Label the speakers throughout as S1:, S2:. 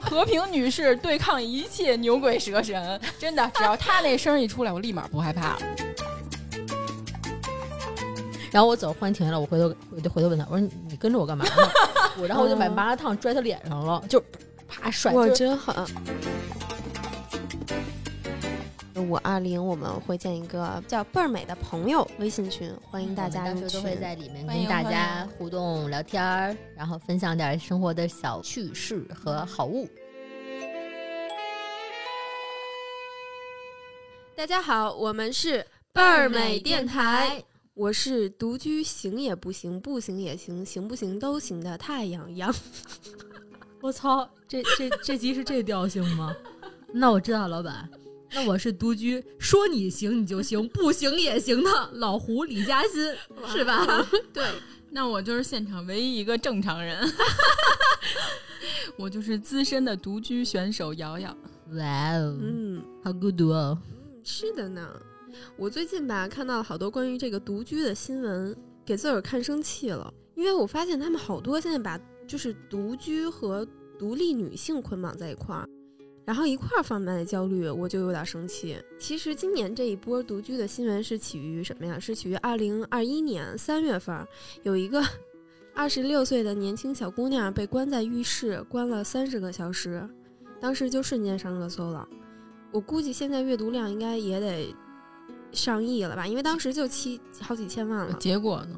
S1: 和平女士对抗一切牛鬼蛇神，真的，只要她那声儿一出来，我立马不害怕了。
S2: 然后我走换停下来，我回头回头回头问他，我说你你跟着我干嘛呢？ 我然后我
S1: 嗯
S2: 就把麻辣烫拽他脸上了，就啪甩。
S3: 我
S2: 就是
S3: 真狠。五二零我们会建一个叫“倍儿美”的朋友微信群，欢迎大家
S2: 我们
S3: 入
S2: 到时
S3: 群
S2: 候都。会在里面
S1: 欢迎
S2: 跟大
S1: 欢迎
S2: 家互动聊天儿，然后分享点儿生活的小趣事和好物。
S3: 大家好，我们是倍，我是独居行也不行，不行也行，行不行都行的太阳 阳。
S2: 我操，这这这集是这调性吗？那我知道，老板。那我是独居，说你行你就行，不行也行的老胡李嘉欣是吧？
S3: 对，
S1: 那我就是现场唯一一个正常 人，我就是资深的独居选手瑶瑶。
S2: 哇哦，
S3: 嗯，
S2: 好孤独哦！
S3: 是的呢。我最近吧看到了好多关于这个独居的新闻，给自个儿看生气了，因为我发现他们好多现在把就是独居和独立女性捆绑在一块儿。然后一块儿贩卖焦虑，我就有点生气。其实今年这一波独居的新闻是起于什么呀？是起于二零二一年三月份儿，有一个二十六岁的年轻小姑娘被关在浴室，关了三十个小时，当时就瞬间上热搜了。我估计现在阅读量应该也得上亿了吧，因为当时就七好几千万了。
S1: 结果呢，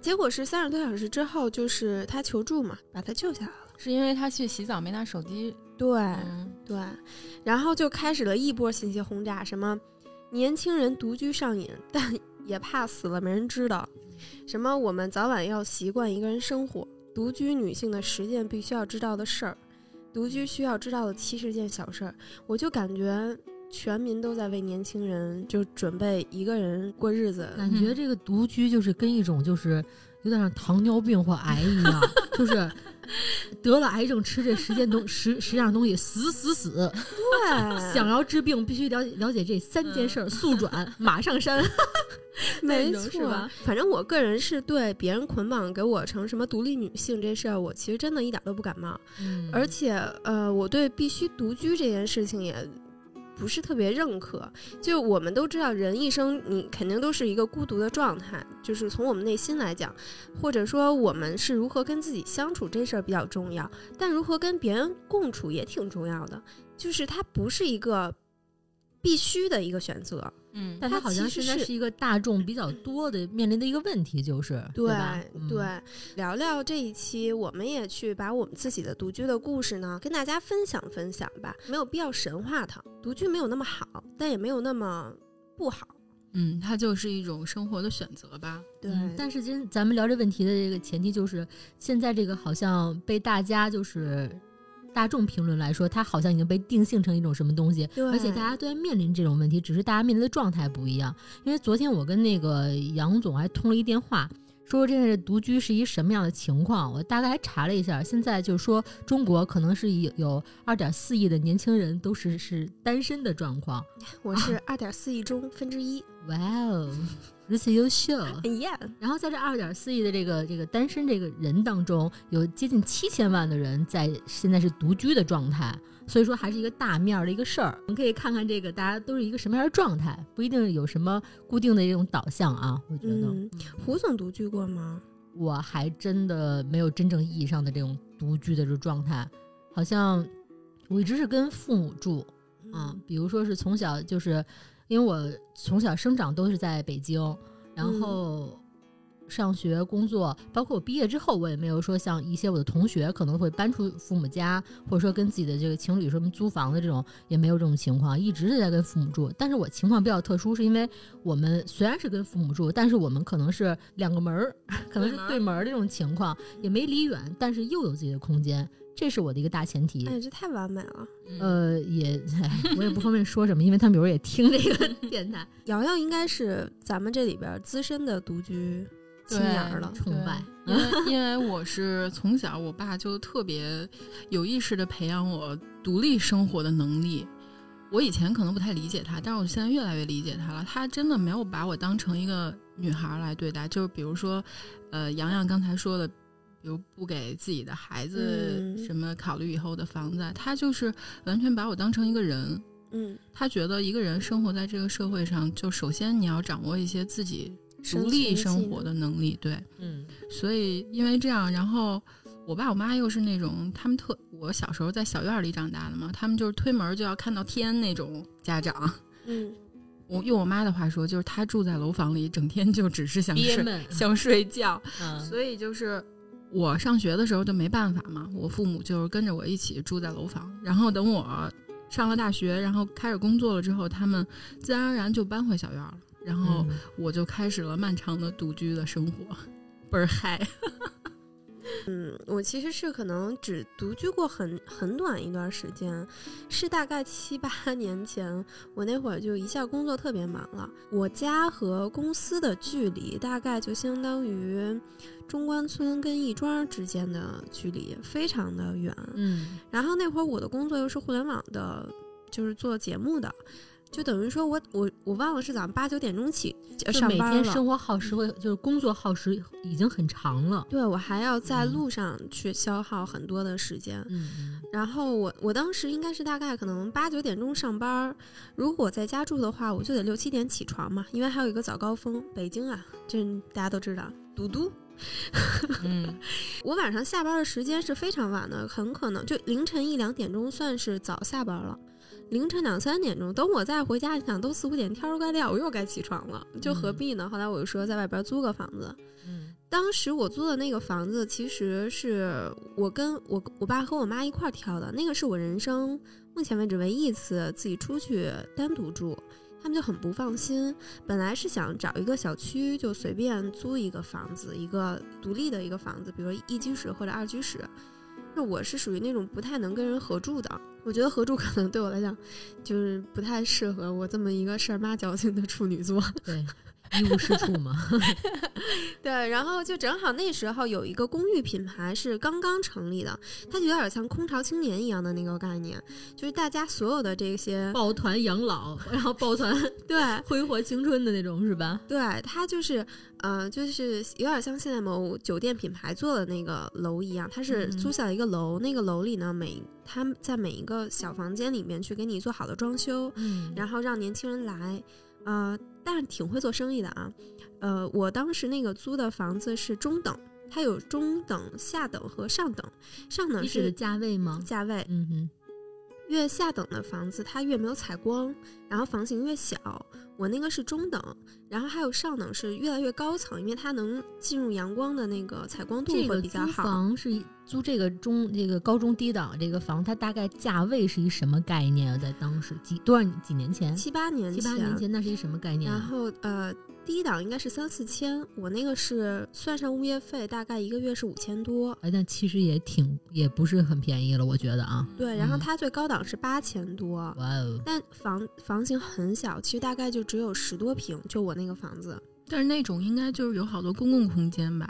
S3: 结果是三十多小时之后，就是她求助嘛，把她救下来了。
S1: 是因为她去洗澡没拿手机。
S3: 对
S1: 嗯，
S3: 对，然后就开始了一波信息轰炸，什么年轻人独居上瘾，但 也怕死了没人知道，什么我们早晚要习惯一个人生活，独居女性的十件必须要知道的事儿，独居需要知道的七十件小事儿，我就感觉。全民都在为年轻人就准备一个人过日子，
S2: 感觉这个独居就是跟一种就是有点像糖尿病或癌一样，就是得了癌症吃这十件东十十样东西死死 死，
S3: 对，
S2: 想要治病必须了解了解这三件事儿，速转马上删。
S3: 没
S2: 种是
S3: 错
S2: 吧，
S3: 反正我个人是对别人捆绑给我成什么独立女性这事儿，我其实真的一点都不感冒。
S2: 嗯
S3: 而且呃，我对必须独居这件事情也不是特别认可。就我们都知道，人一生你肯定都是一个孤独的状态，就是从我们内心来讲，或者说我们是如何跟自己相处这事儿比较重要，但如何跟别人共处也挺重要的。就是它不是一个必须的一个选择，
S1: 嗯，
S2: 但
S3: 它
S2: 它好像
S3: 其实
S2: 现在
S3: 是
S2: 是一个大众比较多的面临的一个问题，就是
S3: 对
S2: 吧？嗯
S3: 对，聊聊这一期，我们也去把我们自己的独居的故事呢，跟大家分享分享吧。没有必要神化它，独居没有那么好，但也没有那么不好。
S1: 嗯，它就是一种生活的选择吧。
S3: 对，
S2: 嗯但是今咱们聊这问题的这个前提就是，现在这个好像被大家就是大众评论来说，它好像已经被定性成一种什么东西，
S3: 对
S2: 而且大家都在面临这种问题，只是大家面临的状态不一样。因为昨天我跟那个杨总还通了一电话。说这是独居是一什么样的情况？我大概还查了一下，现在就是说中国可能是有有二点四亿的年轻人都是是单身的状况。
S3: 我是二点四亿中分之一。
S2: 哇哦，如此优秀！
S3: 哎呀，
S2: 然后在这二点四亿的这个这个单身这个人当中，有接近七千万的人在现在是独居的状态，所以说还是一个大面儿的一个事儿。我们可以看看这个大家都是一个什么样的状态，不一定有什么固定的一种导向啊。我觉得、
S3: 嗯胡总独居过吗？
S2: 我还真的没有真正意义上的这种独居的这种状态，好像我一直是跟父母住，
S3: 嗯
S2: 啊，比如说是从小就是，因为我从小生长都是在北京，然
S3: 嗯
S2: 后上学、工作，包括我毕业之后，我也没有说像一些我的同学可能会搬出父母家，或者说跟自己的这个情侣什么租房的这种，也没有这种情况，一直是在跟父母住。但是我情况比较特殊，是因为我们虽然是跟父母住，但是我们可能是两个门儿， 可能是对门儿这嗯种情况，也没离远，但是又有自己的空间，这是我的一个大前提。
S3: 哎，这太完美了。
S1: 嗯，
S2: 呃，也我也不方便说什么，因为他们有时候也听这个电台，
S3: 瑶瑶应该是咱们这里边资深的独居青
S1: 对
S3: 年儿了。
S2: 崇拜。
S1: 因为因为我是从小我爸就特别有意识的培养我独立生活的能力。我以前可能不太理解他，但是我现在越来越理解他了。他真的没有把我当成一个女孩儿来对待，就是比如说，呃，洋洋刚才说的，比如不给自己的孩子
S3: 嗯
S1: 什么考虑以后的房子啊，他就是完全把我当成一个人。
S3: 嗯，
S1: 他觉得一个人生活在这个社会上，就首先你要掌握一些自己独立生活
S3: 的，
S1: 的能力，对。
S2: 嗯
S1: 所以因为这样，然后我爸我妈又是那种他们特，我小时候在小院儿里长大的嘛，他们就是推门儿就要看到天那种家长。
S3: 嗯，
S1: 我用我妈的话说，就是她住在楼房里，整天就只是想
S2: 憋
S1: 睡，
S2: 闷，
S1: 想睡觉。
S2: 嗯
S1: 所以就是我上学的时候就没办法嘛，我父母就是跟着我一起住在楼房，然后等我上了大学，然后开始工作了之后，他们自然而然就搬回小院儿了，然后
S2: 嗯
S1: 我就开始了漫长的独居的生活， 倍儿 嗨。
S3: 嗯，我其实是可能只独居过很很短一段时间，是大概七八 年前，我那会儿就一下工作特别忙了，我家和公司的距离大概就相当于中关村跟亦庄之间的距离，非常的远。
S2: 嗯
S3: 然后那会儿我的工作又是互联网的，就是做节目的。就等于说我我我忘了是早上八九点钟起呃
S2: 就
S3: 上
S2: 每
S3: 班
S2: 天
S3: 了
S2: 生活耗时会就是工作耗时已经很长了，
S3: 对我还要在
S2: 嗯
S3: 路上去消耗很多的时间，
S2: 嗯
S3: 然后我我当时应该是大概可能八九点钟上班儿，如果在家住的话，我就得六七点起床嘛，因为还有一个早高峰，北京啊，这大家都知道， 堵都。
S1: 嗯，
S3: 我晚上下班的时间是非常晚的，很可能就凌晨一两点钟算是早下班了。凌晨两三点钟，等我再回家，你想都四五点，天儿都该亮，我又该起床了，就何
S2: 嗯
S3: 必呢？后来我就说在外边租个房子，
S2: 嗯
S3: 当时我租的那个房子，其实是我跟我我爸和我妈一块儿挑的，那个是我人生目前为止唯一一次自己出去单独住，他们就很不放心。本来是想找一个小区就随便租一个房子，一个独立的一个房子，比如一居室或者二居室。那我是属于那种不太能跟人合住的，我觉得合住可能对我来讲就是不太适合我这么一个事儿妈矫情的处女座。
S2: 对，一无是处嘛，
S3: 对，然后就正好那时候有一个公寓品牌是刚刚成立的，它就有点像空巢青年一样的那个概念，就是大家所有的这些，
S1: 哦
S2: 抱团养老， 然后抱团
S3: 对
S2: 挥霍青春的那种是吧？
S3: 对，它就是，呃，就是有点像现在某酒店品牌做的那个楼一样，它是
S1: 嗯
S3: 租下一个楼，那个楼里呢，每它在每一个小房间里面去给你做好的装修，
S2: 嗯
S3: 然后让年轻人来，呃，但是挺会做生意的啊。呃，我当时那个租的房子是中等，它有中等、下等和上等。上等
S2: 你指的
S3: 是
S2: 价位吗？
S3: 价位，
S2: 嗯哼，
S3: 越下等的房子它越没有采光，然后房型越小。我那个是中等，然后还有上等是越来越高层，因为它能进入阳光的那个采光度
S2: 这
S3: 会
S2: 个
S3: 比较
S2: 租
S3: 好。
S2: 房是一租这个中这个高中低档这个房，它大概价位是一什么概念啊？在当时几多少几年前？
S3: 七八年
S2: 七
S3: 前，
S2: 八年前，那是一什么概念
S3: 然
S2: 啊？
S3: 后呃，低档应该是三四千，我那个是算上物业费，大概一个月是五千多。
S2: 哎，但其实也挺也不是很便宜了，我觉得啊。
S3: 对，然后
S2: 嗯
S3: 它最高档是八千多，
S2: 哇哦，
S3: 但房房型很小，其实大概就只有十多平，就我那个房子
S1: 但是那种应该就是有好多公共空间吧，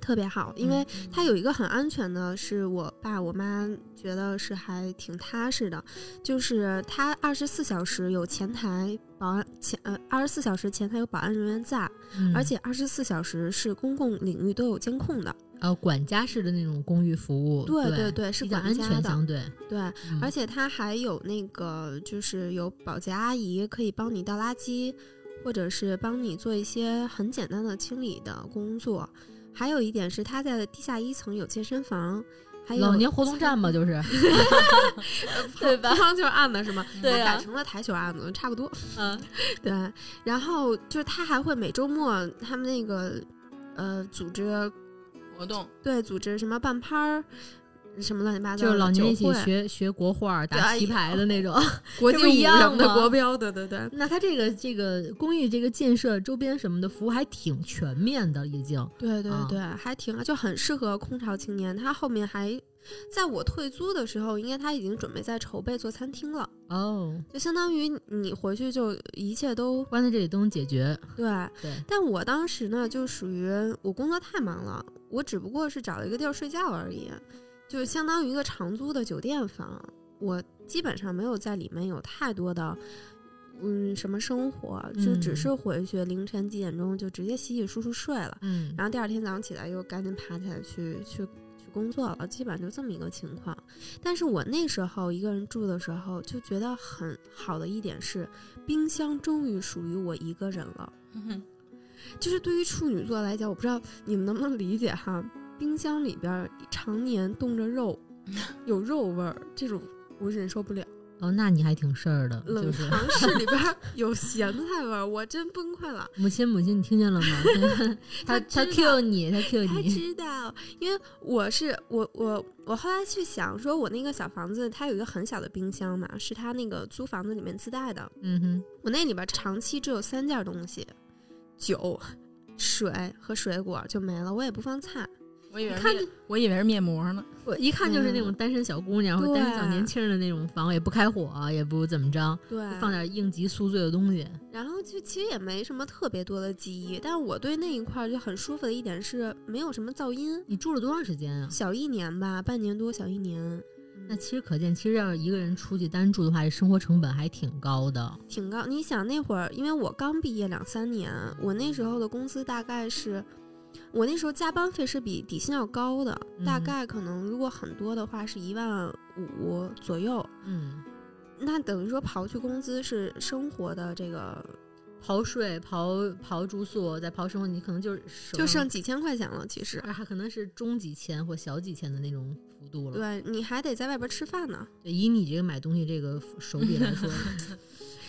S3: 特别好，因为
S1: 嗯
S3: 它有一个很安全的，是我爸我妈觉得是还挺踏实的，就是它二十四小时有前台保安前呃二十四小时前台有保安人员在，
S2: 嗯
S3: 而且二十四小时是公共领域都有监控的。
S2: 呃，管家式的那种公寓服务，
S3: 对
S2: 对
S3: 对对是
S2: 比较
S3: 管
S2: 安
S3: 家
S2: 全
S3: 的
S2: 相对，
S3: 对，
S2: 嗯
S3: 而且它还有那个，就是有保洁阿姨可以帮你倒垃圾，或者是帮你做一些很简单的清理的工作。还有一点是，它在地下一层有健身房，还有
S2: 老年活动 站嘛，就是， 对吧
S3: 乒乓球案子是吗？
S2: 对
S3: 它
S2: 啊
S3: 改成了台球案子，差不多。
S2: 嗯
S3: 对，然后就是它还会每周末他们那个呃组织
S1: 活动。
S3: 对组织什么办拍儿。什么乱七八糟
S2: 就
S3: 的，
S2: 是老年人一起
S3: 酒会
S2: 学学国画儿、
S3: 对
S2: 打
S3: 哎
S2: 棋牌的 那种。
S3: 国
S2: 这
S3: 际
S2: 不一
S3: 舞什
S2: 样
S3: 么的
S2: 吗
S3: 国标，对对对，
S2: 那它这个这个公寓这个建设周边什么的服务还挺全面的，已经。
S3: 对对
S2: 啊
S3: 对，还挺就很适合空巢青年。他后面还，在我退租的时候，应该他已经准备在筹备做餐厅了，
S2: 哦，
S3: 就相当于你回去就一切都
S2: 关在这里都能解决。
S3: 对。
S2: 对，
S3: 但我当时呢，就属于我工作太忙了，我只不过是找了一个地儿睡觉而已，就相当于一个长租的酒店房，我基本上没有在里面有太多的。嗯什么生活，就只是回去凌晨几点钟就直接洗洗漱漱睡了，
S2: 嗯，
S3: 然后第二天早上起来又赶紧爬起来去去去工作了，基本上就这么一个情况。但是我那时候一个人住的时候，就觉得很好的一点是，冰箱终于属于我一个人了。
S1: 嗯
S3: 就是对于处女座来讲，我不知道你们能不能理解哈，冰箱里边儿常年冻着肉，有肉味儿，这种我忍受不了。
S2: 哦，那你还挺事儿的，就
S3: 冷
S2: 是
S3: 藏室里边儿有咸菜味儿，我真崩溃了。
S2: 母亲母亲，你听见 了吗？ 他他
S3: 他知道
S2: Q 你，他 Q
S3: 他
S2: 你，
S3: 知道，因为我是我我我后来去想，说我那个小房子它有一个很小的冰箱嘛，是他那个租房子里面自带的。
S2: 嗯哼，
S3: 我那里边长期只有三件东西：酒、水和水果就没了，我也不放菜。
S1: 我以为
S2: 你
S1: 是
S2: 看
S1: 面我以为是面膜呢，
S2: 我一看就是那种
S3: 嗯
S2: 单身小姑娘或者单身小
S3: 对
S2: 年轻人的那种房，也不开火，也不怎么着，
S3: 对，
S2: 放点应急宿醉的东西。
S3: 然后就其实也没什么特别多的记忆，但是我对那一块儿就很舒服的一点是没有什么噪音，
S2: 你住了多长时间啊？
S3: 小一年吧，半年多，小一年，
S2: 那
S3: 嗯
S2: 其实可见，其实要是一个人出去单住的话，这生活成本还挺高的。
S3: 挺高。你想那会儿，因为我刚毕业两三年，我那时候的工资大概是，我那时候加班费是比底薪要高的，大
S2: 嗯
S3: 概可能如果很多的话是一万五左右。
S2: 嗯，
S3: 那等于说刨去工资是生活的这个，
S2: 刨税、刨刨住宿，再刨生活，你可能就是手
S3: 就
S2: 上
S3: 剩几千块钱了。其实，
S2: 而还可能是中几千或小几千的那种幅度了。
S3: 对你还得在外边吃饭呢。
S2: 对，以你这个买东西这个手笔来 说，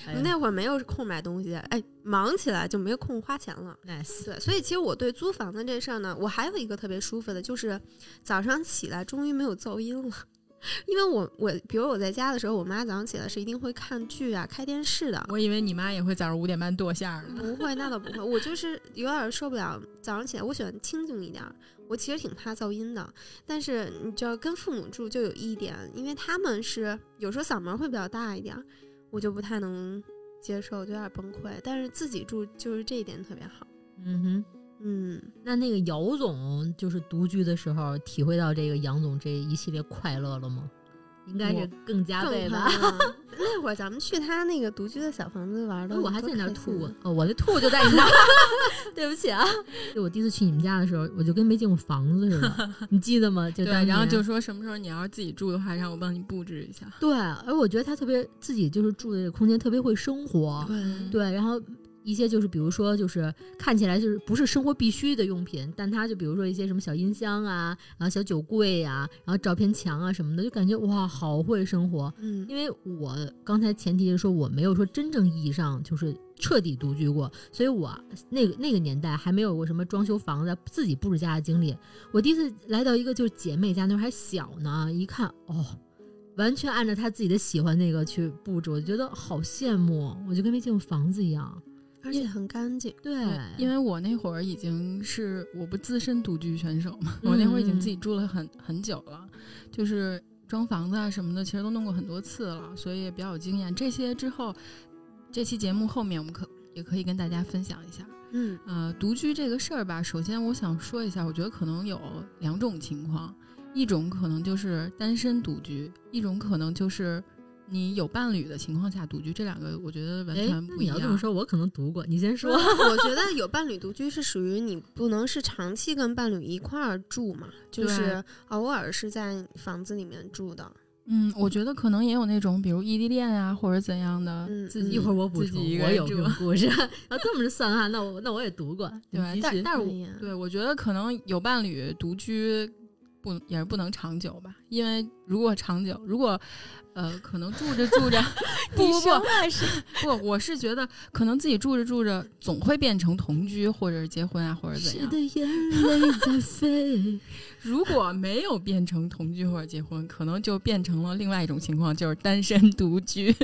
S2: 哎呀
S3: 那会儿没有空买东西，哎，忙起来就没空花钱了。
S2: nice，
S3: 对，所以其实我对租房子这事儿呢，我还有一个特别舒服的，就是早上起来终于没有噪音了。 因为我我比如我在家的时候，我妈早上起来是一定会看剧啊、开电视的，
S1: 我以为你妈也会早上五点半剁馅儿呢。
S3: 不会，那倒不会。我就是有点受不了早上起来，我喜欢清静一点儿。我其实挺怕噪音的，但是你知道，跟父母住就有一点，因为他们是有时候嗓门会比较大一点儿，我就不太能接受，就有点崩溃。但是自己住就是这一点特别好。
S2: 嗯哼。
S3: 嗯，
S2: 那那个姚总就是独居的时候，体会到这个杨总这一系列快乐了吗？应该是
S1: 我
S2: 更加
S3: 更
S2: 倍
S3: 快
S2: 啊吧。
S3: 乐。啊 那会儿咱们去他那个独居的小房子玩
S2: 哎
S3: 的，
S2: 我还在
S3: 多
S2: 你那儿
S3: 开心
S2: 吐
S3: 啊，
S2: 哦，我的吐就在你那儿， 对不起啊。就我第一次去你们家的时候，我就跟没进过房子似的，你记得吗？就
S1: 对，
S2: 当
S1: 然后
S2: 年
S1: 就说什么时候你要是自己住的话，让我帮你布置一下。
S2: 对，而我觉得他特别自己就是住的这个空间特别会生活，
S1: 嗯
S2: 对，然后一些就是比如说就是看起来就是不是生活必需的用品，但它就比如说一些什么小音箱啊，然后小酒柜呀、然后照片墙啊什么的，就感觉哇，好会生活。
S3: 嗯，
S2: 因为我刚才前提是说我没有说真正意义上就是彻底独居过，所以我那个那个年代还没有过什么装修房子、自己布置家的经历。我第一次来到一个就是姐妹家，那会儿还小呢，一看哦，完全按照她自己的喜欢那个去布置，我觉得好羡慕，我就跟没进过房子一样。
S3: 而且很干净。
S2: 对，
S1: 因为我那会儿已经是我不自身独居选手嘛，我那会儿已经自己住了很很久了，就是装房子啊什么的，其实都弄过很多次了，所以也比较有经验。这些之后，这期节目后面我们可也可以跟大家分享一下。
S3: 嗯
S1: 呃，独居这个事儿吧，首先我想说一下，我觉得可能有两种情况，一种可能就是单身独居，一种可能就是你有伴侣的情况下独居，这两个我觉得完
S2: 哎，
S1: 全
S2: 那
S1: 不一
S2: 你
S1: 样。
S2: 要这么说，我可能读过，你先
S3: 说，
S2: 说。
S3: 我 觉得有伴侣独居是属于你不能是长期跟伴侣一块儿住嘛，就是
S1: 对
S3: 偶尔是在房子里面住的。
S1: 嗯，我觉得可能也有那种，比如异地恋啊，或者怎样的，
S3: 嗯
S1: 自己
S2: 一会儿我补
S1: 自
S2: 充，
S1: 己一个
S2: 我
S1: 人
S2: 有这
S1: 住
S2: 种故事。 要这么着算的话，那我那我也读过。你
S1: 对吧
S2: 继，续
S1: 但但是
S3: 哎
S1: 我
S2: 嗯
S3: 呀
S2: 啊
S1: 对我觉得可能有伴侣独居不也是不能长久吧，因为如果长久，如果呃可能住着住 着，不不不 不，我是觉得可能自己住着住着总会变成同居或者是结婚啊或者怎
S2: 谁
S1: 样
S2: 的。眼泪在飞。
S1: 如果没有变成同居或者结婚，可能就变成了另外一种情况，就是单身独居。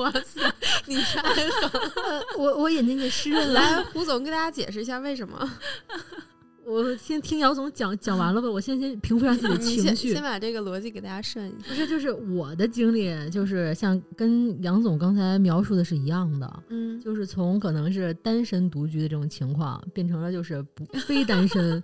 S2: 哇塞，你太狠！
S3: 我
S2: 呃我眼睛给湿润了。
S3: 来，胡总给大家解释一下为什 么？
S2: 我先听姚总讲讲完了吧，我先先平复一下自己的
S3: 嗯你先
S2: 情绪
S3: 先。把这个逻辑给大家顺一下。
S2: 不是，就是我的经历，就是像跟杨总刚才描述的是一样的，
S3: 嗯，
S2: 就是从可能是单身独居的这种情况，变成了就是不非单身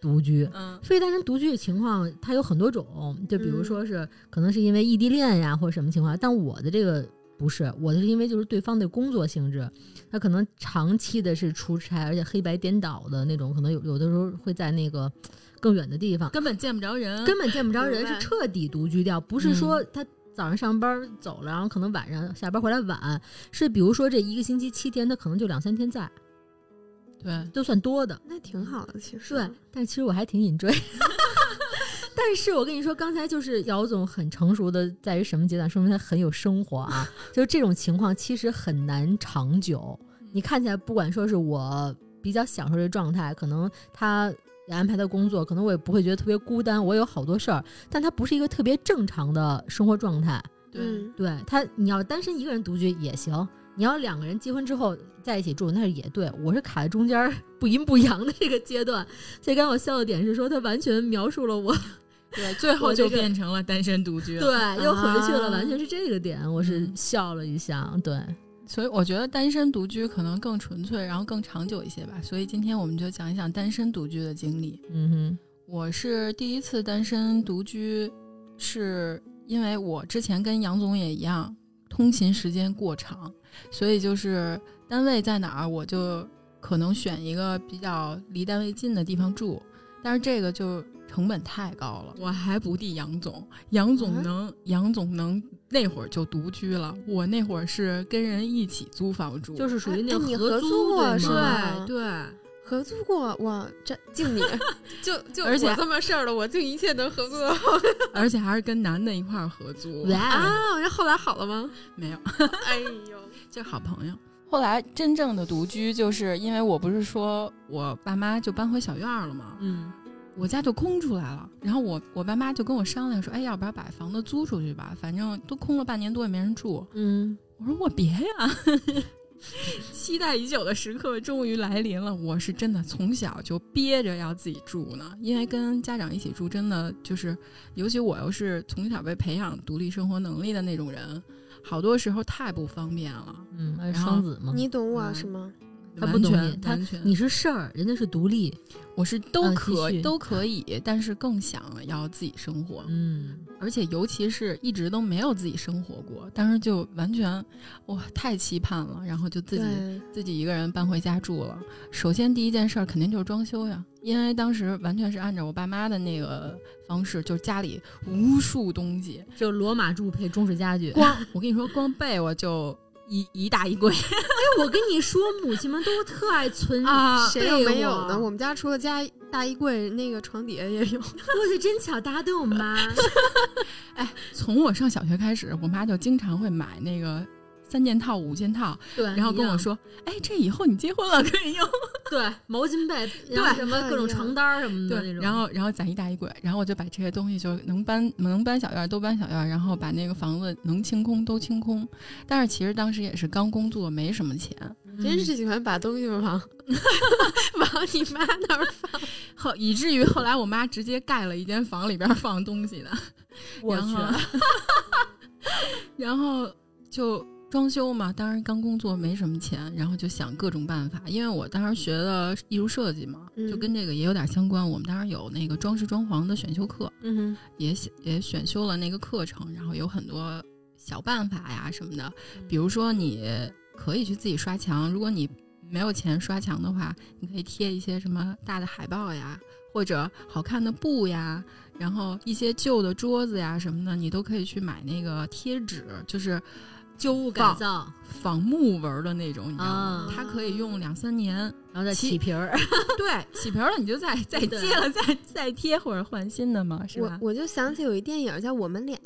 S2: 独居。
S1: 嗯
S2: 非单身独居的情况，它有很多种，就比如
S3: 嗯
S2: 说是、可能是因为异地恋呀，或者什么情况。但我的这个不是，我的是因为就是对方的工作性质，他可能长期的是出差，而且黑白颠倒的那种，可能有有的时候会在那个更远的地方，
S1: 根本见不着人，
S2: 根本见不着人，
S3: 明
S2: 是
S3: 白
S2: 彻底独居掉，不是
S1: 嗯
S2: 说他。早上上班走了，然后可能晚上下班回来晚，是比如说这一个星期七天，他可能就两三天在，
S1: 对，
S2: 都算多的。
S3: 那挺好的，其实
S2: 对，但其实我还挺引 追。但是我跟你说，刚才就是姚总很成熟的，在于什么阶段，说明他很有生活啊。就是这种情况其实很难长久。你看起来，不管说是我比较享受这状态，可能他安排的工作，可能我也不会觉得特别孤单，我有好多事儿，但他不是一个特别正常的生活状态。
S1: 对，
S3: 嗯，
S2: 对他，你要单身一个人独居也行，你要两个人结婚之后在一起住，那也对我是卡在中间儿不阴不阳的这个阶段。所以刚才我笑的点是说，他完全描述了我，
S1: 对，最后
S2: 我这
S1: 就
S2: 个
S1: 变成了单身独居了。
S2: 对，又回去了，
S3: 啊
S2: 完全是这个点，我是
S1: 嗯
S2: 笑了一下，对，
S1: 所以我觉得单身独居可能更纯粹，然后更长久一些吧。所以今天我们就讲一讲单身独居的经历。
S2: 嗯
S1: 我是第一次单身独居，是因为我之前跟杨总也一样，通勤时间过长，所以就是单位在哪儿，我就可能选一个比较离单位近的地方住，但是这个就成本太高了，我还不敌杨总，杨总
S3: 啊
S1: 能，杨总能。那会儿就独居了，我那会儿是跟人一起租房住，
S2: 哼，就是属于那
S3: 哎
S2: 种
S3: 你
S2: 合
S3: 合
S2: 租
S3: 租过
S2: 对
S3: 是
S2: 吗
S3: 吧
S2: 对
S3: 合租过，我这敬你， 就就
S1: 而且
S3: 我这么事儿了，我就一切能合租 的
S1: 而且还是跟男的一块儿合租，
S2: 哇，
S3: 啊。然后后来好了吗？
S1: 没有。
S3: 哎呦，
S1: 就是好朋友。后来真正的独居，就是因为我不是说我爸妈就搬回小院儿了吗？
S2: 嗯
S1: 我家就空出来了。然后我我爸妈就跟我商量说，哎，要不然把房子租出去吧，反正都空了半年多也没人住。
S2: 嗯，
S1: 我说我别呀， 期待已久的时刻终于来临了。我是真的从小就憋着要自己住呢，因为跟家长一起住真的就是，尤其我又是从小被培养独立生活能力的那种人，好多时候太不方便了。
S2: 嗯，而且
S1: 然后
S2: 双子嘛，
S3: 你懂我
S1: 嗯
S3: 是吗？
S2: 他
S1: 完
S2: 不懂
S1: 全
S2: 你他
S1: 完全
S2: 你是事儿，人家是独立，
S1: 我是都
S2: 嗯
S1: 可、
S2: 继续
S1: 都可以，但是更想要自己生活，
S2: 嗯
S1: 而且尤其是一直都没有自己生活过，当时就完全哇太期盼了，然后就自己
S3: 对
S1: 自己一个人搬回家住了。首先第一件事儿肯定就是装修呀，因为当时完全是按照我爸妈的那个方式，就是家里无数东西，
S2: 就罗马柱配中式家具。
S1: 光我跟你说光被窝就一一大衣柜
S2: 我跟你说，母亲们都特爱存
S1: 啊
S3: 嗯谁又没有呢？
S2: 我
S3: 我们家除了家大衣柜，那个床底下也有。
S2: 哇塞，真巧，大家都有妈。
S1: 从我上小学开始，我妈就经常会买那个三件套、五件套，
S2: 对，
S1: 然后跟我
S2: 一样，
S1: 说：“哎，这以后你结婚了可以用。
S2: 对，哎毛巾被，
S3: 对
S2: 然后什么各种
S3: 一样
S2: 床单儿什”么的 那
S1: 对，
S2: 种。
S1: 然后然后攒一大衣柜，然后我就把这些东西就能搬能搬小院儿都搬小院儿，然后把那个房子能清空都清空。但是其实当时也是刚工作，没什么钱。
S2: 嗯
S3: 真是喜欢把东西往 往你妈那儿放。
S1: 后以至于后来我妈直接盖了一间房，里边儿放东西的。
S2: 我
S1: 然
S2: 去，
S1: 后 然后就装修嘛，当然刚工作没什么钱，然后就想各种办法。因为我当时学的艺术设计嘛，
S3: 嗯
S1: 就跟这个也有点相关。我们当时有那个装饰装潢的选修课，
S3: 嗯
S1: 也选也选修了那个课程，然后有很多小办法呀什么的，
S3: 嗯
S1: 比如说你可以去自己刷墙，如果你没有钱刷墙的话，你可以贴一些什么大的海报呀，或者好看的布呀，然后一些旧的桌子呀什么的，你都可以去买那个贴纸，就是
S2: 旧物改
S1: 仿
S2: 造，
S1: 仿木纹的那种，你知道吗？
S2: 啊
S1: 它可以用两三年，
S2: 然后再
S1: 其
S2: 起皮 儿。
S1: 对，起皮儿了你就再再
S2: 对
S1: 接了再再贴或者换新的嘛，是
S3: 我
S1: 吧？
S3: 我就想起有一电影叫《我们俩》，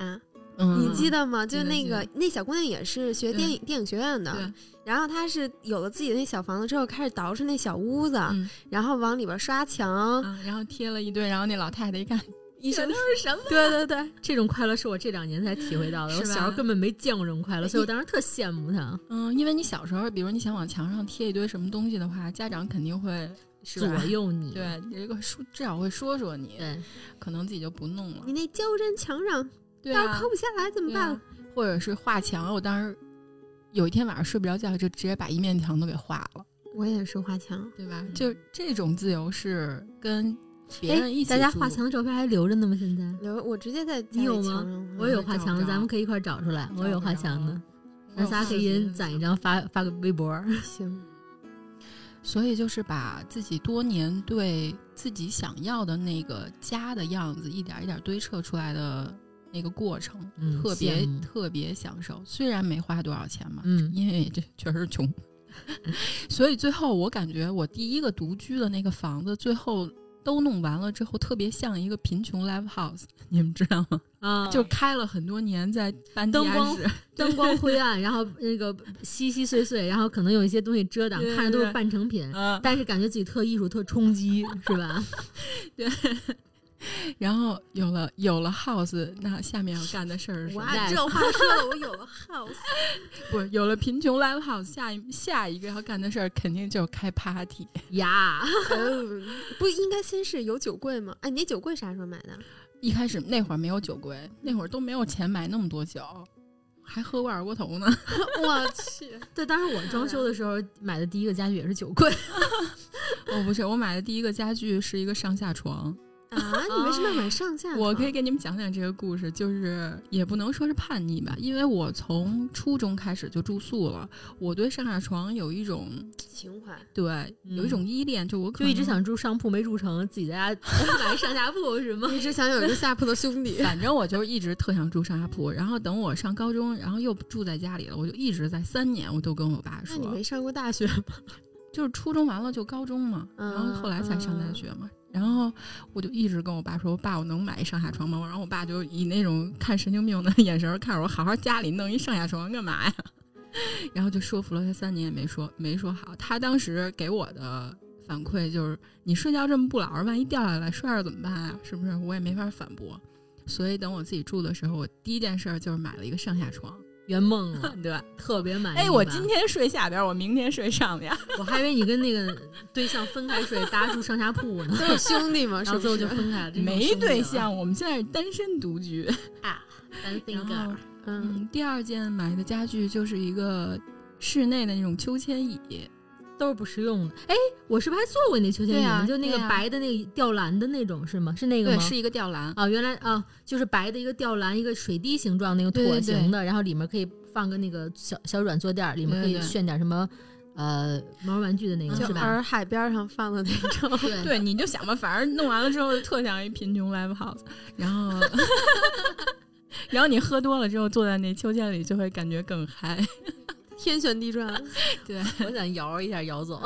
S1: 嗯，
S3: 你记得吗？就
S1: 记得
S3: 那
S1: 记
S3: 个那小姑娘也是学电影电影学院的
S1: 对，
S3: 然后她是有了自己的那小房子之后，开始捯饬那小屋子，
S1: 嗯
S3: 然后往里边刷墙，
S1: 啊，然后贴了一堆，然后那老太太一看，
S3: 一身
S1: 这
S3: 是什么？对对对，
S2: 这种快乐是我这两年才体会到的，
S1: 是
S2: 我
S1: 吧
S2: 小时候根本没见过这种快乐，所以我当时特羡慕他。
S1: 嗯，因为你小时候，比如你想往墙上贴一堆什么东西的话，家长肯定会是
S2: 左
S1: 吧？
S2: 右你，
S1: 对，这个说至少会说说你，
S2: 对
S1: 可能自己就不弄了
S3: 你。那胶粘墙上
S1: 对
S3: 要是
S1: 啊
S3: 抠，不下来怎么
S1: 对啊
S3: 办？
S1: 或者是画墙，我当时有一天晚上睡不着觉，就直接把一面墙都给画了，
S3: 我也是画墙，
S1: 对吧
S2: 嗯？
S1: 就这种自由是跟别人一
S2: 哎，
S1: 起
S2: 大家
S1: 住
S2: 画墙的照片还留着呢吗？现在
S3: 留我直接在家
S2: 你有
S3: 里
S2: 吗
S3: 墙上画
S2: 我有画
S1: 找不
S2: 墙的，
S1: 着
S2: 咱们可以一块儿找出来。
S1: 找
S2: 我有
S1: 不
S2: 画
S1: 着
S2: 墙的
S1: 了，
S2: 咱仨可以攒一张发发个微博。
S3: 行，
S1: 所以就是把自己多年对自己想要的那个家的样子，一点一点堆砌出来的那个过程，
S2: 嗯
S1: 特别
S2: 羡慕
S1: 特别享受。虽然没花多少钱嘛，
S2: 嗯
S1: 因为这确实穷， 所以最后我感觉我第一个独居的那个房子，最后都弄完了之后，特别像一个贫穷 live house，你们知道吗？
S2: 啊，
S1: 就开了很多年在班地
S2: 灯
S1: 下
S2: 光
S1: 室，
S2: 灯光灰暗，然后那个稀稀碎碎，然后可能有一些东西遮挡，
S1: 对
S2: 看着都
S1: 对
S2: 是半成品，
S1: 嗯，
S2: 但是感觉自己特艺术、特冲击，是吧？
S1: 然后有了有了 house，那下面要干的事儿是什么？
S3: 哇，这话说的我有了 house，
S1: 不，有了贫穷 live house，下一下一个要干的事儿肯定就是开 party。
S2: 呀，
S3: 嗯不应该先是有酒柜吗？哎，你那酒柜啥时候买的？
S1: 一开始那会儿没有酒柜，那会儿都没有钱买那么多酒，还喝过二锅头呢。
S3: 我去，
S2: 对，当时我装修的时候买的第一个家具也是酒柜，
S1: 哦，不是，我买的第一个家具是一个上下床。
S3: 啊，你为什么要买上下？
S1: 我可以，给你们讲讲这个故事，就是也不能说是叛逆吧，因为我从初中开始就住宿了，我对上下床有一种
S3: 情怀，
S1: 对有一种依恋，嗯就我可
S2: 就
S1: 能
S2: 一直。想住上铺没住成，自己在家 买上下铺是吗？
S3: 一直想有一个下铺的兄弟。
S1: 反正我就是一直特想住上下铺，然后等我上高中，然后又住在家里了，我就一直在三年，我都跟我爸
S3: 那
S1: 说，
S3: 你没上过大学吗？
S1: 就是初中完了就高中嘛，
S3: 嗯
S1: 然后后来才上大学嘛。然后我就一直跟我爸说：“爸，我能买一上下床吗？”然后我爸就以那种看神经病的 眼神看着我，好好家里弄一上下床干嘛呀？ 然后就说服了他三年也没说没说好。他当时给我的反馈就是：“你睡觉这么不老实，万一掉下来摔着怎么办啊？是不是？”我也没法反驳。所以等我自己住的时候，我第一件事儿就是买了一个上下床，
S2: 圆梦了，
S1: 对吧？
S2: 特别满意吧。
S1: 哎，我今天睡下边儿，我明天睡上边儿。
S2: 我还以为你跟那个对象分开睡，大家住上下 铺呢，
S3: 都有兄弟 嘛，
S2: 然
S3: 是嗯
S2: 后
S3: 不？
S2: 最后就是分开了，真是
S1: 没
S2: 兄弟
S1: 对
S2: 了
S1: 象，我们现在是单身独居。
S2: 啊。单
S1: 然后
S2: single，
S3: 嗯，
S1: 嗯，第二件买的家具就是一个室内的那种秋千椅，
S2: 都是不实用的。哎，我是不是还做过你那秋千
S1: 对
S2: 椅
S1: 呀
S2: 呢？就那个
S1: 对呀啊
S2: 白的那个吊篮的那种是吗？是那个
S1: 对，
S2: 吗？
S1: 是一个吊篮。
S2: 啊，原来啊，就是白的一个吊篮，一个水滴形状那个
S1: 对对
S2: 椭形的，然后里面可以放个那个小小软坐垫儿，里面可
S1: 对
S2: 以
S1: 对对嗯
S2: 炫点什么呃毛绒玩具的那个
S3: 就是
S2: 吧？。
S3: 洱海边上放的那种
S2: 对
S1: 对，你就想吧，反正弄完了之后特像一贫穷 live house，然后， 然后你喝多了之后坐在那秋千里就会感觉更嗨。
S3: 天旋地转，
S1: 对，
S2: 我想摇一下摇走。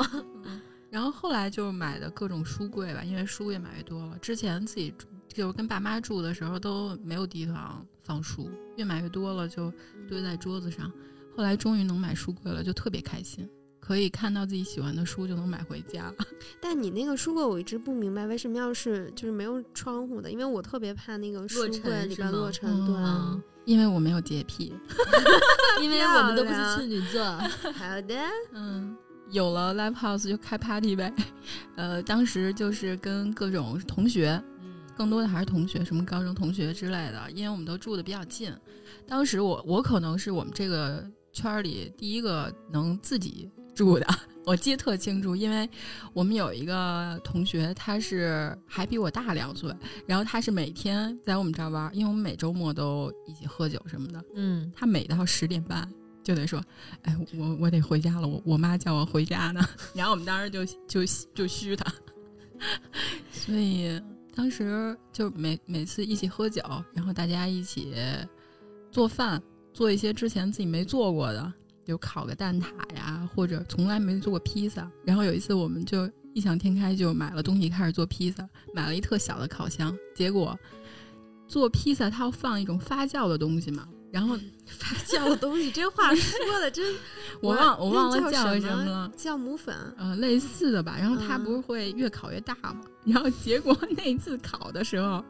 S1: 然后后来就买的各种书柜吧，因为书越买越多了。之前自己住就是跟爸妈住的时候都没有地方放书，越买越多了就堆在桌子上。后来终于能买书柜了，就特别开心，可以看到自己喜欢的书就能买回家。
S3: 但你那个书柜我一直不明白为什么要是就是没有窗户的，因为我特别怕那个书
S2: 落尘
S3: 柜里
S2: 是
S3: 边
S2: 吗
S3: 落尘。
S1: 嗯
S3: 对，啊
S2: 嗯，
S1: 因为我没有洁癖，
S2: 因为我们都不
S3: 漂
S2: 是
S3: 亮
S2: 处女座，
S3: 好 的，
S1: 嗯，有了 live house 就开 party 呗。呃，当时就是跟各种同学，更多的还是同学，什么高中同学之类的，因为我们都住的比较近。当时我我可能是我们这个圈儿里第一个能自己住的，我记得特清楚，因为我们有一个同学，他是还比我大两岁，然后他是每天在我们这儿玩儿，因为我们每周末都一起喝酒什么的，
S2: 嗯，
S1: 他每到十点半就得说：“哎，我我得回家了，我我妈叫我回家呢。” 然后我们当时就就就虚他， 所以当时就每每次一起喝酒，然后大家一起做饭，做一些之前自己没做过的，就烤个蛋挞呀，或者从来没做过披萨。然后有一次我们就异想天开，就买了东西开始做披萨，买了一特小的烤箱，结果。做披萨，它要放一种发酵的东西嘛，然后
S3: 发酵的东西，这话说的 真
S1: 我
S3: 哇
S1: 忘我
S3: 那
S1: 忘了
S3: 叫
S1: 叫
S3: 什
S1: 什么
S3: 么
S1: 了，
S3: 酵母 粉，
S1: 呃，类似的吧。然后它
S3: 嗯
S1: 不是会越烤越大吗？ 然后结果那次烤的时候，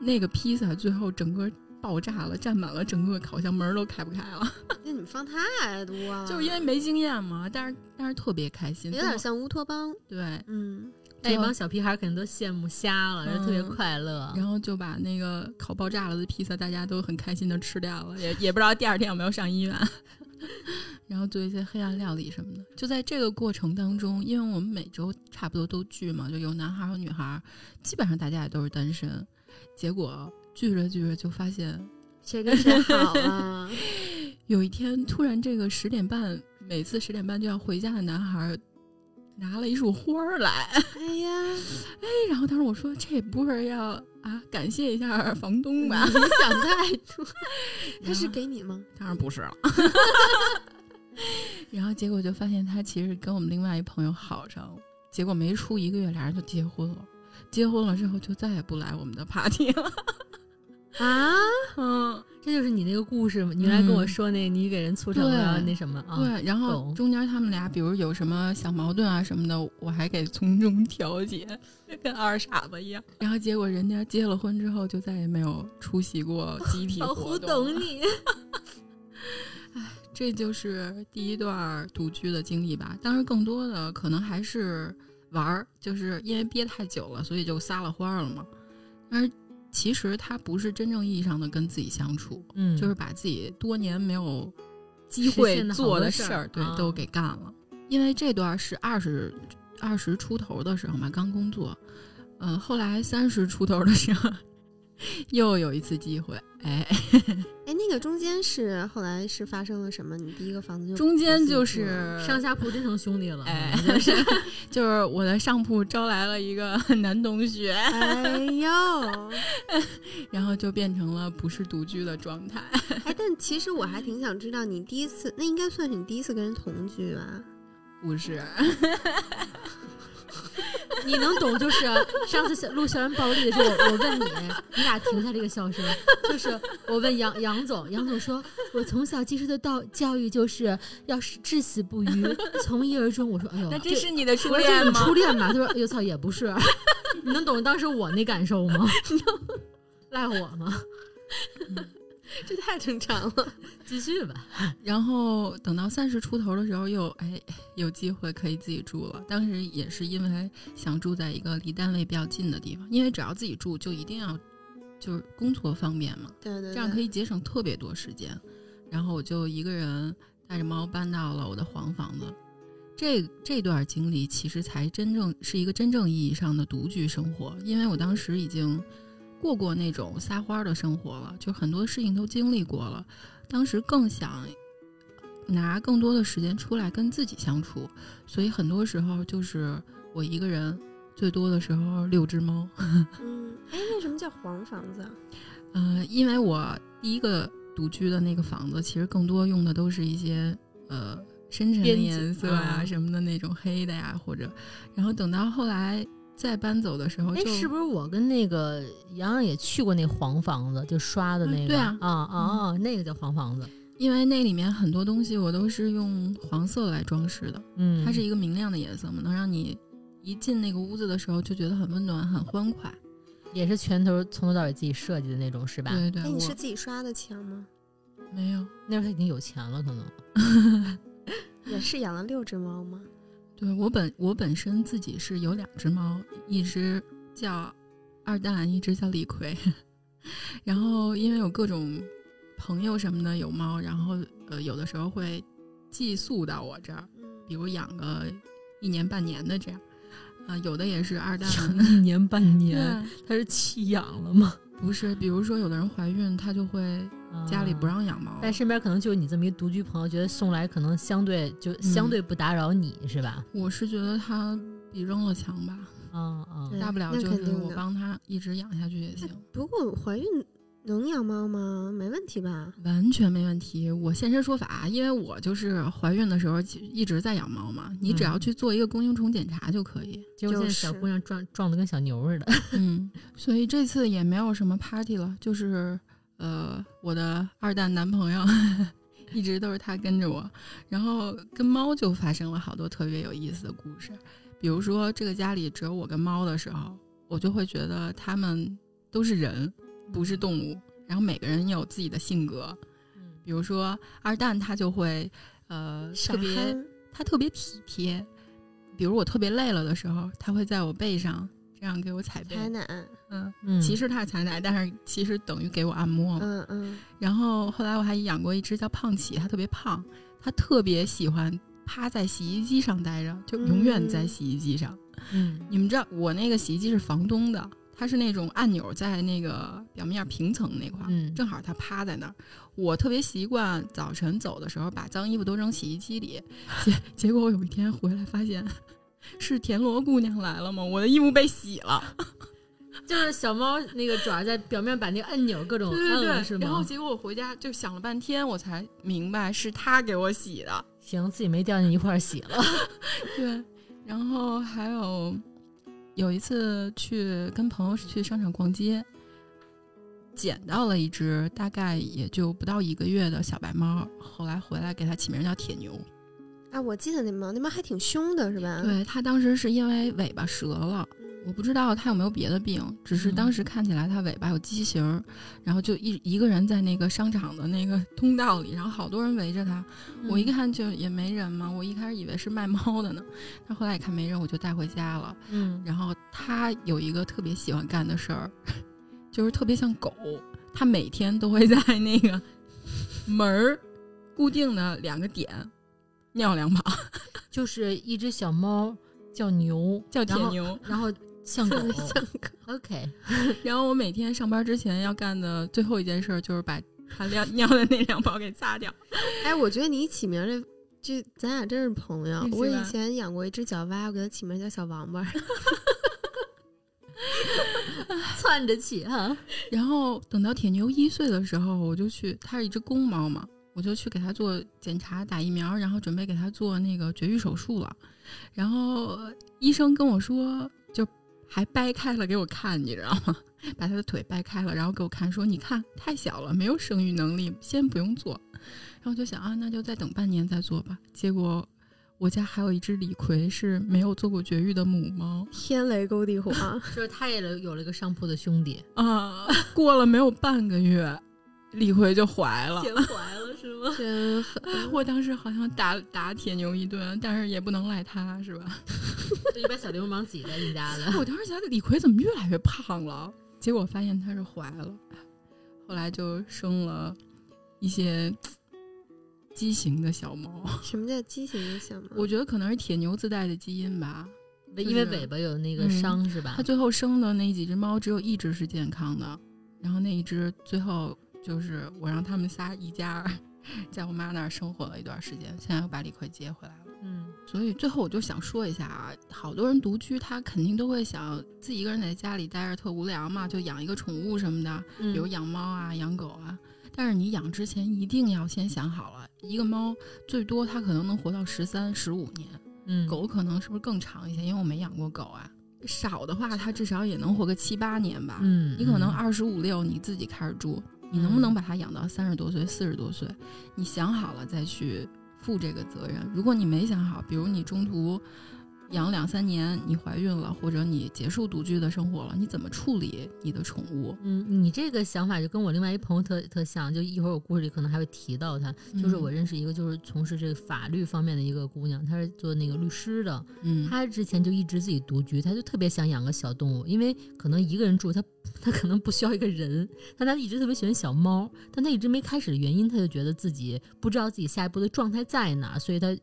S1: 那个披萨最后整个爆炸了，占满了整个烤箱，门儿都开不开了，
S3: 那你们放太多 了，
S1: 就是因为没经验嘛。但是但是特别开心，
S3: 有
S1: 最
S3: 点
S1: 后
S3: 像乌托邦。
S1: 对。
S3: 嗯，
S2: 那帮小屁孩肯定都羡慕瞎了，然后特别
S1: 哎嗯
S2: 快乐。
S1: 然后就把那个烤爆炸了的披萨，大家都很开心的吃掉了，也也不知道第二天有没有上医院。 然后做一些黑暗料理什么的。就在这个过程当中，因为我们每周差不多都聚嘛，就有男孩儿有女孩儿，基本上大家也都是单身。结果聚着聚着就发现
S3: 谁跟谁好啊？
S1: 有一天突然这个十点半，每次十点半就要回家的男孩儿拿了一束花儿来，
S3: 哎 呀，
S1: 哎，然后当时我说这不是要啊感谢一下房东
S3: 你
S1: 吧？
S3: 想太 多。他是
S1: 然后
S3: 给你吗？
S1: 当然不 是了。然后结果就发现他其实跟我们另外一朋友好上了，结果没出一个月，俩人就结婚了。结婚了之后就再也不来我们的 party 了。
S3: 啊，
S1: 嗯，
S2: 这就是你那个故事吗？你原来跟我
S1: 嗯
S2: 说那，你给人促成了
S1: 对
S2: 那什么啊？
S1: 对。然后
S2: 懂
S1: 中间他们俩比如有什么小矛盾啊什么的，我还给从中调解，跟二傻子一样。然后结果人家结了婚之后就再也没有出席过集体
S2: 老
S1: 活
S2: 胡
S1: 动啊了。
S2: 懂啊你，
S1: 这就是第一段独居的经历吧。当然，更多的可能还是玩儿，就是因为憋太久了，所以就撒了欢儿了嘛。但是其实他不是真正意义上的跟自己相处，
S2: 嗯
S1: 就是把自己多年没有机
S2: 实
S1: 会
S2: 现的好
S1: 做
S2: 多
S1: 的
S2: 事
S1: 事
S2: 儿
S1: 儿，对
S2: 啊，
S1: 都给干了。因为这段是二十二十出头的时候嘛，刚工作，呃，后来三十出头的时候 又有一次机会，哎，
S3: 哎，那个中间是后来是发生了什么？你第一个房子就
S1: 中间就
S3: 自己住了
S1: 是
S2: 上下铺真成兄弟了。
S1: 哎
S2: 嗯真是
S1: 就是 我的上铺招来了一个男同学，
S3: 哎呦，
S1: 然后就变成了不是独居的状态。
S3: 哎，但其实我还挺想知道你第一次，那应该算是你第一次跟人同居吧？
S1: 不
S2: 哦
S1: 是，
S2: 你能懂，就是上次小录校园暴力的时候，我我问你，你俩停下这个笑声，就是我问杨杨总，杨总说，我从小接受的到教育就是要是至死不渝，从一而终。我说，哎呦，这
S1: 你的
S2: 我说这是你初恋吧？他说，哎呦操，也不是。 你能懂当时我那感受吗？ 赖我吗？
S3: 这太正常了。
S2: 继续吧。
S1: 然后等到三十出头的时候又，哎有机会可以自己住了。当时也是因为想住在一个离单位比较近的地方，因为只要自己住就一定要就是工作方便嘛，
S3: 对对对，
S1: 这样可以节省特别多时间。然后我就一个人带着猫搬到了我的黄房子。这这段经历其实才真正是一个真正意义上的独居生活，因为我当时已经过过那种撒欢儿的生活了，就很多事情都经历过了。当时更想拿更多的时间出来跟自己相处，所以很多时候就是我一个人，最多的时候六只猫。
S3: 嗯，哎，为什么叫黄房子啊？
S1: 呃，因为我第一个独居的那个房子，其实更多用的都是一些呃深沉的
S2: 边
S1: 颜
S2: 境
S1: 色啊
S2: 啊
S1: 什么的那种黑的呀，或者，然后等到后来再搬走的时候
S2: 哎
S1: 哦就，，
S2: 是不是我跟那个洋洋也去过那黄房子，就刷的
S1: 啊
S2: 那个？
S1: 对啊
S2: 啊啊啊那个叫黄房子。
S1: 因为那里面很多东西我都是用黄色来装饰的，
S2: 嗯，
S1: 它是一个明亮的颜色嘛，能让你一进那个屋子的时候就觉得很温暖、很欢快。
S2: 也是全头从头到尾自己设计的那种，是吧？
S1: 对对，
S3: 哎，你是
S1: 我
S3: 自己刷的墙吗？
S1: 没有。
S2: 那时候他已经有钱了，可 能。
S3: 也是养了六只猫吗？
S1: 对我本我本身自己是有两只猫，一只叫二蛋，一只叫李逵。 然后因为有各种朋友什么的有猫，然后呃有的时候会寄宿到我这儿，
S3: 嗯
S1: 比如养个一年半年的这样。啊、有的也是二蛋
S2: 一年半
S1: 对，
S2: 他是弃养了吗？
S1: 不是，比如说有的人怀孕，他就会家里不
S2: 啊。
S1: 让养猫，
S3: 哎
S2: 但身边可能就有你这么一独居朋友，觉得送来可能相对就
S1: 嗯
S2: 相对不打扰你，是吧？
S1: 我是觉得它比扔了强吧，
S2: 啊啊
S3: 对
S1: 大不了
S3: 那
S1: 就
S3: 肯
S1: 是
S3: 定
S1: 我
S3: 的
S1: 帮它一直养下去也行。
S3: 哎不过怀孕能养猫吗？没问题吧？
S1: 完全没问题。我现身说法，啊因为我就是怀孕的时候其实一直在养猫嘛，你只要去做一个宫颈虫检查就可以。
S2: 结果现
S3: 就
S2: 在
S3: 是
S2: 小姑娘撞撞的跟小 牛似的。
S1: 嗯，所以这次也没有什么 party 了，就是呃，我的二蛋男朋友 一直都是他跟着我，然后跟猫就发生了好多特别有意思的故事，比如说这个家里只有我跟猫的时候，我就会觉得他们都是人，不是动物，然后每个人有自己的性格，比如说二蛋，他就会呃
S3: 傻
S1: 特别，
S3: 憨
S1: 他特别体贴。比如我特别累了的时候，他会在我背上这样给我踩背，
S3: 奶奶，
S1: 嗯，
S2: 嗯，
S1: 其实他是踩奶，但是其实等于给我按摩了。
S3: 嗯嗯，
S1: 然后后来我还养过一只叫胖起，它特别胖，它特别喜欢趴在洗衣机上待着，就永远在洗衣机上。
S2: 嗯，
S1: 你们知道我那个洗衣机是房东的，它是那种按钮在那个表面平层那块儿，
S2: 嗯
S1: 正好它趴在那儿。我特别习惯早晨走的时候把脏衣服都扔洗衣机里，结结果我有一天回来发现。 是田螺姑娘来了吗？我的衣服被洗了，
S2: 就是小猫那个爪在表面把那个按钮各种
S1: 对对
S2: 按了，
S1: 对
S2: 是。
S1: 然后
S2: 吗？
S1: 结果我回家就想了半天，我才明白是她给我洗的。
S2: 行，自己没掉进一块儿洗了。
S1: 对，然后还有有一次去跟朋友去商场逛街，捡到了一只大概也就不到一个月的小白猫，后来回来给它起名叫铁牛。
S3: 啊，我记得那猫，那猫还挺凶的，是吧？，
S1: 对，它当时是因为尾巴折了。我不知道它有没有别的病，只是当时看起来它尾巴有畸形儿，然后就一一个人在那个商场的那个通道里，然后好多人围着它，
S2: 嗯
S1: 我一看就也没人嘛，我一开始以为是卖猫的呢，但后来一看没人，我就带回家了。
S2: 嗯，
S1: 然后它有一个特别喜欢干的事儿， 就是特别像狗，它每天都会在那个门儿固定的两个点尿两把，
S2: 就是一只小猫叫牛，
S1: 叫铁
S2: 然后，
S1: 牛。
S2: 然后 像狗。
S3: 像个
S2: OK，
S1: 然后我每天上班之前要干的最后一件事儿就是把它尿 尿的那两泡给擦掉。
S3: 哎，我觉得你起名儿这这，咱俩真是朋友
S1: 是。吧
S3: 我以前养过一只小蛙，我给它起名叫小王八。
S2: 窜着起哈。
S1: 然后等到铁牛一岁的时候，我就去，它是一只公猫嘛，我就去给它做检查、打疫苗，然后准备给它做那个绝育手术了。然后呃医生跟我说，就还掰开了给我看，你知道吗？ 把它的腿掰开了，然后给我看，说你看太小了，没有生育能力，先不用做。然后我就想啊，那就再等半年再做吧。结果我家还有一只李逵是没有做过绝育的母猫，
S3: 天雷勾地火，
S2: 就是它也有了一个上铺的兄 弟，
S1: 啊，过了没有半个月，李逵就怀了。
S2: 怀了是吗？
S3: 真狠！
S1: 我当时好像打 打铁牛一顿，但是也不能赖他，是吧？
S2: 就一把小流氓挤在你家 的。
S1: 我当时觉得李逵怎么越来越胖了，结果发现他是怀了，后来就生了一些畸形的小猫。
S3: 什么叫畸形的小猫？
S1: 我觉得可能是铁牛自带的基因吧。
S2: 因为尾巴有那个伤、是吧
S1: 它？最后生的那几只猫，只有一只是健康的，然后那一只最后就是我让他们仨一家儿 在我妈那儿生活了一段时间，现在又把李逵接回来了。
S2: 嗯，
S1: 所以最后我就想说一下啊，好多人独居，他肯定都会想自己一个人在家里待着特无聊嘛，就养一个宠物什么的，
S2: 嗯
S1: 比如养猫啊、养狗啊。但是你养之前一定要先想好了，一个猫最多它可能能活到十三、十五年，
S2: 嗯，
S1: 狗可能是不是更长一些？因为我没养过狗啊，少的话它至少也能活个七八年吧。
S2: 嗯，
S1: 你可能二十五六你自己开始住，你能不能把它养到三十多岁、四十多岁？你想好了再去负这个责任。如果你没想好，比如你中途养两三年，你怀孕了，或者你结束独居的生活了，你怎么处理你的宠物？
S2: 嗯，你这个想法就跟我另外一朋友特特像，就一会儿我故事里可能还会提到她，就是我认识一个就是从事这个法律方面的一个姑娘，她是做那个律师的，
S1: 嗯，
S2: 她之前就一直自己独居，她就特别想养个小动物，因为可能一个人住，她她可能不需要一个人，但她一直特别喜欢小猫，但她一直没开始的原因，她就觉得自己不知道自己下一步的状态在哪儿，所以她与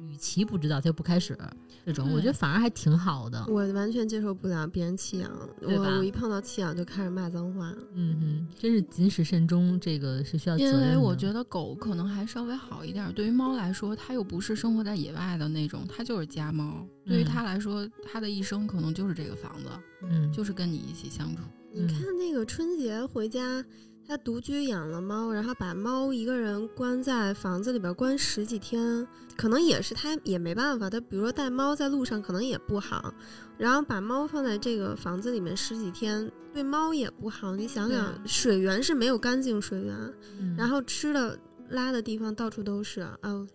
S2: 与其不知道，她就不开始这种，我觉得反而还挺好的。
S3: 我完全接受不了别人弃养，我
S2: 对吧
S3: 我一碰到弃养就开始骂脏话。
S2: 嗯哼，真是谨始慎终，这个是需要责
S1: 因
S2: 任的。
S1: 为我觉得狗可能还稍微好一点，对于猫来说，它又不是生活在野外的那种，它就是家猫。对于
S2: 嗯
S1: 它来说，它的一生可能就是这个房子，
S2: 嗯，
S1: 就是跟你一起相处。
S3: 你看那个春节回家，他独居养了猫，然后把猫一个人关在房子里边关十几天，可能也是他也没办法。他比如说带猫在路上可能也不好，然后把猫放在这个房子里面十几天，对猫也不好。你想
S1: 对
S3: 想，
S1: 啊
S3: 水源是没有干净水源，
S2: 嗯，
S3: 然后吃的拉的地方到处都是。哦，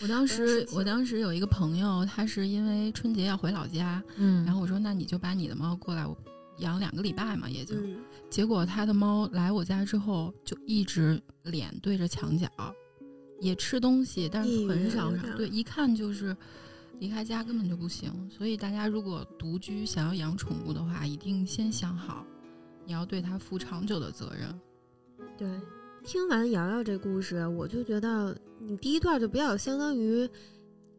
S1: 我当时
S3: 事，情
S1: 我当时有一个朋友，他是因为春节要回老家，
S2: 嗯，
S1: 然后我说那你就把你的猫过来，我养两个礼拜嘛，也就。
S3: 嗯，
S1: 结果他的猫来我家之后，就一直脸对着墙角，也吃东西，但是
S3: 抑郁
S1: 很
S3: 了
S1: 少
S3: 有
S1: 少，
S3: 点
S1: 对，一看就是离开家根本就不行。所以大家如果独居想要养宠物的话，一定先想好，你要对它负长久的责任。
S3: 对，听完瑶瑶这故事，我就觉得你第一段就比较相当于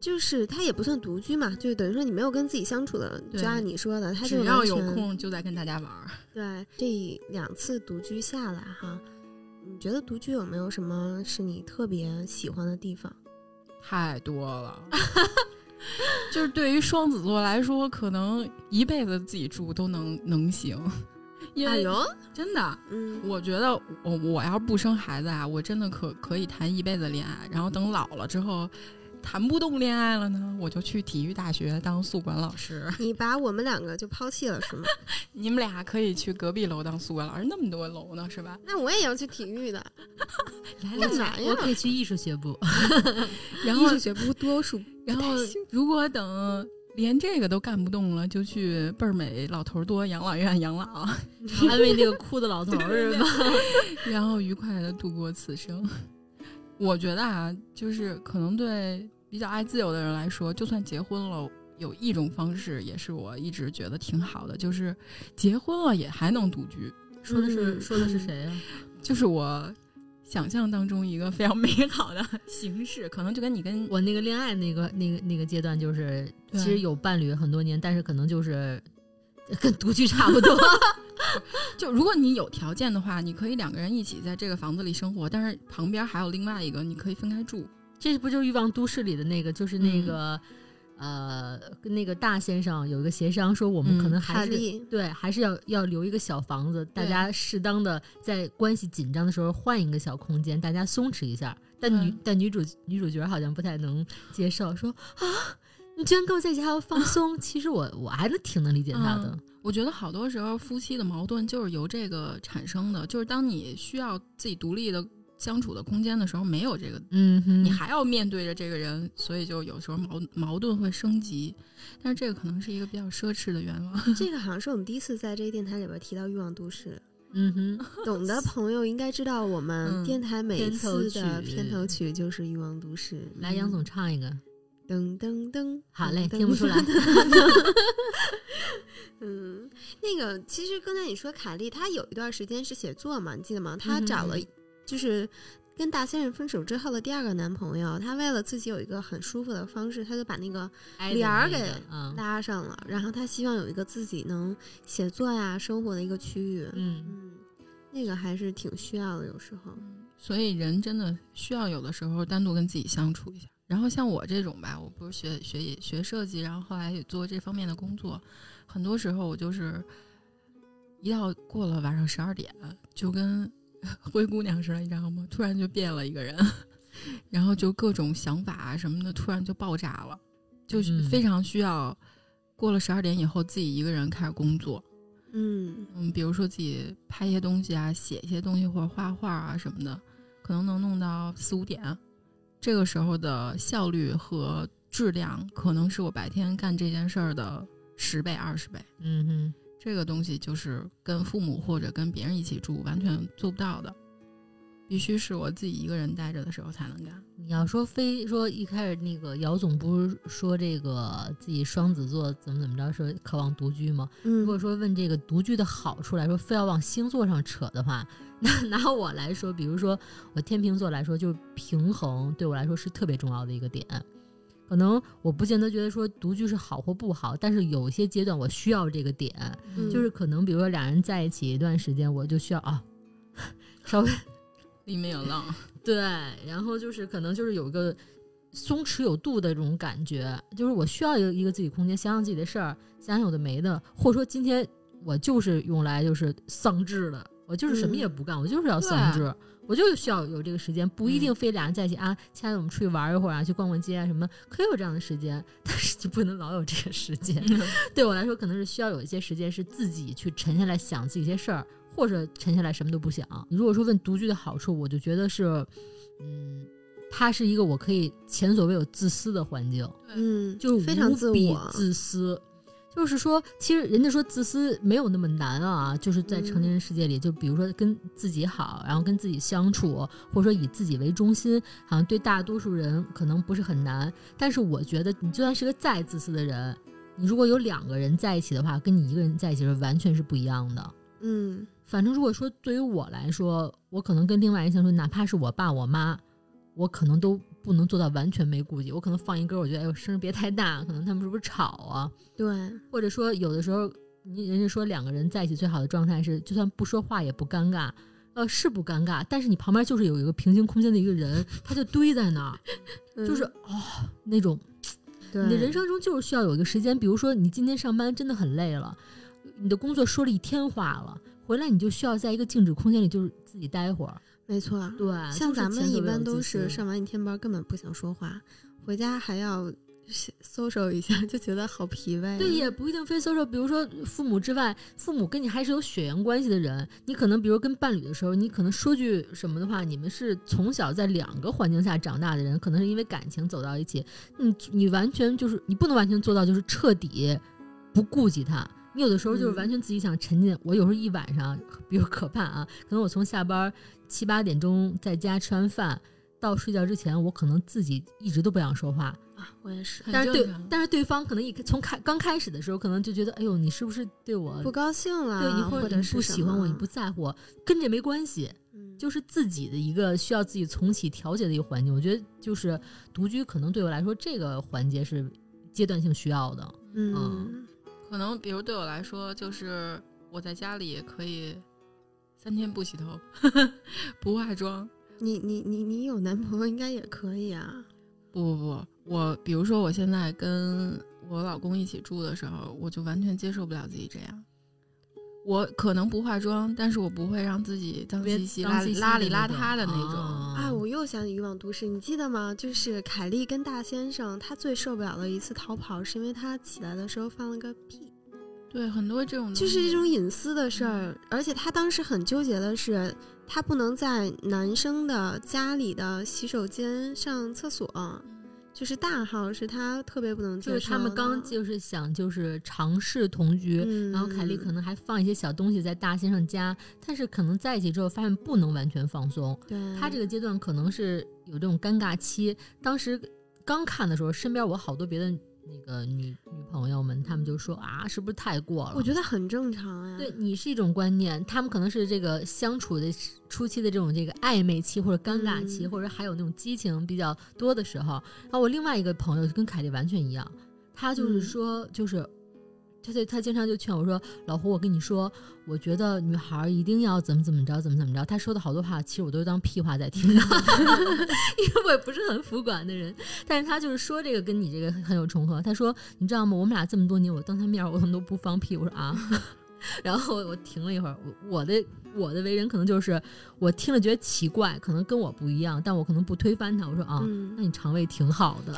S3: 就是他也不算独居嘛，就等于说你没有跟自己相处的，
S1: 对
S3: 就按你说的，他就
S1: 只要
S3: 完
S1: 有
S3: 全
S1: 空就在跟大家玩儿。
S3: 对，这两次独居下来哈，你觉得独居有没有什么是你特别喜欢的地方？
S1: 太多了。 就是对于双子座来说，可能一辈子自己住都能能行，因
S3: 哎
S1: 为
S3: 呦，
S1: 真的，
S3: 嗯，
S1: 我觉得我我要是不生孩子啊，我真的可可以谈一辈子恋爱，然后等老了之后谈不动恋爱了呢，我就去体育大学当宿管老师。
S3: 你把我们两个就抛弃了是吗？
S1: 你们俩可以去隔壁楼当宿管老师，那么多楼呢，是吧？
S3: 那我也要去体育的，
S1: 来
S3: 干嘛
S2: 我
S3: 呀？
S2: 可以去艺术学 部，
S1: 然
S3: 哎艺
S1: 后
S3: 术学部多 数
S1: 然后
S3: 太行
S1: 如果等连这个都干不动了，就去倍儿美老头儿多养老院养老。
S2: 安慰那个哭的老 头儿是吧？
S1: 然后愉快的度过此生。我觉得啊，就是可能对比较爱自由的人来说，就算结婚了，有一种方式也是我一直觉得挺好的，就是结婚了也还能独居。
S2: 说的是
S3: 嗯
S2: 说的是谁啊呀？
S1: 就是我想象当中一个非常美好的形式，可能就跟你跟
S2: 我那个恋爱那个那个那个阶段，就是
S1: 对
S2: 其实有伴侣很多年，但是可能就是跟独居差不多。
S1: 就如果你有条件的话，你可以两个人一起在这个房子里生活，但是旁边还有另外一个，你可以分开住。
S2: 这不就是《欲望都市》里的那个，就是那个、呃，跟那个大先生有一个协商，说我们
S1: 嗯
S2: 可能
S3: 凯
S2: 还是、
S3: 莉，
S2: 对，还是要要留一个小房子，大
S1: 对
S2: 家适当的在关系紧张的时候换一个小空间，大家松弛一下。但女、
S1: 嗯
S2: 但女主女主角好像不太能接受，说啊，你居然跟我在一起还要放松。其实我我还能挺能理解她的，
S1: 我觉得好多时候夫妻的矛盾就是由这个产生的，就是当你需要自己独立的相处的空间的时候，没有这个，
S2: 嗯哼，
S1: 你还要面对着这个人，所以就有时候矛矛盾会升级。但是这个可能是一个比较奢侈的愿望。
S3: 这个好像是我们第一次在这个电台里边提到欲望都市，
S2: 嗯哼，
S3: 懂的朋友应该知道，我
S1: 嗯
S3: 们电台每
S2: 片头
S3: 次的
S2: 曲
S3: 片头曲就是《欲望都市》。
S2: 来杨总唱一个，
S3: 噔噔噔，
S2: 好嘞，
S3: 噔
S2: 听不出来。。
S3: 嗯，那个其实刚才你说凯莉，她有一段时间是写作嘛，你记得吗？她
S1: 嗯
S3: 找了，就是跟大先生分手之后的第二个男朋友，她为了自己有一个很舒服的方式，她就把那个
S2: 挨着
S3: 帘儿
S2: 那
S3: 给
S2: 个嗯
S3: 拉上了，然后她希望有一个自己能写作呀、生活的一个区域。
S2: 嗯，
S3: 嗯，那个还是挺需要的，有时候。
S1: 所以人真的需要有的时候单独跟自己相处一下。然后像我这种吧，我不是学学学设计，然后后来也做这方面的工作，很多时候我就是一到过了晚上十二点，就跟灰姑娘似的，你知道吗？突然就变了一个人， 然后就各种想法啊什么的突然就爆炸了，就是
S2: 嗯
S1: 非常需要过了十二点以后自己一个人开始工作。
S3: 嗯，
S1: 嗯，比如说自己拍一些东西啊，写一些东西或者画画啊什么的，可能能弄到四五点。这个时候的效率和质量，可能是我白天干这件事儿的十倍、二十倍。
S2: 嗯哼。
S1: 这个东西就是跟父母或者跟别人一起住完全做不到的，必须是我自己一个人待着的时候才能干。
S2: 你要说非说一开始那个姚总不是说这个自己双子座怎么怎么着，说渴望独居吗？
S3: 嗯，
S2: 如果说问这个独居的好处来说，非要往星座上扯的话，那 拿我来说，比如说我天秤座来说，就是平衡对我来说是特别重要的一个点。可能我不见得觉得说独居是好或不好，但是有些阶段我需要这个点，
S3: 嗯
S2: 就是可能比如说俩人在一起一段时间，我就需要啊， 稍微
S1: 里面有浪，
S2: 对，然后就是可能就是有一个松弛有度的这种感觉，就是我需要一个一个自己空间，想想自己的事儿，想想有的没的，或者说今天我就是用来就是丧志了，我就是什么也不干，我就是要丧志，我就需要有这个时间，不一定非俩人在一起、啊，亲爱的，我们出去玩一会儿啊，去逛逛街啊什么，可以有这样的时间，但是就不能老有这个时间。 对我来说，可能是需要有一些时间是自己去沉下来想自己一些事儿，或者沉下来什么都不想。如果说问独居的好处，我就觉得是，嗯，它是一个我可以前所未有自私的环境，
S3: 嗯，
S2: 就
S3: 非常
S2: 无
S3: 自
S2: 比
S3: 我，
S2: 自私。就是说，其实人家说自私没有那么难啊，就是在成
S3: 嗯
S2: 年人世界里，就比如说跟自己好，然后跟自己相处，或者说以自己为中心，好像对大多数人可能不是很难。但是我觉得，你就算是个再自私的人，你如果有两个人在一起的话，跟你一个人在一起是完全是不一样的。
S3: 嗯
S2: 反正如果说对于我来说，我可能跟另外人相处，哪怕是我爸我妈，我可能都不能做到完全没顾忌。我可能放一歌，我觉得哎呦声儿别太大，可能他们是不是吵啊？
S3: 对，
S2: 或者说有的时候，你人家说两个人在一起最好的状态是，就算不说话也不尴尬，呃，是不尴尬，但是你旁边就是有一个平行空间的一个人，他就堆在那儿，
S3: 嗯
S2: 就是哦那种
S3: 对
S2: 你的人生中就是需要有一个时间，比如说你今天上班真的很累了，你的工作说了一天话了，回来你就需要在一个静止空间里，就是自己待会儿。
S3: 没错，
S2: 对，
S3: 像咱们一般都
S2: 是前
S3: 是
S2: 所未有的激情
S3: 上完一天班根本不想说话，回家还要 social 一下，就觉得好疲惫。啊
S2: 对，也不一定非 social。比如说父母之外，父母跟你还是有血缘关系的人，你可能比如跟伴侣的时候，你可能说句什么的话，你们是从小在两个环境下长大的人，可能是因为感情走到一起，你你完全就是你不能完全做到就是彻底不顾及他。你有的时候就是
S3: 嗯
S2: 完全自己想沉浸，我有时候一晚上，比如可怕啊，可能我从下班七八点钟在家吃完饭到睡觉之前，我可能自己一直都不想说话，
S3: 啊，我也是
S1: 很
S2: 但是
S1: 正
S2: 对
S1: 常，
S2: 但是对方可能一开从开刚开始的时候，可能就觉得，哎呦，你是不是对我
S3: 不高兴了，
S2: 对你
S3: 或
S2: 者
S3: 者
S2: 你
S3: 是
S2: 不
S3: 什
S2: 喜欢我，你
S3: 么啊
S2: 不在乎我，跟这没关系，
S3: 嗯
S2: 就是自己的一个需要自己重启调节的一个环节。我觉得就是独居，可能对我来说这个环节是阶段性需要的。嗯
S3: 嗯，
S1: 可能比如对我来说，就是我在家里可以三天不洗头， 不化妆。
S3: 你你你你有男朋友应该也可以啊，
S1: 不不不，我比如说我现在跟我老公一起住的时候，我就完全接受不了自己这样。我可能不化妆，但是我不会让自己脏兮兮、拉
S2: 脏兮兮
S1: 邋里
S2: 的
S1: 邋
S2: 那
S1: 遢的那种。哎
S3: 啊，
S2: 嗯
S3: 我又想起《渔网都市》，你记得吗？就是凯莉跟大先生，他最受不了的一次逃跑，是因为他起来的时候放了个屁，
S1: 对，很多这种东
S3: 就是
S1: 西
S3: 一
S2: 嗯
S3: 种隐私的事儿。而且他当时很纠结的是，他不能在男生的家里的洗手间上厕所，就是大号是他特别不能接受
S2: 就
S3: 的。
S2: 是他们
S1: 嗯
S2: 刚就是想就是尝试同居，
S3: 嗯，
S2: 然后凯莉可能还放一些小东西在大先生家，但是可能在一起之后发现不能完全放松，
S3: 对
S2: 他这个阶段可能是有这种尴尬期。当时刚看的时候，身边我好多别的那个女女朋友们，她们就说啊，是不是太过了？
S3: 我觉得很正常呀。
S2: 对你是一种观念，她们可能是这个相处的初期的这种这个暧昧期或者尴尬期，
S3: 嗯
S2: 或者还有那种激情比较多的时候。然后我另外一个朋友就跟凯莉完全一样，她就是
S3: 嗯
S2: 说就是。她就她经常就劝我说：“老胡，我跟你说，我觉得女孩儿一定要怎么怎么着，怎么怎么着。”她说的好多话，其实我都是当屁话在听的， 因为我也不是很服管的人。但是她就是说这个跟你这个很很有重合。她说：“你知道吗？我们俩这么多年，我当她面儿我可能都不放屁。”我说：“啊。” 然后我停了一会儿，我我的我的为人可能就是我听了觉得奇怪，可能跟我不一样，但我可能不推翻她。我说：“啊，那
S3: 嗯，
S2: 你肠胃挺好 的。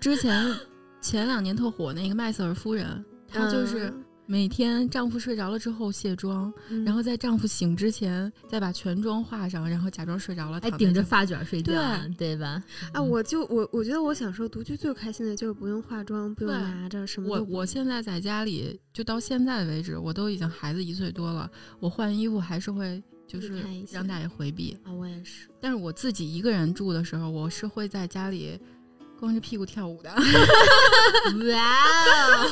S1: 之前前两年特火那个麦瑟尔夫人，她就是每天丈夫睡着了之后卸妆，
S3: 嗯，
S1: 然后在丈夫醒之前再把全妆化上，然后假装睡着了，
S2: 还
S1: 躺在
S2: 顶着
S1: 床
S2: 发卷睡觉，对
S1: 对
S2: 吧？
S3: 啊，我就我我觉得我小时候独居最开心的就是不用化妆，不用
S1: 对
S3: 拿着什么
S1: 我
S3: 都不。
S1: 我现在在家里，就到现在为止，我都已经孩子一岁多了，我换衣服还是会就
S3: 避
S1: 是
S3: 开一些
S1: 让大爷回避。
S3: 啊，我也是。
S1: 但是我自己一个人住的时候，我是会在家里光着屁股跳 舞的。
S2: 哇哦！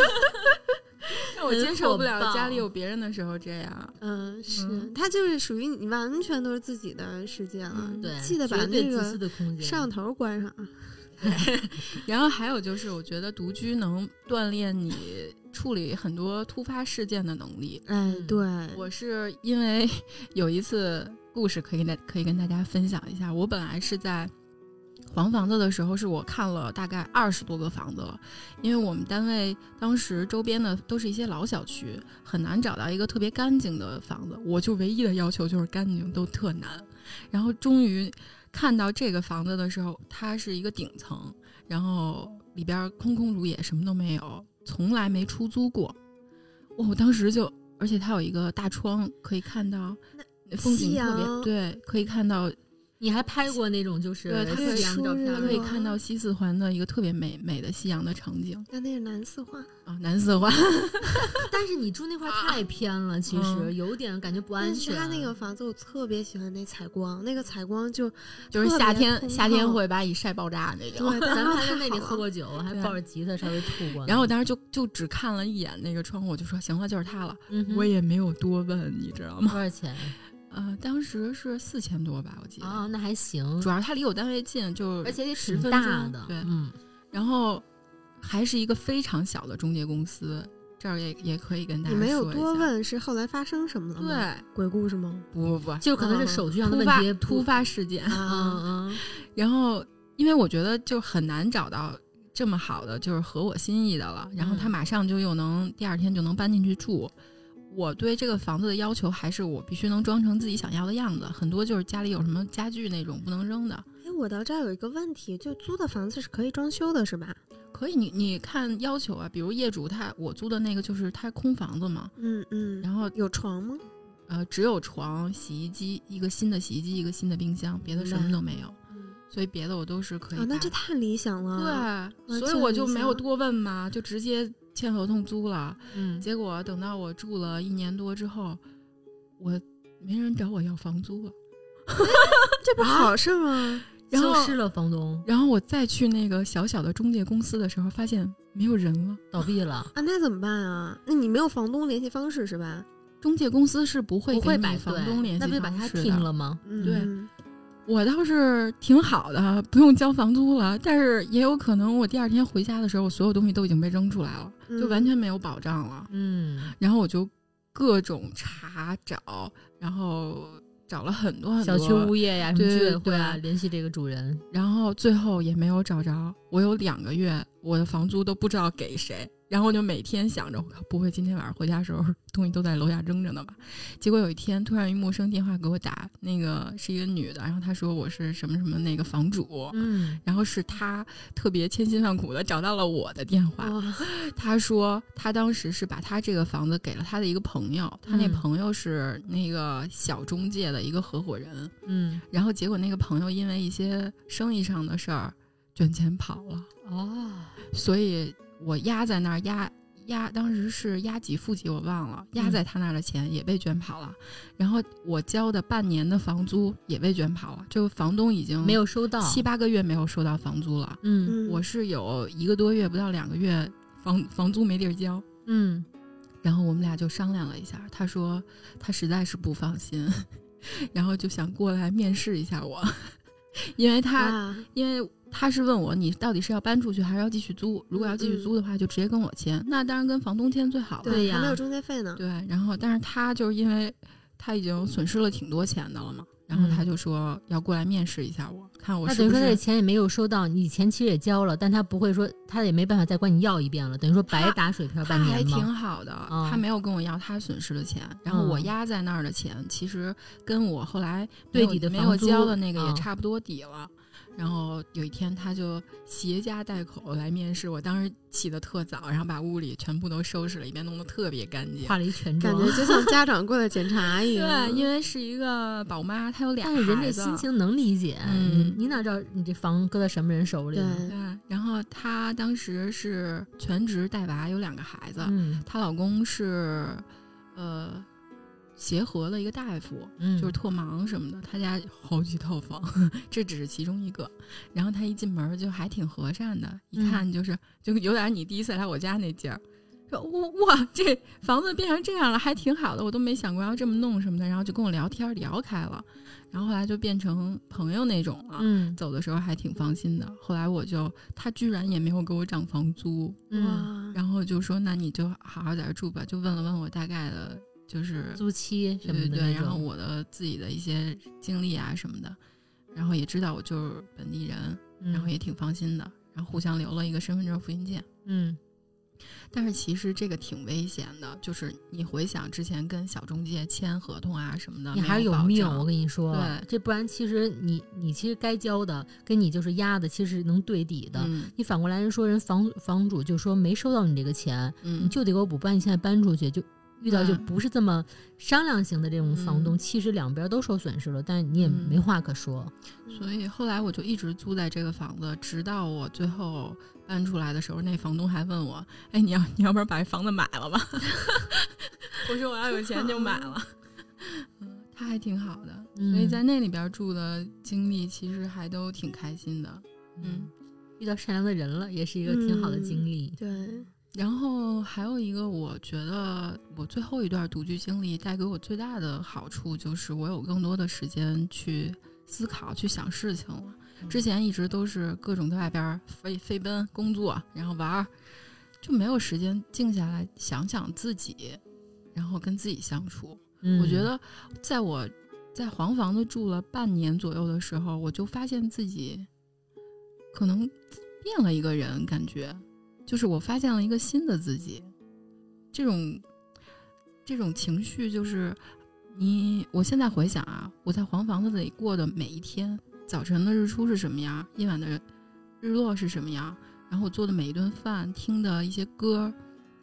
S1: 我接受不
S2: 很火
S1: 了
S2: 爆
S1: 家里有别人的时候这样。
S3: 嗯，是，
S1: 嗯
S3: 它就是属于你完全都是自己的世界了。
S1: 嗯
S2: 对，
S3: 记得把
S2: 绝对
S3: 那
S2: 自私
S3: 个
S2: 的空间
S3: 摄像头关上啊。
S1: 然后还有就是，我觉得独居能锻炼你处理很多突发事件的能力。
S3: 哎，
S2: 嗯
S3: 对，
S1: 我是因为 有一次故事可以跟大可以跟大家分享一下。我本来是在黄房子的时候，是我看了大概二十多个房子了，因为我们单位当时周边的都是一些老小区，很难找到一个特别干净的房子。我就唯一的要求就是干净都特难。然后终于看到这个房子的时候，它是一个顶层，然后里边空空如也，什么都没有，从来没出租过。哇我当时就，而且它有一个大窗，可以看到风景特
S3: 夕
S1: 别
S3: 阳嗯
S1: 对，可以看到
S2: 你还拍过那种就是
S1: 对它
S2: 夕
S1: 可以
S2: 阳照
S3: 出日
S2: 片啊
S1: 可以
S2: 吗，
S3: 落
S1: 看到西四环的一个特别美美的夕阳的场景
S3: 那那是男四化，
S1: 啊，南四 环
S2: 但是你住那块儿太偏了，其实
S1: 嗯
S2: 有点感觉不安
S3: 但是
S2: 全。
S3: 他那个房子我特别喜欢那采光，那个采光就
S1: 就是夏天
S3: 空
S1: 夏天
S3: 旷
S1: 会把你晒爆炸那种。
S3: 对，哦
S2: 咱
S3: 然
S2: 们
S3: 后
S2: 还在那
S3: 太
S2: 里
S3: 好
S2: 喝
S3: 了
S2: 过酒，还
S1: 对
S2: 抱着吉他稍微吐过呢。
S1: 然后我当时就就只看了一眼那个窗户，我就说行了，就是它了，
S2: 嗯哼
S1: 我也没有多问，你知道吗？
S2: 多少钱？啊
S1: 呃，当时是四千多吧，我记得。
S2: 啊，那还行
S1: 主，要是它离我单位近，就
S2: 而且也
S1: 十
S2: 挺
S1: 分
S2: 大
S1: 钟
S2: 的，
S1: 对
S2: 嗯，
S1: 然后还是一个非常小的中介公司，这儿也也可以跟大
S3: 你
S1: 家
S3: 没有
S1: 说一
S3: 多
S1: 下，
S3: 问是后来发生什么了吗？
S1: 对，
S3: 鬼故事吗？
S1: 不不不，
S2: 就可能是手续上的
S1: 嗯突
S2: 问
S1: 发
S2: 题
S1: 突，发啊事 件。
S3: 啊
S2: 嗯嗯，
S1: 然后，因为我觉得就很难找到这么好的，就是合我心意的了。然后他
S2: 嗯
S1: 马上就又能第二天就能搬进去住。我对这个房子的要求还是我必须能装成自己想要的样子，很多就是家里有什么家具那种不能扔的，
S3: 哎，我到这儿有一个问题，就租的房子是可以装修的，是吧？
S1: 可以你你看要求啊，比如业主他我租的那个就是他空房子嘛，
S3: 嗯嗯，
S1: 然后
S3: 有床吗？
S1: 呃只有床、洗衣机，一个新的洗衣机，一个新的冰箱，别的
S3: 明
S1: 什么
S3: 白
S1: 都没有，
S3: 嗯，
S1: 所以别的我都是可以
S3: 啊，那
S1: 把
S3: 这太理想了。
S1: 对，
S3: 完
S1: 所以
S3: 全
S1: 我
S3: 理
S1: 就没有
S3: 想
S1: 多问嘛，就直接签合同租了。
S2: 嗯，
S1: 结果等到我住了一年多之后，我没人找我要房租了。
S3: 对，这不好事吗？
S1: 然后
S2: 消失了，房东
S1: 然后我再去那个小小的中介公司的时候，发现没有人了。
S2: 倒闭了，
S3: 啊，那怎么办啊？那你没有房东联系方式是吧？
S1: 中介公司是 不会
S2: 不
S1: 给
S2: 会
S1: 你
S2: 把
S1: 房
S2: 对
S1: 东联系
S2: 那
S1: 方
S2: 不
S1: 式
S2: 就
S1: 的。
S2: 把他听 了吗？
S3: 嗯，
S1: 对我倒是挺好的，不用交房租了。但是也有可能我第二天回家的时候，我所有东西都已经被扔出来了，
S3: 嗯
S1: 就完全没有保障了。
S2: 嗯，
S1: 然后我就各种查找，然后找了很多很多
S2: 小区物业呀，什么
S1: 对
S2: 居委会啊，
S1: 对
S2: 联系这个主人，
S1: 然后最后也没有找着。我有两个月，我的房租都不知道给谁，然后我就每天想着，我靠，不会今天晚上回家的时候东西都在楼下扔着呢吧？结果有一天，突然一陌生电话给我打，那个是一个女的，然后她说我是什么什么那个房主。
S2: 嗯，
S1: 然后是她特别千辛万苦的找到了我的电话，
S2: 嗯
S3: 哇，
S1: 他说他当时是把他这个房子给了他的一个朋友，他那
S2: 嗯
S1: 朋友是那个小中介的一个合伙人，
S2: 嗯，
S1: 然后结果那个朋友因为一些生意上的事儿卷钱跑了，
S2: 哦，
S1: 所以我压在那儿压。压当时是压几付几我忘了，压
S2: 嗯
S1: 在他那儿的钱也被卷跑了，然后我交的半年的房租也被卷跑了，就房东已经
S2: 没有收到，
S1: 七八个月没有收到房租了，
S2: 嗯
S3: 嗯
S1: 我是有一个多月不到两个月房房租没地儿交，
S2: 嗯，
S1: 然后我们俩就商量了一下，他说他实在是不放心， 然后就想过来面试一下我， 因为他
S3: 哇
S1: 因为他是问我你到底是要搬出去还是要继续租，如果要继续租的话，就直接跟我签，那当然跟房东签最好了。
S2: 嗯对
S3: 还
S2: 呀
S3: 没有中介费呢。
S1: 对，然后但是他就是因为他已经损失了挺多钱的了嘛，然后他就说要过来面试一下我，看我
S2: 嗯那
S1: 是
S2: 等于
S1: 不
S2: 说他
S1: 是。
S2: 这钱也没有收到，你前期也交了，但他不会说他也没办法再管你要一遍了，等于说白
S1: 他
S2: 打水漂
S1: 他
S2: 半
S1: 还
S2: 年
S1: 挺
S2: 嘛。
S1: 好的，
S2: 嗯
S1: 他没有跟我要他损失的钱，然后我
S2: 嗯
S1: 压在那儿的钱，其实跟我后来没
S2: 对
S1: 有
S2: 抵的
S1: 没
S2: 房
S1: 有
S2: 租
S1: 交的那个也
S2: 嗯
S1: 差不多抵了。然后有一天，他就携家带口来面试我，当时起的特早，然后把屋里全部都收拾了一遍，弄得特别干净。
S2: 化了一全
S3: 感
S2: 妆
S3: 觉，就像家长过来检查一样。
S1: 对，因为是一个宝妈，她有俩
S2: 但
S1: 孩
S2: 是
S1: 子，啊
S2: 人这心情能理解，
S1: 嗯
S2: 你你哪知道你这房搁在什么人手里
S3: 对
S2: 呢？，
S1: 对。然后她当时是全职带娃，有两个孩子，
S2: 嗯
S1: 她老公是呃协和的一个大夫，
S2: 嗯，
S1: 就是特忙什么的，他家好几套房， 这只是其中一个。然后他一进门儿就还挺和善的，一
S2: 嗯
S1: 看就是、就有点你第一次来我家那劲儿，说哇哇，这房子变成这样了，还挺好的，我都没想过要这么弄什么的。然后就跟我聊天儿聊开了，然后后来就变成朋友那种了。
S2: 嗯
S1: 走的时候还挺放心的，后来我就他居然也没有给我涨房租，
S2: 嗯，
S3: 哇，
S1: 然后就说那你就好好在这儿住吧，就问了问我大概的，就是
S2: 租期
S1: 对对
S2: 什么的
S1: 对，
S2: 那
S1: 然后
S2: 种，
S1: 我的自己的一些经历啊什么的，然后也知道我就是本地人，然后也
S2: 嗯
S1: 挺放心的，然后互相留了一个身份证复印件。
S2: 嗯
S1: 但是其实这个挺危险的，就是你回想之前跟小中介签合同啊什么的，
S2: 你
S1: 没
S2: 还是
S1: 有
S2: 有
S1: 保
S2: 命，
S1: 障
S2: 我跟你说
S1: 对，
S2: 这不然其实你你其实该交的跟你就是压的其实能对抵的，
S1: 嗯
S2: 你反过来人说人房房主就说没收到你这个钱，你
S1: 嗯，
S2: 就得给我补办，你现在搬出去就。遇到就
S1: 对
S2: 不是这么商量型的这种房东，
S1: 嗯
S2: 其实两边都受损失了，但你也没
S1: 嗯
S2: 话可说。
S3: 嗯
S1: 所以后来我就一直租在这个房子，直到我最后搬出来的时候，那房东还问我：“哎，你要你要不然把这房子买了吧？” 我说：“我要有钱就买了。”嗯，他还挺好的，所以
S2: 嗯
S1: 在那里边住的经历其实还都挺开心的。嗯，嗯
S2: 遇到善良的人了，也是一个挺好的经历。
S3: 对，
S1: 然后还有一个，我觉得我最后一段独居经历带给我最大的好处，就是我有更多的时间去思考、去想事情了。之前一直都是各种在外边儿飞飞奔、工作，然后玩儿，就没有时间静下来想想自己，然后跟自己相处。
S2: 嗯
S1: 我觉得，在我在黄房子住了半年左右的时候，我就发现自己可能变了一个人，感觉就是我发现了一个新的自己。这种这种情绪，就是你我现在回想啊，我在黄房子里过的每一天，早晨的日出是什么样，夜晚的日落是什么样，然后我做的每一顿饭，听的一些歌，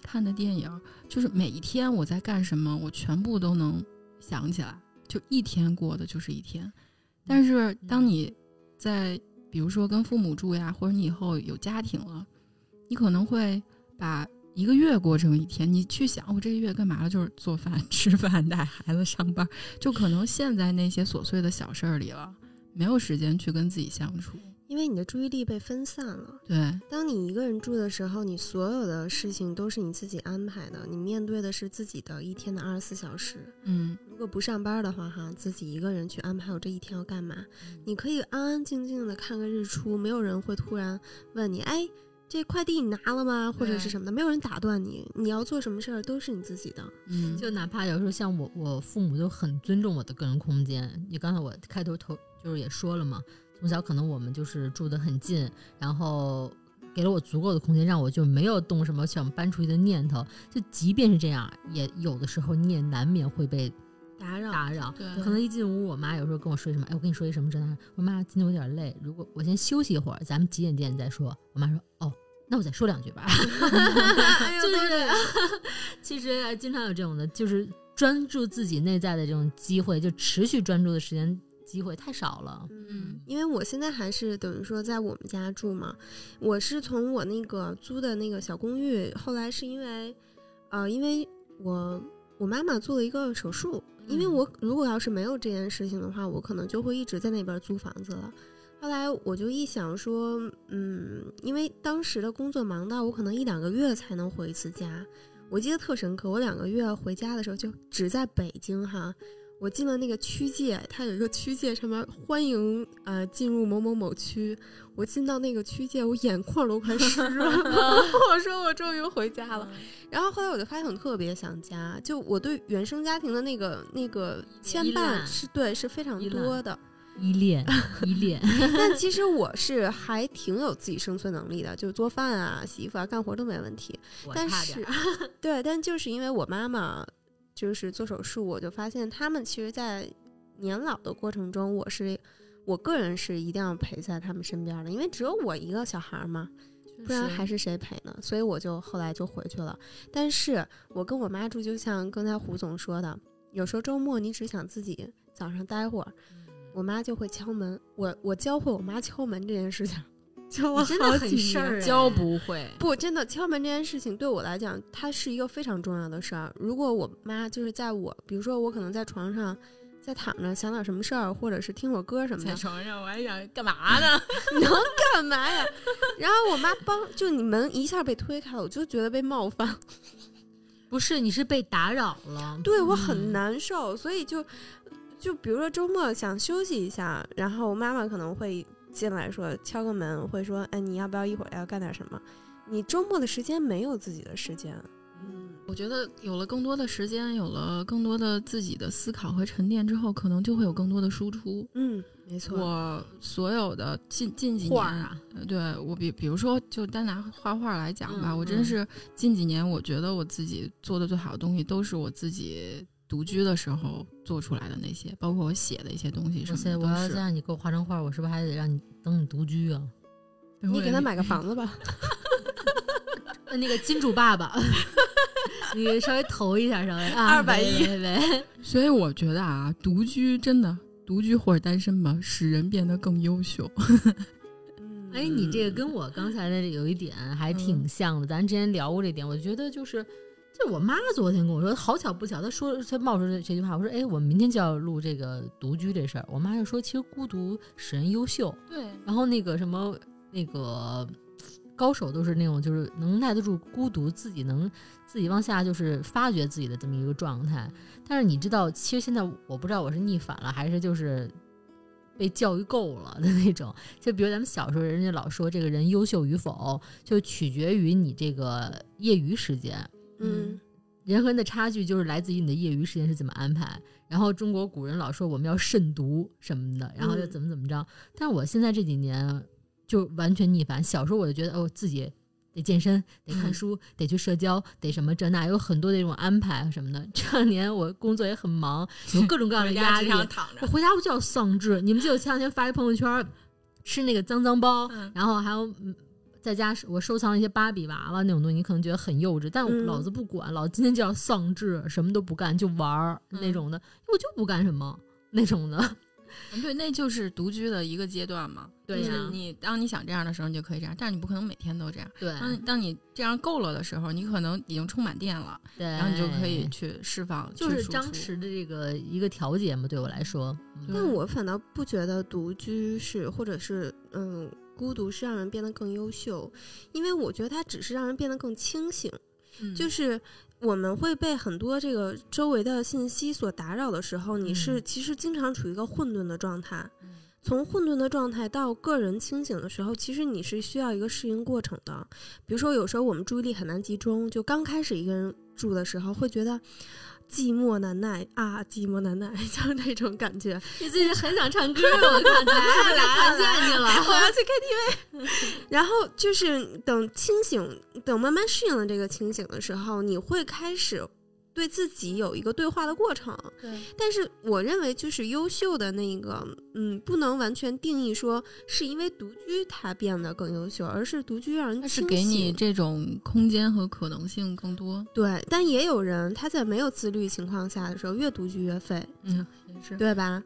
S1: 看的电影，就是每一天我在干什么，我全部都能想起来。就一天过的就是一天，但是当你在比如说跟父母住呀，或者你以后有家庭了，你可能会把一个月过成一天。你去想，我、这个月干嘛了？就是做饭、 吃饭、带孩子、上班，就可能陷在那些琐碎的小事儿里了，没有时间去跟自己相处。
S3: 因为你的注意力被分散了。
S1: 对，
S3: 当你一个人住的时候，你所有的事情都是你自己安排的，你面对的是自己的一天的二十四小时。
S1: 嗯，
S3: 如果不上班的话，哈，自己一个人去安排我这一天要干嘛，你可以安安静静的看个日出，没有人会突然问你，哎，这快递你拿了吗？或者是什么的，没有人打断你，你要做什么事儿都是你自己的。
S1: 嗯，
S2: 就哪怕有时候像我，我父母都很尊重我的个人空间。你刚才我开头头就是也说了嘛，从小可能我们就是住得很近，然后给了我足够的空间，让我就没有动什么想搬出去的念头。就即便是这样，也有的时候你也难免会被
S3: 打扰，
S2: 打扰。
S1: 对，
S2: 可能一进屋，我妈有时候跟我说什么，哎，我跟你说一什么真的，我妈今天有点累，如果我先休息一会儿，咱们几点几点再说。我妈说，哦，那我再说两句吧。
S3: 哎 呦
S2: 就
S3: 都这样
S2: 是 其实哎经常有这种的，就是专注自己内在的这种机会，就持续专注的时间机会太少了。
S3: 嗯，因为我现在还是等于说在我们家住嘛，我是从我那个租的那个小公寓，后来是因为，呃，因为我我妈妈做了一个手术，因为我如果要是没有这件事情的话，我可能就会一直在那边租房子了。后来我就一想说，嗯，因为当时的工作忙到我可能一两个月才能回一次家，我记得特深刻，我两个月回家的时候就只在北京哈，我进了那个区界，它有一个区界上面欢迎呃进入某某某区，我进到那个区界，我眼眶都快湿 润了， 我说我终于回家
S2: 嗯
S3: 了。然后后来我就发现我特别想家，就我对原生家庭的那个那个牵
S2: 依
S3: 绊
S2: 赖
S3: 是对是非常
S2: 依赖
S3: 多的。
S2: 依恋，依 恋，
S3: 但其实我是还挺有自己生存能力的，就做饭啊、洗衣服啊、干活都没问题。
S2: 我
S3: 但
S2: 差点儿，
S3: 是
S2: 啊
S3: 对，但就是因为我妈妈就是做手术，我就发现他们其实，在年老的过程中，我是我个人是一定要陪在他们身边的，因为只有我一个小孩儿嘛，不然还是谁陪呢？所以我就后来就回去了。但是我跟我妈住，就像刚才胡总说的，有时候周末你只想自己早上待会儿，
S2: 嗯
S3: 我妈就会敲门。我我教会我妈敲门这件事情，教我
S2: 你真的
S3: 好
S2: 很
S3: 几
S2: 事
S3: 年
S2: 儿哎
S1: 教啊不会，
S3: 不，真的敲门这件事情对我来讲，它是一个非常重要的事儿。如果我妈就是在我，比如说我可能在床上在躺着想点什么事儿，或者是听会儿歌什么的
S1: 在，床上我还想干嘛呢？
S3: 能干嘛呀？ 然后我妈帮，就你门一下被推开了，我就觉得被冒犯，
S2: 不是你是被打扰了，
S3: 对我
S2: 嗯
S3: 很难受，所以就就比如说周末想休息一下，然后妈妈可能会进来说敲个门，会说哎你要不要一会儿要干点什么？你周末的时间没有自己的时间，嗯，
S1: 我觉得有了更多的时间，有了更多的自己的思考和沉淀之后，可能就会有更多的输出。
S3: 嗯，没错，
S1: 我所有的近近几年
S2: 画儿啊，
S1: 呃对我比比如说，就单拿画画来讲吧，
S2: 嗯
S1: 我真是近几年，我觉得我自己做的最好的东西，都是我自己独居的时候做出来的那些，包括我写的一些东西什么
S2: 哇
S1: 的
S2: 塞，
S1: 都
S2: 我要
S1: 是
S2: 再让你给我画成画，我是不是还得让你等你独居啊？
S1: 等会
S3: 你
S1: 儿
S3: 给他买个房子吧。
S2: 呃那个金主爸爸， 你稍微投一下，稍 微啊，
S3: 210
S2: 喂喂喂
S1: 所以我觉得啊，独居真的。独居或者单身吧，使人变得更优秀。
S3: 嗯
S2: 哎，你这个跟我刚才的有一点还挺像的，咱之前聊过这点，我觉得就是。就我妈昨天跟我说，好巧不巧，她说她冒出这这句话，我说，哎，我们明天就要录这个独居这事儿。我妈就说，其实孤独使人优秀，
S1: 对，
S2: 然后那个什么那个高手都是那种就是能耐得住孤独，自己能自己往下就是发掘自己的这么一个状态。但是你知道，其实现在我不知道我是逆反了，还是就是被教育够了的那种。就比如咱们小时候，人家老说这个人优秀与否，就取决于你这个业余时间。
S3: 嗯，
S2: 人和人的差距就是来自于你的业余时间是怎么安排。然后中国古人老说我们要慎独什么的，然后要
S3: 嗯
S2: 怎么怎么着。但我现在这几年就完全逆反。小时候我就觉得哦，自己得健身，得看
S1: 嗯
S2: 书，得去社交，得什么这那，有很多的这种安排啊什么的。这两年我工作也很忙，有各种各样的
S1: 回家
S2: 压力
S1: 经。常躺
S2: 我
S1: 着，
S2: 回家不就要丧志？你们记得我前两天发一朋友圈，吃那个脏脏包，
S1: 嗯
S2: 然后还有嗯在家我收藏一些芭比娃娃那种东西，你可能觉得很幼稚，但我
S3: 嗯
S2: 老子不管，老子今天就要丧志，什么都不干就玩儿
S1: 嗯
S2: 那种的，我就不干什么那 种的。
S1: 对，那就是独居的一个阶段嘛。
S2: 对呀
S1: 就是你当你想这样的时候，你就可以这样，但是你不可能每天都这样。
S2: 对
S1: 当当你这样够了的时候，你可能已经充满电了，
S2: 对，
S1: 然后你就可以去释放，
S2: 哎就
S1: 去
S2: 是
S1: 输
S2: 张
S1: 出。
S2: 弛的这个一个调节嘛，对我来 说，嗯
S3: 但我反倒不觉得独居是，或者是嗯，孤独是让人变得更优秀，因为我觉得它只是让人变得更清醒。
S1: 嗯
S3: 就是我们会被很多这个周围的信息所打扰的时候，你
S2: 嗯
S3: 是其实经常处于一个混沌的状态。从混沌的状态到个人清醒的时候，其实你是需要一个适应过程的。比如说，有时候我们注意力很难集中，就刚开始一个人住的时候，会觉得寂寞难耐啊，寂寞难耐， 就是那种感觉。
S2: 你最近很想唱歌了，我看来来看见你了，
S3: 我要去 KTV。然后就是等清醒，等慢慢适应了这个清醒的时候，你会开始对自己有一个对话的过程。
S1: 对，
S3: 但是我认为，就是优秀的那个，嗯，不能完全定义说是因为独居他变得更优秀，而是独居让人
S1: 它
S3: 清
S1: 是
S3: 醒。
S1: 给你这种空间和可能性更多。
S3: 对，但也有人他在没有自律情况下的时候，越独居越废，
S1: 嗯，也是。
S3: 对吧？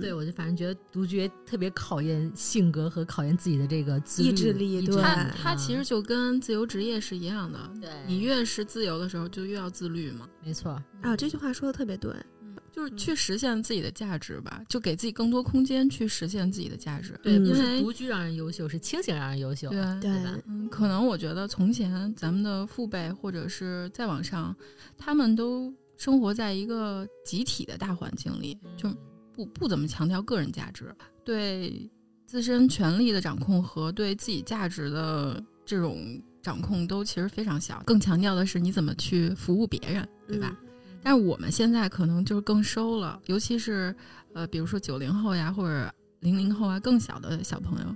S2: 对，我就反正觉得独居也特别考验性格和考验自己的这个自
S3: 意志力
S2: 力、
S3: 对
S1: 它
S2: 力
S1: 它
S2: 啊
S1: 其实就跟自由职业是一样的，
S2: 对
S1: 你越是自由的时候，就越要自律嘛。
S2: 没错，
S3: 啊，这句话说的特别对。
S1: 就是去实现自己的价值吧，就给自己更多空间去实现自己的价值。
S2: 对，
S3: 嗯
S2: 不
S1: 因
S2: 是
S1: 为
S2: 独居让人优秀，是清醒让人优秀。
S1: 对，
S3: 对，
S2: 吧
S1: 嗯，可能我觉得从前咱们的父辈或者是再往上，他们都生活在一个集体的大环境里，就不不怎么强调个人价值，对自身权利的掌控和对自己价值的这种掌控都其实非常小，更强调的是你怎么去服务别人，对吧？但是我们现在可能就是更收了，尤其是呃，比如说九零后呀，或者零零后啊，更小的小朋友，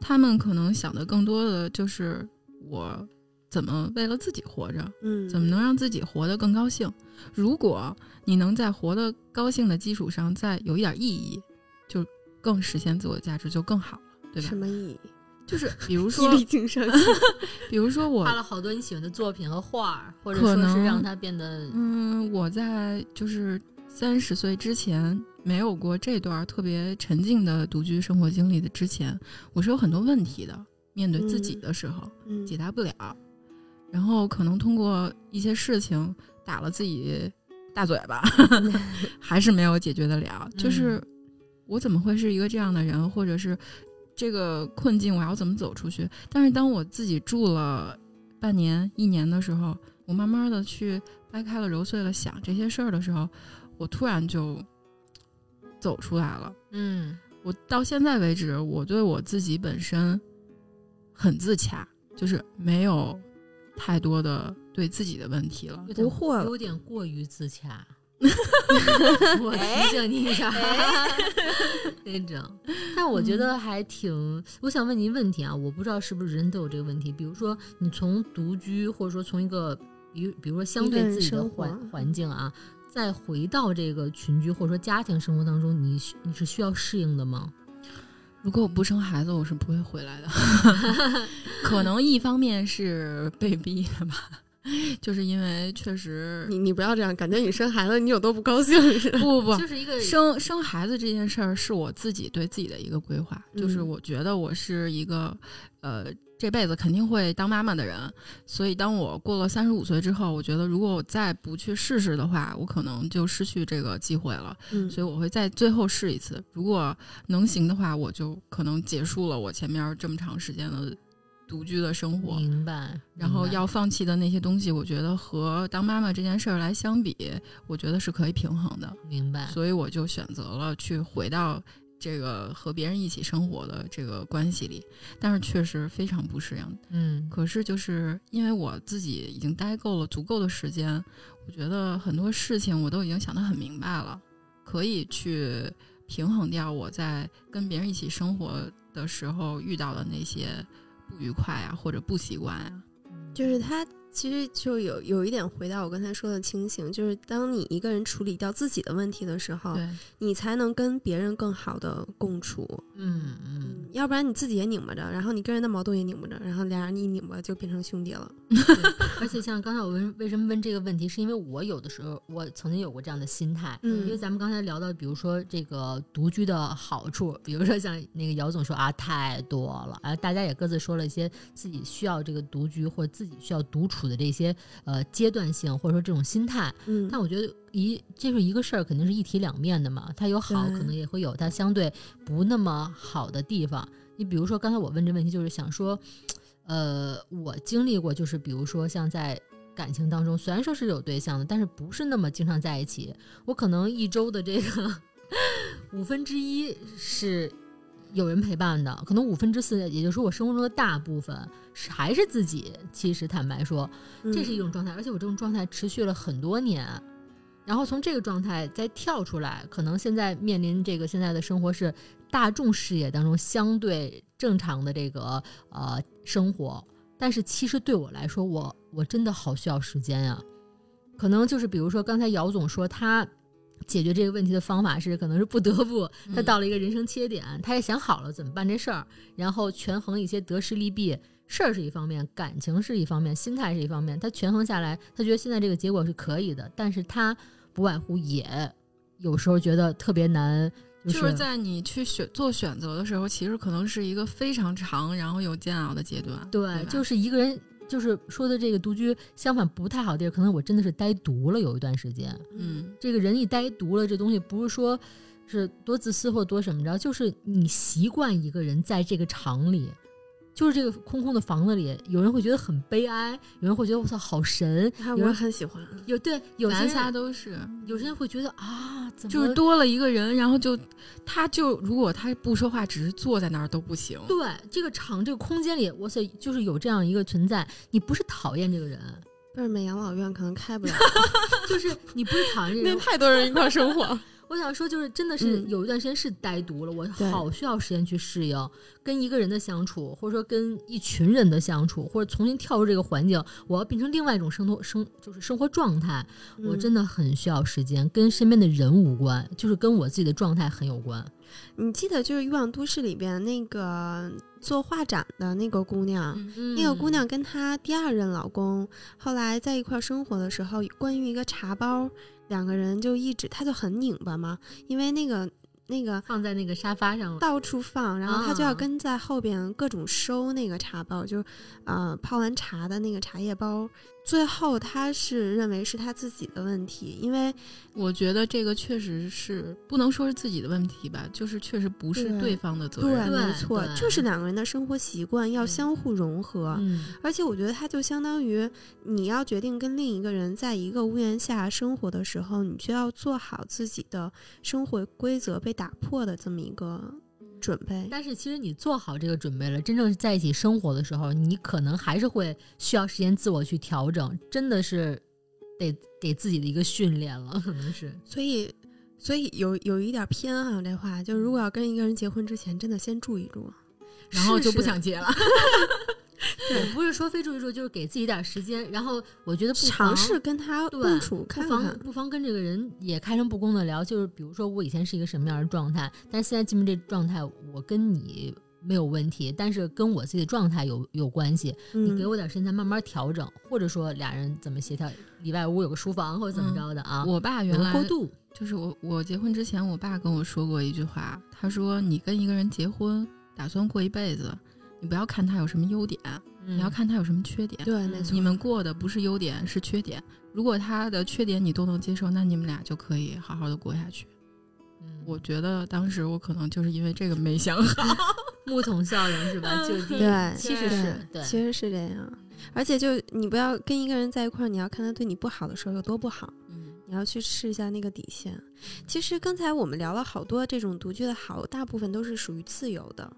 S1: 他们可能想的更多的就是我怎么为了自己活着，
S3: 嗯，
S1: 怎么能让自己活得更高兴？如果你能在活得高兴的基础上，再有一点意义，就更实现自我价值，就更好了，对吧
S3: 什？么意义？
S1: 就是比如
S3: 激
S1: 说，
S3: 励精神。
S1: 比如说我
S2: 画了好多你喜欢的作品和画儿，或者
S1: 可
S2: 说是
S1: 能
S2: 让它变得
S1: 嗯，我在就是三十岁之前没有过这段特别沉静的独居生活经历的之前，我是有很多问题的，面对自己
S3: 嗯
S1: 的时候、
S3: 嗯
S1: 解答不了，然后可能通过一些事情打了自己大嘴巴， 还是没有解决得了。就是我怎么会是一个这样的人，或者是这个困境我要怎么走出去？但是当我自己住了半年、一年的时候，我慢慢的去掰开了揉碎了想这些事儿的时候，我突然就走出来了。
S2: 嗯
S1: 我到现在为止，我对我自己本身很自洽，就是没有太多的对自己的问题了。
S2: 有点
S3: 不惑了
S2: 有点过于自 洽。我
S3: 哎
S2: 提醒你一下，那种。但我觉
S3: 嗯
S2: 得还挺，我想问您问题啊，我不知道是不是人都有这个问题。比如说，你从独居，或者说从一个，比如比如说相
S3: 一个
S2: 对
S3: 人
S2: 自己的
S3: 生活
S2: 环环境啊，再回到这个群居或者说家庭生活当中，你需你是需要适应的吗？
S1: 如果我不生孩子，我是不会回 来的。可能一方面是被逼的吧，就是因为确实
S3: 你你不要这样，感觉你生孩子你有多不高兴似的。
S1: 不不不，
S2: 就是一个
S1: 生生孩子这件事儿是我自己对自己的一个规划，就是
S3: 嗯
S1: 我觉得我是一个，呃，这辈子肯定会当妈妈的人，所以当我过了三十五岁之后，我觉得如果我再不去试试的话，我可能就失去这个机会了，
S3: 嗯
S1: 所以我会在最后试一次，如果能行的话，我就可能结束了我前面这么长时间的独居的生活，
S2: 明白。
S1: 然后
S2: 嗯明白
S1: 要放弃的那些东西，我觉得和当妈妈这件事儿来相比，我觉得是可以平衡的。
S2: 明白，
S1: 所以我就选择了去回到这个和别人一起生活的这个关系里，但是确实非常不适应。
S2: 嗯，
S1: 可是就是因为我自己已经待够了足够的时间，我觉得很多事情我都已经想得很明白了，可以去平衡掉我在跟别人一起生活的时候遇到的那些不愉快啊，或者不习惯啊。
S3: 就是他其实就有有一点回到我刚才说的清醒，就是当你一个人处理掉自己的问题的时候，
S1: 对，
S3: 你才能跟别人更好的共处。
S2: 嗯嗯，
S3: 要不然你自己也拧巴着，然后你跟人的矛盾也拧巴着，然后俩人一拧巴就变成兄弟了。
S2: 而且像刚才我问为什么问这个问题，是因为我有的时候我曾经有过这样的心态，因为
S3: 嗯
S2: 咱们刚才聊到，比如说这个独居的好处，比如说像那个姚总说啊太多了，啊大家也各自说了一些自己需要这个独居或自己需要独处的这些呃阶段性或者说这种心态，
S3: 嗯，
S2: 但我觉得一这是一个事儿，肯定是一体两面的嘛。它有好，
S3: 对
S2: 可能也会有它相对不那么好的地方。你比如说，刚才我问这问题，就是想说，呃，我经历过，就是比如说像在感情当中，虽然说是有对象的，但是不是那么经常在一起。我可能一周的这个 五分之一是有人陪伴的，可能五分之四，也就是说我生活中的大部分是还是自己。其实坦白说，
S3: 嗯
S2: 这是一种状态，而且我这种状态持续了很多年，然后从这个状态再跳出来，可能现在面临这个现在的生活是大众视野当中相对正常的这个呃生活，但是其实对我来说，我我真的好需要时间呀、可能就是比如说刚才姚总说他。解决这个问题的方法是，可能是不得不他
S1: 嗯
S2: 到了一个人生切点，他也想好了怎么办这事儿，然后权衡一些得失利弊，事儿是一方面，感情是一方面，心态是一方面，他权衡下来，他觉得现在这个结果是可以的，但是他不外乎也有时候觉得特别难，、
S1: 就是是在你去选做选择的时候，其实可能是一个非常长，然后又煎熬的阶段。
S2: 对，
S1: 吧
S2: 就是一个人，就是说的这个独居，相反不太好的地儿，可能我真的是呆独了有一段时间。
S1: 嗯，
S2: 这个人一呆独了，这东西不是说是多自私或多什么着，就是你习惯一个人在这个厂里，就是这个空空的房子里，有人会觉得很悲哀，有人会觉得我操好神，
S3: 啊，
S2: 有
S3: 我
S2: 人
S3: 很喜欢。
S2: 有对有些
S1: 咱
S2: 人
S1: 仨都是，
S2: 有些人会觉得啊，怎么
S1: 就是多了一个人，然后就他就如果他不说话，只是坐在那儿都不行。
S2: 对这个场这个空间里，哇塞，就是有这样一个存在，你不是讨厌这个人，
S3: 贝尔美养老院可能开 不了，
S2: 就是你不是讨厌这 个
S3: 那
S2: 人。
S3: 太多人一块儿生活。
S2: 我想说，就是真的是
S3: 嗯
S2: 有一段时间是呆独了，
S3: 对
S2: 我好需要时间去适应跟一个人的相处，或者说跟一群人的相处，或者重新跳入这个环境，我要变成另外一种生活生就是生活状态，我
S3: 嗯
S2: 真的很需要时间，跟身边的人无关，就是跟我自己的状态很有关。
S3: 你记得就是《欲望都市》里边那个做画展的那个姑娘，
S1: 嗯，
S3: 那个姑娘跟她第二任老公后来在一块儿生活的时候，关于一个茶包，两个人就一直，她就很拧巴嘛，因为那个那个
S2: 放在那个沙发上了，
S3: 到处放，然后她就
S2: 啊
S3: 要跟在后边各种收那个茶包，就是呃泡完茶的那个茶叶包。最后，她是认为是她自己的问题，因为
S1: 我觉得这个确实是不能说是自己的问题吧，就是确实不是
S3: 对
S1: 对方的责
S3: 对，
S1: 任。
S3: 没错，
S2: 对
S3: 就是两个人的生活习惯要
S2: 嗯
S3: 相互融合。
S2: 嗯，
S3: 而且我觉得它就相当于你要决定跟另一个人在一个屋檐下生活的时候，你就要做好自己的生活规则被打破的这么一个
S2: 嗯
S3: 准备。
S2: 但是其实你做好这个准备了，真正在一起生活的时候，你可能还是会需要时间自我去调整，真的是得给自己的一个训练了，可能是。
S3: 所以，所以有有一点偏啊，这话就是如果要跟一个人结婚之前，真的先住一住，
S1: 然后就不
S3: 试试
S1: 想结了，
S2: 也不是说非注意住，就是给自己点时间。然后我觉得不妨
S3: 尝试跟他
S2: 对
S3: 共处
S2: 不
S3: 看
S2: 妨
S3: 看。
S2: 不妨跟这个人也开诚布公的聊，就是比如说我以前是一个什么样的状态，但是现在进入这状态，我跟你没有问题，但是跟我自己的状态有有关系。你
S3: 嗯，
S2: 给我点时间，咱慢慢调整，或者说俩人怎么协调，里外屋有个书房或者怎么着的啊，
S1: 我爸
S2: 有
S1: 原
S2: 个
S1: 来
S2: 过渡，
S1: 就是我我结婚之前，我爸跟我说过一句话，他说你跟一个人结婚，打算过一辈子，你不要看他有什么优点，
S2: 你
S3: 嗯
S1: 你要看他有什么缺点。
S2: 嗯
S3: 对，没错，
S1: 你们过的不是优点，是缺点。如果他的缺点你都能接受，那你们俩就可以
S3: 嗯
S1: 好好的过下去。我觉得当时我可能就是因为这个没想好，
S2: 牧童效应是吧？就地
S3: 对
S2: 其实
S3: 对
S2: 是对
S3: 其实是这样。而且就你不要跟一个人在一块儿，你要看他对你不好的时候有多不好，
S1: 嗯
S3: 你要去试一下那个底线。其实刚才我们聊了好多这种独居的好，大部分都是属于自由的，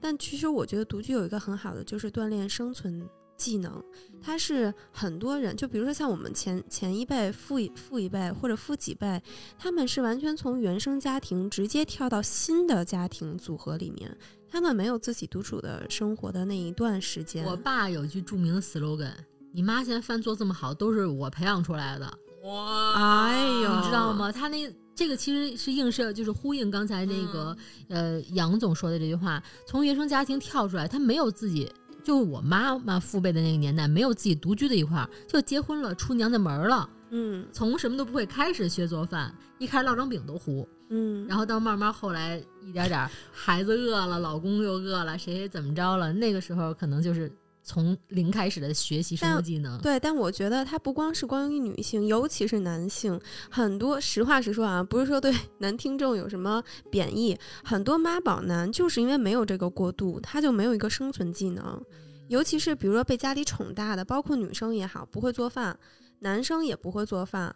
S3: 但其实我觉得独居有一个很好的就是锻炼生存。技能，它是很多人，就比如说像我们前前一辈、父一父一辈或者父几辈，他们是完全从原生家庭直接跳到新的家庭组合里面，他们没有自己独处的生活的那一段时间。
S2: 我爸有一句著名的 slogan：“ 你妈现在饭做这么好，都是我培养出来的。”
S1: 哇，
S3: 哎呦
S2: 你知道吗？他那这个其实是映射，就是呼应刚才那个、
S3: 嗯
S2: 呃杨总说的这句话：从原生家庭跳出来，他没有自己，就是我妈妈父辈的那个年代，没有自己独居的一块儿，就结婚了，出娘家门儿了，
S3: 嗯
S2: 从什么都不会开始学做饭，一开始烙张饼都糊，
S3: 嗯，
S2: 然后到慢慢后来一点点儿，孩子饿了，老公又饿了，谁谁怎么着了，那个时候可能就是从零开始的学习生活
S3: 但
S2: 技能。
S3: 对，但我觉得它不光是关于女性，尤其是男性，很多实话实说啊，不是说对 男听众有什么贬义，很多妈宝男就是因为没有这个过渡，他就没有一个生存技能，尤其是比如说被家里宠大的，包括女生也好，不会做饭，男生也不会做饭，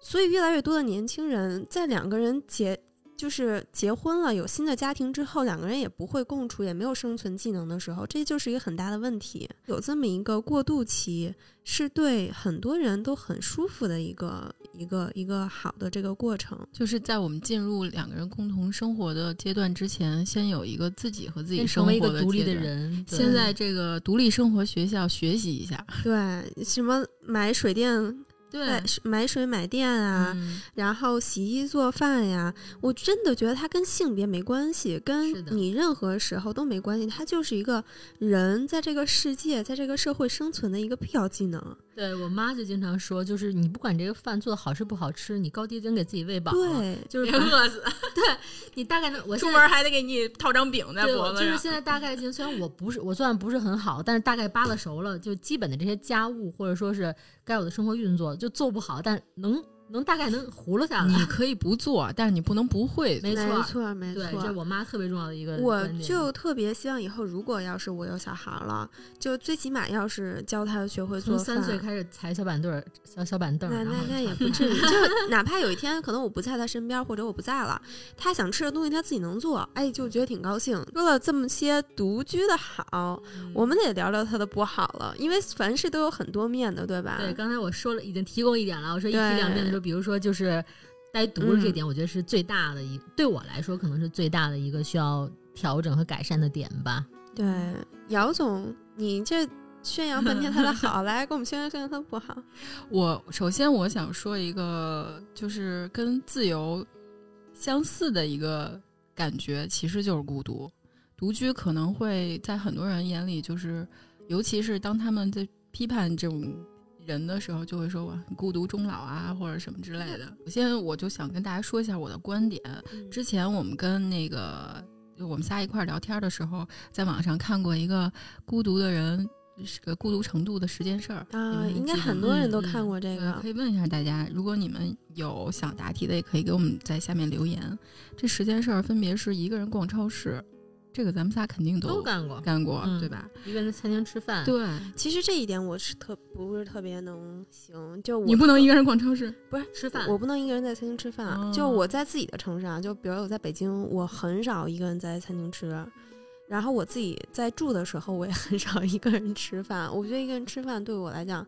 S3: 所以越来越多的年轻人在两个人结。就是结婚了，有新的家庭之后，两个人也不会共处，也没有生存技能的时候，这就是一个很大的问题。有这么一个过渡期，是对很多人都很舒服的一个一个一个好的这个过 程。
S1: 就是在我们进入两个人共同生活的阶段之前，先有一个自己和自己
S2: 变
S1: 生
S2: 成
S1: 活
S2: 为一个独立
S1: 阶
S2: 的
S1: 段。
S2: 人，对
S1: 现在这个独立生活学校学习一下，
S3: 对，什么买水电、
S1: 对
S3: 买，买水、买电啊，
S1: 嗯
S3: 然后洗衣做饭呀，我真的觉得它跟性别没关系，
S2: 是
S3: 跟
S2: 的
S3: 你任何时候都没关系，它就是一个人在这个世界、在这个社会生存的一个必要技能。
S2: 对我妈就经常说，就是你不管这个饭做的好吃不好吃，你高低得给自己喂饱了。
S3: 对，
S2: 就 是
S1: 别
S2: 把
S1: 饿死，
S2: 你大概能，我
S1: 出
S2: 现
S1: 门
S2: 在
S1: 还得给你套张饼在
S2: 对，
S1: 脖
S2: 我
S1: 子
S2: 就是
S1: 上。
S2: 现在大概已经，虽然我不是我做饭不是很好，但是大概扒拉熟了，就基本的这些家务或者说是该有的生活运作就做不好，但能能大概能糊噜下 来。
S1: 你可以不做，但是你不能不会做。
S2: 没
S3: 没
S2: 错
S3: 错，没
S2: 对，
S3: 错
S2: 这是我妈特别重要的一个
S3: 我
S2: 观点
S3: 就特别希望以后，如果要是我有小孩儿了，就最起码要是教他学会做
S2: 从
S3: 饭。
S2: 三岁开始踩小板凳儿，小小板凳儿，
S3: 那
S2: 然
S3: 那
S2: 后
S3: 那也
S2: 炒
S3: 不
S2: 菜
S3: 至于，就哪怕有一天可能我不在他身边，或者我不在了，他想吃的东西他自己能做，哎，就觉得挺高兴。说了这么些独居的好，
S1: 嗯
S3: 我们得聊聊他的不好了，因为凡事都有很多面的，对吧？
S2: 对，刚才我说了，已经提供一点了。我说一提
S3: 啊对
S2: 两遍的时候，比如说就是单独了这
S3: 嗯
S2: 点，我觉得是最大的一，对我来说可能是最大的一个需要调整和改善的点吧。
S3: 对姚总，你这宣扬半天他的 好，来给我们宣扬宣扬他的不好。
S1: 我首先我想说一个，就是跟自由相似的一个感觉，其实就是孤独。独居可能会在很多人眼里，就是尤其是当他们在批判这种人的时候，就会说哇，你孤独终老啊，或者什么之类的。首先，我就想跟大家说一下我的观点。之前我们跟那个就我们仨一块儿聊天的时候，在网上看过一个孤独的人。是个孤独程度的十件事儿你
S3: 啊，
S1: 们还
S3: 应该
S1: 记得
S3: 很
S1: 吗
S3: 多人都
S2: 嗯
S3: 看过这
S1: 对，
S3: 个
S1: 可，以问一下大家，如果你们有想答题的，也可以给我们在下面留言。这十件事儿分别是一个人逛超市，这个咱们仨肯定
S2: 都
S1: 都
S2: 干过，
S1: 干过，
S2: 嗯
S1: 对吧？
S2: 一个人在餐厅吃饭，
S1: 对，
S3: 其实这一点我是特不是特别能行，就我
S1: 你不能一个人逛超市，
S3: 不是
S2: 吃饭
S3: 我不能一个人在餐厅吃饭。啊
S1: 哦
S3: 就我在自己的城市啊，就比如我在北京，我很少一个人在餐厅吃。然后我自己在住的时候，我也很少一个人吃饭。我觉得一个人吃饭对我来讲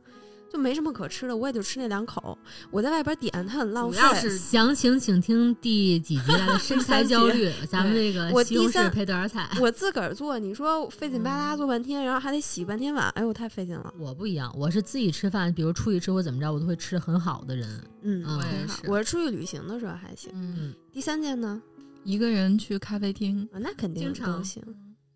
S3: 就没什么可吃的，我也就吃那两口。我在外边点，它很浪
S1: 主
S3: 费。
S1: 要是
S2: 详情请听第几集 来的身材焦虑，咱们那个
S3: 我
S2: 西红
S3: 第三
S2: 柿配豆儿菜。
S3: 我自个儿做，你说费劲巴拉
S2: 嗯
S3: 做半天，然后还得洗半天碗，哎呦，太费劲了。
S2: 我不一样，我是自己吃饭，比如出去吃或怎么着，我都会吃的很好的人。
S3: 嗯，
S2: 嗯我
S1: 也
S3: 很好
S1: 是
S3: 我是出去旅行的时候还行。
S1: 嗯，
S3: 第三件呢，
S1: 一个人去咖啡厅，
S3: 啊，那肯定
S2: 经常
S3: 都行。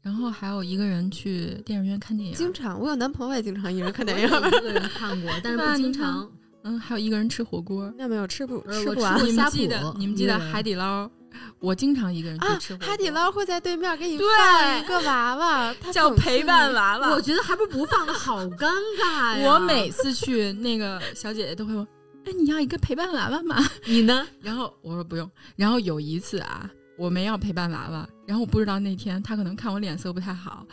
S1: 然后还有一个人去电影院看电
S3: 经
S1: 影，
S3: 常，我有男朋友也经常一 人看
S2: 我
S3: 电
S2: 也
S3: 影
S2: 一，个人看过，但是不
S1: 那你
S2: 经
S1: 看
S2: 常。
S1: 嗯，还有一个人吃火锅。
S3: 那没有吃不
S2: 呃
S3: 吃
S2: 我
S3: 不
S2: 吃
S3: 完
S2: 过
S1: 你们
S2: 呷
S1: 记得
S2: 哺
S1: 你们记
S2: 一
S1: 得
S2: 个 人
S1: 海底捞，我经常一个人去
S3: 啊
S1: 吃火！锅。
S3: 海底捞会在对面给你
S1: 对
S3: 放一个娃 娃，它讽刺你。
S1: 娃
S2: 我觉得还不如不放的好尴尬呀！
S1: 我每次去那个小姐姐都会说：“哎，你要一个陪伴娃娃吗
S2: 你呢？？”
S1: 然后我说不用。然后有一次啊，我们要陪伴娃娃，然后我不知道那天他可能看我脸色不太好，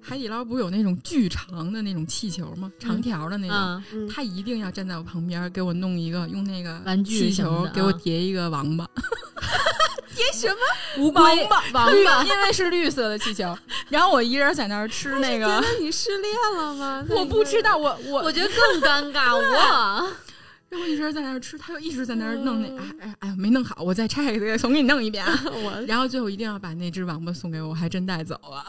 S1: 海底捞不是有那种巨长的那种气球吗？长条的那种，
S2: 啊，
S3: 嗯，
S1: 他一定要站在我旁边给我弄一个，用那个
S2: 玩具
S1: 气
S2: 什么
S1: 球
S2: 的啊
S1: 给我叠一个王八，
S2: 叠什么？
S1: 蜈
S2: 蚣
S1: 吧，
S2: 王
S1: 绿
S2: 八
S1: 因为是绿色的气球，然后我一人在那儿吃 那
S3: 觉
S1: 个，
S3: 得你失恋了 吗？
S1: 我不知道，我我
S2: 我觉得更尴 尬。我
S1: 然后一直在那儿吃，他又一直在那儿弄那，哎
S3: 嗯
S1: 哎哎，没弄好，我再拆一个，重给你弄一 遍啊。
S3: 我
S1: 然后最后一定要把那只王八送给我，我还真带走了。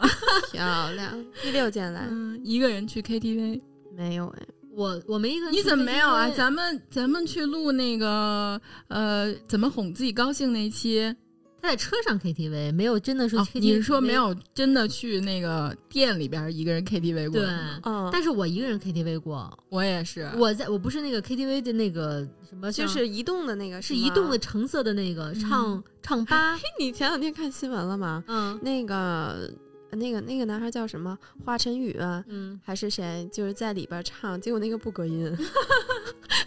S3: 漂 亮，第六件来
S1: 嗯， 一个人去 KTV，
S3: 没有哎，
S2: 我我们一个人
S1: 你
S2: 去
S1: 怎么没有啊？
S2: KTV
S1: 咱们咱们去录那个呃，怎么哄自己高兴那一期，
S2: 他在车上 KTV 没有真的是
S1: 哦
S2: KTV，、
S1: 你是说没？有真的去那个店里边一个人 KTV 过？
S2: 对，
S3: 嗯，
S2: 但是我一个人 KTV 过。
S1: 我也是。
S2: 我在我不是那个 KTV 的那个什么，
S3: 就
S2: 像
S3: 是移动的那个
S2: 是
S3: 吗哎
S2: 移动的。橙色的那个唱、唱吧，
S3: 你前两天看新闻了吗？
S2: 嗯
S3: 那个那个那个男孩叫什么？华晨宇啊
S2: 嗯，
S3: 还是谁？就是在里边唱，结果那个不隔 音，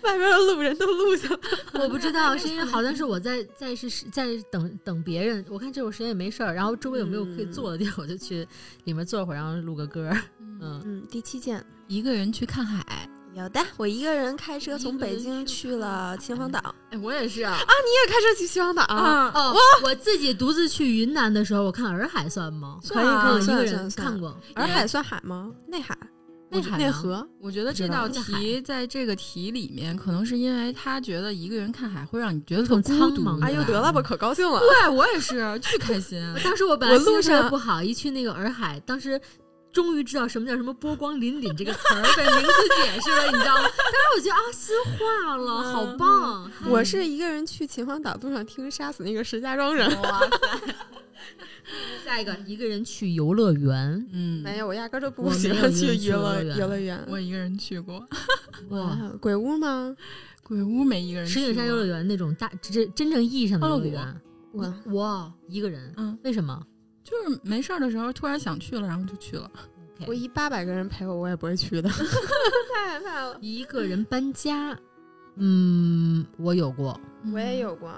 S3: 外边的路人都录下了。
S2: 我不知道，是因为好 像是我在在是是在等等别人，我看这会儿时间也没事儿，然后周围有没有可以坐的地儿，我就去里面坐会儿，然后录个歌儿，嗯，
S3: 嗯，第七件。
S1: 一个人去看海，
S3: 有的，我一个人开车
S1: 一
S3: 从
S1: 个
S3: 北
S1: 人
S3: 京
S1: 去
S3: 去
S1: 看
S3: 了秦皇岛。
S1: 哎，我也是啊。
S3: 你也开车去秦皇岛？
S1: 啊
S2: 哦，我自己独自去云南的时候，我看洱海算吗？
S1: 可以
S2: 我
S1: 可以
S2: 一
S3: 算
S2: 个
S3: 了
S2: 人
S3: 算了算了
S2: 看过，
S3: 洱海算海吗？内海，啊
S2: 内海
S3: 嗯内
S2: 吗
S3: 河。
S1: 我觉得这道题在这个题里面，可能是因为他觉得一个人看海会让你觉得特
S2: 很
S1: 孤
S2: 苍
S1: 独
S2: 茫啊
S1: 吧。
S3: 哎呦，得了吧，可高兴了。
S1: 对我也是，巨开心。啊
S2: 当时我本来
S3: 我
S2: 心情
S3: 路
S2: 特别
S3: 上
S2: 不好，一去那个洱海，当时终于知道什么叫什么波光粼粼这个词儿被名词解释了，你知道吗？当时我觉得啊，心化了，好
S3: 嗯
S2: 棒！
S3: 我是一个人去秦皇岛路上听杀死那个石家庄人，
S1: 哇塞，
S2: 下一个一个人去游乐园，
S1: 嗯，
S3: 没有，我压根儿就
S2: 我
S3: 不
S2: 没
S3: 喜
S2: 有
S3: 欢
S2: 一个
S3: 去
S2: 人去
S3: 游
S2: 游
S3: 乐
S2: 乐园
S3: 游乐园。
S1: 我一个人去过
S2: 哇，
S3: 啊鬼屋吗？
S1: 鬼屋，没一个人去
S2: 石
S1: 过。
S2: 景山游乐园那种大真真正意义上的游乐
S1: 欢
S2: 园，
S3: 我
S2: 哇，一个人，
S1: 嗯，
S2: 为什么？
S1: 就是没事儿的时候突然想去了，然后就去了。
S3: 我一八百个人陪我，我也不会去的， 太害怕了。
S2: 一个人搬家，嗯，我有过，
S1: 嗯
S3: 我也有过，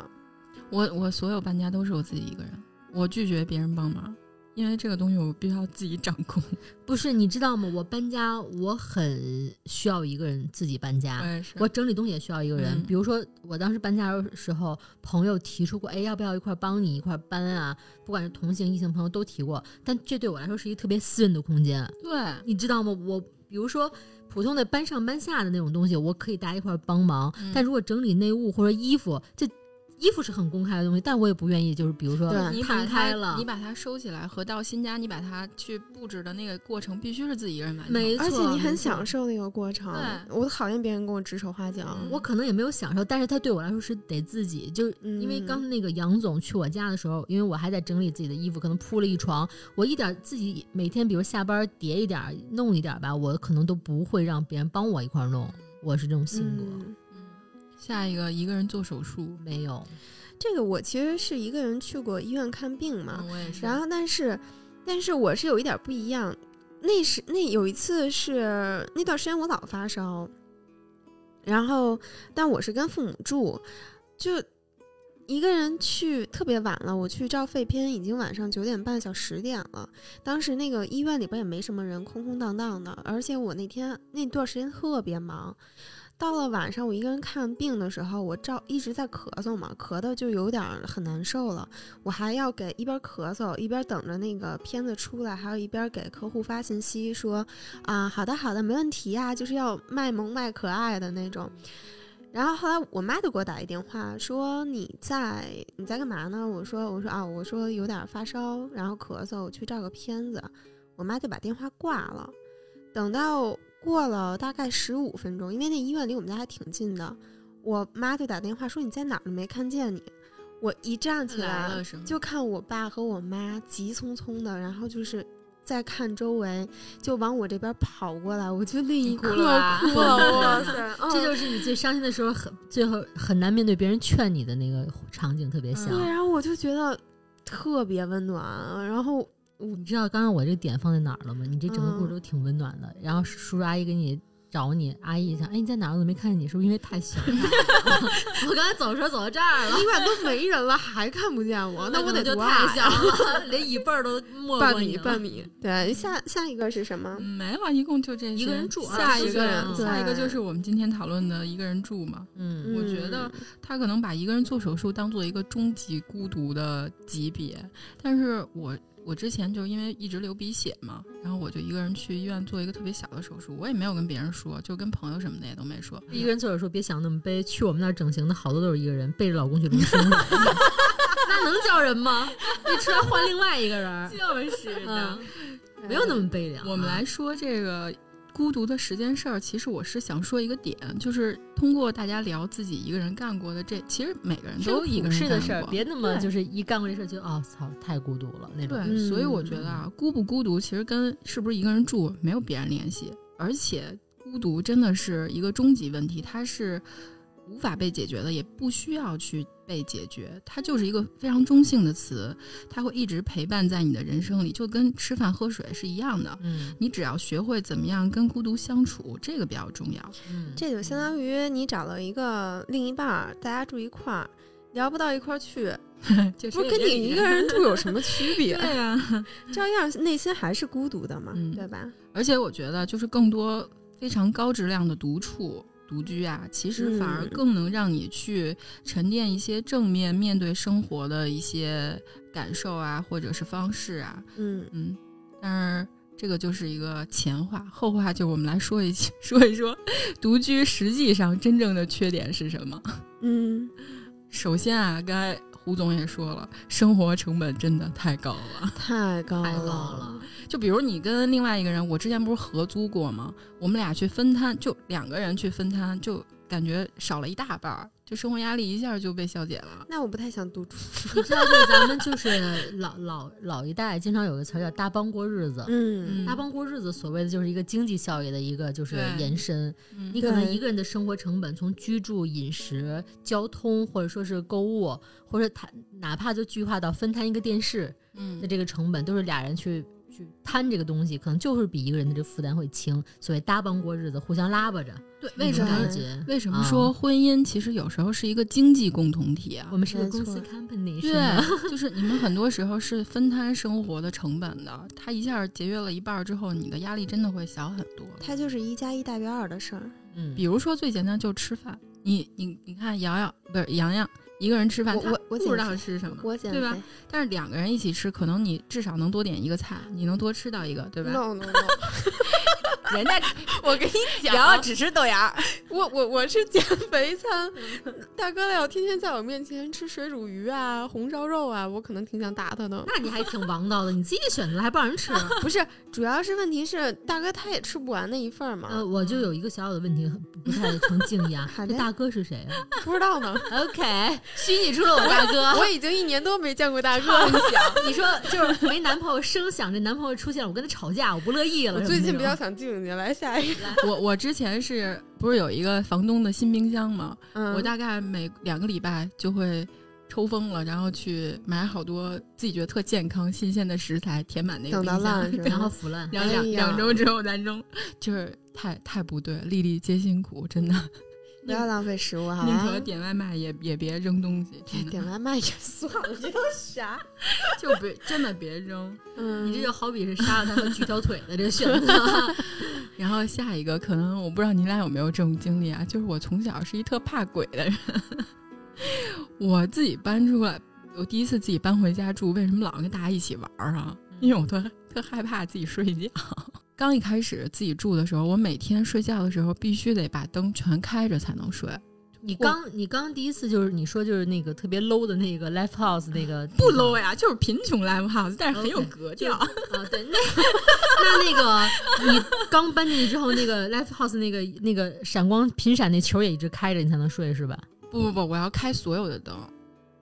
S1: 我我所有搬家都是我自己一个人，我拒绝别人帮忙，因为这个东西我必须要自己掌控。
S2: 不是你知道吗？我搬家，我很需要一个人自己搬
S3: 啊
S2: 家，
S1: 我也是，
S2: 我整理东西也需要一个人，
S1: 嗯
S2: 比如说我当时搬家的时候，朋友提出过，哎，要不要一块儿帮你一块儿搬啊？不管是同性异性朋友都提过，但这对我来说是一个特别私人的空间，
S1: 对，
S2: 你知道吗？我比如说普通的搬上搬下的那种东西，我可以大家一块儿帮忙，
S1: 嗯
S2: 但如果整理内务或者衣服，这衣服是很公开的东西，但我也不愿意就是比如说
S3: 对
S1: 你把
S2: 嗯摊
S1: 它
S2: 开了
S1: 你，把它收起来和到新家，你把它去布置的那个过程必须是自己一个人完成。
S2: 没错，
S3: 而且你
S2: 没
S3: 很
S2: 错
S3: 享受那个过程。
S1: 对
S3: 我讨厌别人跟我指手画脚。
S1: 嗯
S2: 我可能也没有享受，但是它对我来说是得自己，就因为
S3: 嗯
S2: 刚那个杨总去我家的时候，因为我还在整理自己的衣服，可能铺了一床，我一点儿自己每天比如下班叠一点儿、弄一点儿吧，我可能都不会让别人帮我一块儿弄，我是这种性格，
S3: 嗯
S1: 下一个一个人做手术，
S2: 没有，
S3: 这个我其实是一个人去过医院看病嘛，
S1: 嗯，我也是。
S3: 然后但是，但是我是有一点不一样。那是那有一次是那段时间我老发烧，然后但我是跟父母住，就一个人去特别晚了。我去照肺片已经晚上九点半小十点了，当时那个医院里边也没什么人，空空荡荡的。而且我那天那段时间特别忙，到了晚上我一个人看病的时候，我照一直在咳嗽嘛，咳的就有点儿很难受了。我还要给一边咳嗽一边等着那个片子出来，还有一边给客户发信息说啊，好的好的，没问题呀、就是要卖萌卖可爱的那种。然后后来我妈就给我打一电话说你在你在干嘛呢？我说我说啊，我说有点发烧，然后咳嗽，我去照个片子。我妈就把电话挂了。等到过了大概十五分钟，因为那医院离我们家还挺近的，我妈就打电话说你在哪儿呢？没看见你。我一站起
S1: 来
S3: 来，
S1: 了是吗？
S3: 就看我爸和我妈急匆匆的，然后就是在看周围，就往我这边跑过来。我就那一
S1: 哭
S3: 刻
S1: 了 吧
S3: 哭了，哇塞！嗯
S2: 这就是你最伤心的时候，很最后很难面对别人劝你的那个场景，特别像。
S3: 对，然啊后我就觉得特别温暖。啊然后
S2: 你知道刚刚我这个点放在哪儿了吗？你这整个故事
S3: 嗯
S2: 都挺温暖的，然后叔叔阿姨给你找你，阿姨想，哎，你在哪儿？我怎么没看见你？是不是因为太 小了？我刚才走的时候走到这儿了，
S3: 医院都没人了，还看不 见我，那我得
S2: 就
S3: 多
S2: 太
S3: 矮
S2: 小
S3: 呀
S2: 了， 连椅背儿都没
S3: 半
S2: 过你
S3: 米
S2: 了
S3: 半米。对，下下一个是什么？
S1: 嗯没了，一共就这些。
S2: 一个人住
S1: 下
S2: 20
S1: 一
S2: 个
S1: 个
S2: 人
S1: 下一个就
S3: 对
S1: 是我们今天讨论的一个人住嘛。
S2: 嗯
S1: 我觉得他可能把一个人做手术当做一个终极孤独的级别，但是我我之前就因为一直流鼻血嘛，然后我就一个人去医院做一个特别小的手术，我也没有跟别人说，就跟朋友什么的也都没 说。
S2: 一个人做手术，别想那么悲。去我们那儿整形的好多都是一个人，背着老公去 隆胸的，那能叫人吗？你出来换另外一个人，
S1: 就是
S2: 嗯，
S3: 嗯
S2: 没有那么悲凉啊。
S1: 我们来说这个孤独的十件事儿，其实我是想说一个点，就是通过大家聊自己一个人干过的这，其实每个人
S2: 是个
S1: 都一个
S2: 普
S1: 人
S2: 世
S1: 干
S2: 的事儿，
S1: 过
S2: 别那么
S3: 对
S2: 就是一干过这事儿就哦操，太孤独了那种。
S1: 对，
S3: 嗯
S1: 所以我觉得啊，孤不孤独其实跟是不是一个人住没有必然联系，而且孤独真的是一个终极问题，它是无法被解决的，也不需要去被解决，它就是一个非常中性的词，它会一直陪伴在你的人生里，就跟吃饭喝水是一样的。
S2: 嗯
S1: 你只要学会怎么样跟孤独相处，这个比较重要。
S2: 嗯，
S3: 这就相当于你找了一个另一半儿，大家住一块儿，聊不到一块儿去，
S1: 就
S3: 不是跟你一个人住有什么区 别？
S1: 对啊呀、
S3: 照样内心还是孤独的嘛，
S1: 嗯
S3: 对吧？
S1: 而且我觉得，就是更多非常高质量的独处、独居啊，其实反而
S3: 嗯
S1: 更能让你去沉淀一些正面面对生活的一些感受啊，或者是方式啊，
S3: 嗯，
S1: 嗯。但是这个就是一个前话，后话就是我们来说一 说一说独居实际上真正的缺点是什么。
S3: 嗯，
S1: 首先啊，刚才胡总也说了，生活成本真的太高了。
S3: 太高
S2: 太高了。
S1: 就比如你跟另外一个人，我之前不是合租过吗？我们俩去分摊，就两个人去分摊，就感觉少了一大半儿，就生活压力一下就被消解了。
S3: 那我不太想独处。
S2: 你知道，就是 咱们就是老老老一代经常有个词儿叫“搭帮过日子”。
S3: 嗯
S1: 嗯
S2: 搭帮过日子，所谓的就是一个经济效益的一个就是
S1: 对
S2: 延伸。
S1: 嗯
S2: 你可能
S3: 对
S2: 一个人的生活成本，从居住、饮食、交通，或者说是购物，或者他哪怕就具化到分摊一个电视的
S1: 嗯，
S2: 这个成本，都是俩人去去摊这个东西，可能就是比一个人的这负担会轻。所谓搭帮过日子，互相拉巴着，
S1: 对，
S2: 那
S1: 为
S2: 种
S1: 什么
S2: 感？觉？
S1: 为什么说婚姻其实有时候是一个经济共同体啊
S2: 我？们是个
S3: 没
S2: 公司
S3: 错
S2: company？是 吗
S1: 对， 就是你们很多时候是分摊生活的成本的，他一下节约了一半儿之后，你的压力真的会小很多。
S3: 它就是一加一大于二的事儿。
S2: 嗯
S1: 比，如说最简单就吃饭，你你你看瑶瑶不是洋洋一个人吃饭，
S3: 我
S1: 他
S3: 我
S1: 不
S3: 我
S1: 知
S3: 减
S1: 道
S3: 肥
S1: 吃什么，
S3: 我减
S1: 对吧
S3: 肥？
S1: 但是两个人一起吃，可能你至少能多点一个菜，你能多吃到一个，对吧？
S3: no no no，
S1: 人家
S3: 我跟你讲，
S1: 瑶瑶
S3: 只吃豆芽。我我我是减肥餐，
S1: 嗯
S3: 大哥要天天在我面前吃水煮鱼啊、红烧肉啊，我可能挺想打他的。
S2: 那你还挺王道的，你自己选择还不让人吃。
S3: 不是，主要是问题是大哥他也吃不完那一份儿嘛，
S1: 嗯
S2: 呃，我就有一个小小的问题，很不不太成敬意啊
S3: 好。的
S2: 这大哥是谁啊？
S3: 不知道 呢。
S2: OK，虚拟出了我大哥。
S3: 我已经一年多没见过大哥
S2: 我
S3: 了。
S2: 想， 你说就是没男朋友，生想这男朋友出现了，我跟他吵架，我不乐意了。
S3: 我最近
S2: 啊
S3: 比较想静静，来下一个。
S1: 我我之前是不是有一个房东的新冰箱嘛？嗯
S3: 嗯
S1: 我大概每两个礼拜就会抽风了，然后去买好多自己觉得特健康、新鲜的食材，填满那个
S3: 等
S1: 冰
S3: 到
S1: 箱
S3: 烂。是
S2: 然后
S3: 吧？
S2: 腐烂。
S1: 两
S3: 哎
S1: 两
S3: 呀
S1: 两周之后再扔，就是太太不对，粒粒皆辛苦，真的。
S3: 不要浪费食物，好
S1: 宁
S3: 吧
S1: 可？点外卖也也别扔东西，真 的
S3: 点外卖也 算了，这都啥？
S1: 就别真的别扔。
S3: 嗯，
S2: 你这就好比是杀了他和锯条腿的这个选 择。
S1: 然后下一个，可能我不知道你俩有没有这种经历啊，就是我从小是一特怕鬼的人， 我自己搬出来，我第一次自己搬回家住，为什么老跟大家一起玩儿啊？因为我特特害怕自己睡觉。 刚一开始自己住的时候，我每天睡觉的时候必须得把灯全开着才能睡，
S2: 你刚你刚第一次就是你说就是那个特别 low 的那个 live house 那个
S1: 不 low 呀，就是贫穷 live house，但是嗯很有
S2: OK，
S1: 格
S2: 就是
S1: 调。
S2: 啊，对，那那那个你刚搬进去之后，那个 live house 那个那个闪光频闪那球也一直开着，你才能睡是吧？
S1: 不不不，我要开所有的灯。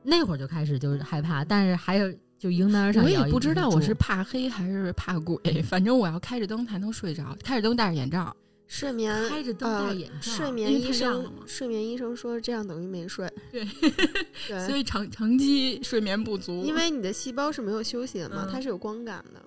S2: 那会儿就开始就是害怕，但是还有就迎难而上
S1: 我
S2: 也
S1: 也
S2: 要一直住。
S1: 不知道我是怕黑还是怕
S3: 嗯
S1: 鬼， 反正我要开着灯才能睡着，开着灯戴着眼罩。
S3: 睡眠呃
S2: 开着灯戴眼罩，
S3: 睡
S1: 啊因
S3: 眠
S1: 为
S3: 医
S1: 太亮了
S3: 生
S1: 嘛，
S3: 睡眠医生说这样等于没睡。
S1: 对
S3: 对，
S1: 所以长长期睡眠不足，
S3: 呃因为你的细胞是没有休息的嘛，
S2: 嗯
S3: 它是有光感的。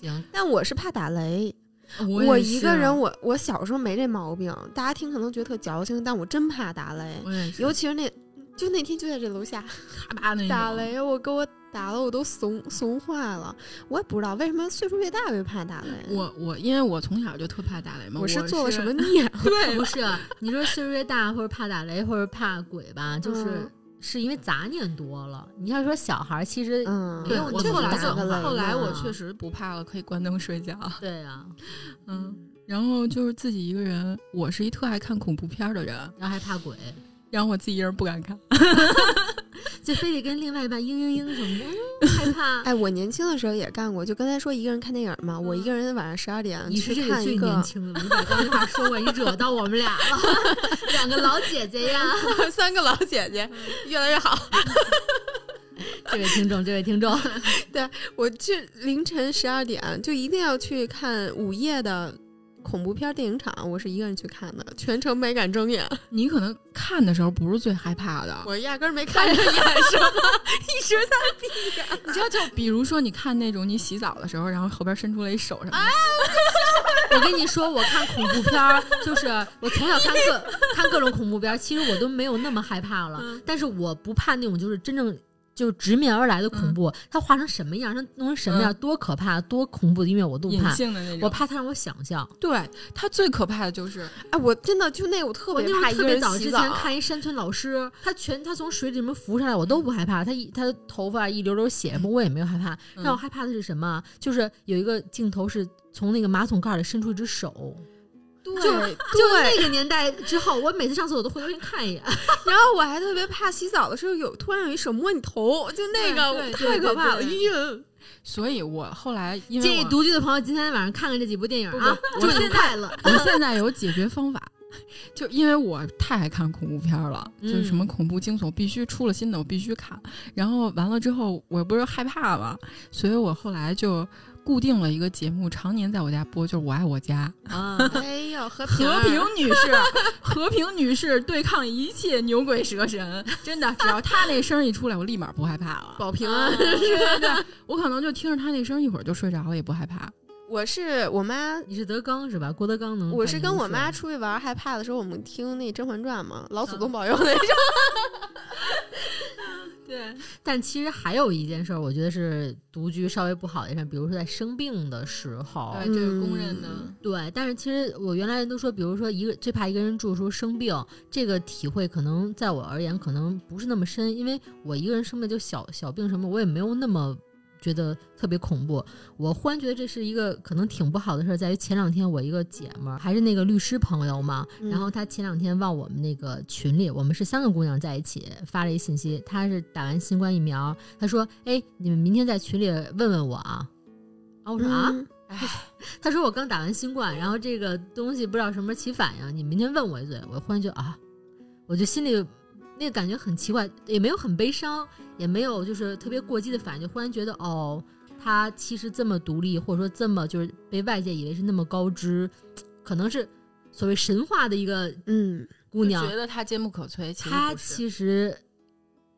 S2: 行，
S3: 但我是怕打雷，
S1: 我
S3: 我
S1: 也
S3: 一
S1: 是啊
S3: 个人，，我我小时候没这毛病，大家听可能觉得特矫情，但我真怕打雷，
S1: 我也是哎
S3: 尤其是那，就那天就在这楼下
S1: 咔吧那
S3: 打
S1: 种，
S3: 雷，我给我打了，我都怂怂坏了。我也不知道为什么岁数越大越怕打雷。
S1: 我我因为我从小就特怕打雷嘛，
S3: 我
S1: 我
S3: 是
S1: 是
S3: 做了什么？孽？
S1: 对
S2: 不，是，啊你说岁数越大，或者怕打雷，或者怕鬼吧，就是、
S3: 嗯
S2: 是因为杂念多了。你要说小孩儿，其实、
S3: 嗯，
S1: 对
S2: 没有
S1: 我
S2: 这
S1: 后
S2: 么
S1: 来
S2: 大
S1: 就
S2: 的雷
S1: 后来我
S3: 啊
S2: 呢
S1: 确实不怕了，可以关灯睡觉。
S2: 对啊，
S1: 嗯，然后就是自己一个人，我是一特爱看恐怖片儿的人，
S2: 然后还怕鬼，
S1: 然后我自己一人不敢看。
S2: 就非得跟另外一半嘤嘤嘤什么的，嗯害 怕。
S3: 哎，我年轻的时候也干过，就刚才说一个人看电影嘛，我一个人晚上十二点
S2: 你是
S3: 去
S2: 这
S3: 看
S2: 里
S3: 一
S2: 最
S3: 个
S2: 年轻的，你把刚才话说完，你惹到我们俩了， 两个老姐姐呀！
S3: 三个老姐姐，越来越好。
S2: 这位听众，这位听 众，
S3: 我这凌晨十二点就一定要去看午夜的恐怖片电影场，我是一个人去看的，全程没敢睁眼，
S1: 你可能看的时候不是最害怕的，
S3: 我压根儿没看着眼 什么，一直在闭着。
S1: 你知道，就比如说你看那种你洗澡的时候，然后后边伸出了一手什么的，
S3: 啊
S2: 我跟你说，我看恐怖片儿，就是我从小看各看各种恐怖片儿，其实我都没有那么害怕了。
S3: 嗯
S2: 但是我不怕那种就是真正就直面而来的恐怖，它画成什么样，它弄成什么样，多可怕、多恐怖的音乐我都不
S1: 隐
S2: 怕。
S1: 性的那种。
S2: 我怕它让我想象。
S1: 对他最可怕的就是
S3: 哎，我真的就那我特
S2: 我
S3: 别
S2: 那会
S3: 怕
S2: 儿
S3: 一
S2: 特
S3: 个
S2: 别
S3: 人
S2: 早
S3: 洗
S2: 之前看一山村老师，他全他从水里面浮上来，我都不害怕。他一他的头发一流流血什么，我也没有害怕。
S1: 嗯
S2: 让我害怕的是什么？就是有一个镜头是从那个马桶盖里伸出一只手。
S3: 对
S2: 就就
S3: 对，
S2: 那个年代之后，我每次上厕所都回头先看一眼。
S3: 然后我还特别怕洗澡的时候有突然有一手摸你头，就那个
S1: 对对
S3: 我
S1: 对
S3: 太可怕了，哎
S1: 对对
S3: 晕。
S1: 所以我后来因为
S2: 建议
S1: 我
S2: 独居的朋友今天晚上看看这几部电影啊，
S1: 不不
S2: 祝
S1: 我
S2: 你
S1: 现在
S2: 快乐。
S1: 我现在有解决方法，就因为我太爱看恐怖片了，就是
S3: 嗯
S1: 什么恐怖惊悚必须出了新的我必须看，然后完了之后我不是害怕嘛，所以我后来就固定了一个节目，常年在我家播，就是《我爱我家
S2: 啊，
S3: 哎呦，和》，平
S1: 和
S3: 安
S1: 平女 士，和平女士对抗一切牛鬼蛇神，真的，只要她那声一出来，我立马不害怕了。
S3: 保平安。
S1: 对对对，我可能就听着她那声一会儿就睡着了，也不害怕。
S3: 我是我妈
S2: 你是德纲是吧？郭德纲能嗯带你入睡？
S3: 我是跟我妈出去玩，害怕的时候，我们听那《甄嬛传》嘛，老祖宗保佑那种。对，
S2: 但其实还有一件事儿，我觉得是独居稍微不好的一件事，比如说在生病的时候。
S1: 对，这是公认的。
S3: 嗯
S2: 对，但是其实我原来人都说，比如说一个最怕一个人住的时候生病，这个体会可能在我而言可能不是那么深，因为我一个人生病就小小病什么，我也没有那么觉得特别恐怖。我忽然觉得这是一个可能挺不好的事儿，在于前两天我一个姐们儿还是那个律师朋友嘛，
S3: 嗯
S2: 然后她前两天往我们那个群里，我们是三个姑娘在一起发了一信息，她是打完新冠疫苗，她说：“哎，你们明天在群里问问我啊。”啊，我说啊，
S3: 嗯
S2: 他说我刚打完新冠，然后这个东西不知道什么时候起反应，你明天问我一嘴。我忽然觉得啊，我就心里那个感觉很奇怪，也没有很悲伤，也没有就是特别过激的反应，就忽然觉得哦，他其实这么独立，或者说这么就是被外界以为是那么高知，可能是所谓神话的一个
S3: 嗯，
S2: 姑娘
S1: 就，觉得她坚不可摧，其实
S2: 她
S1: 不是
S2: 其实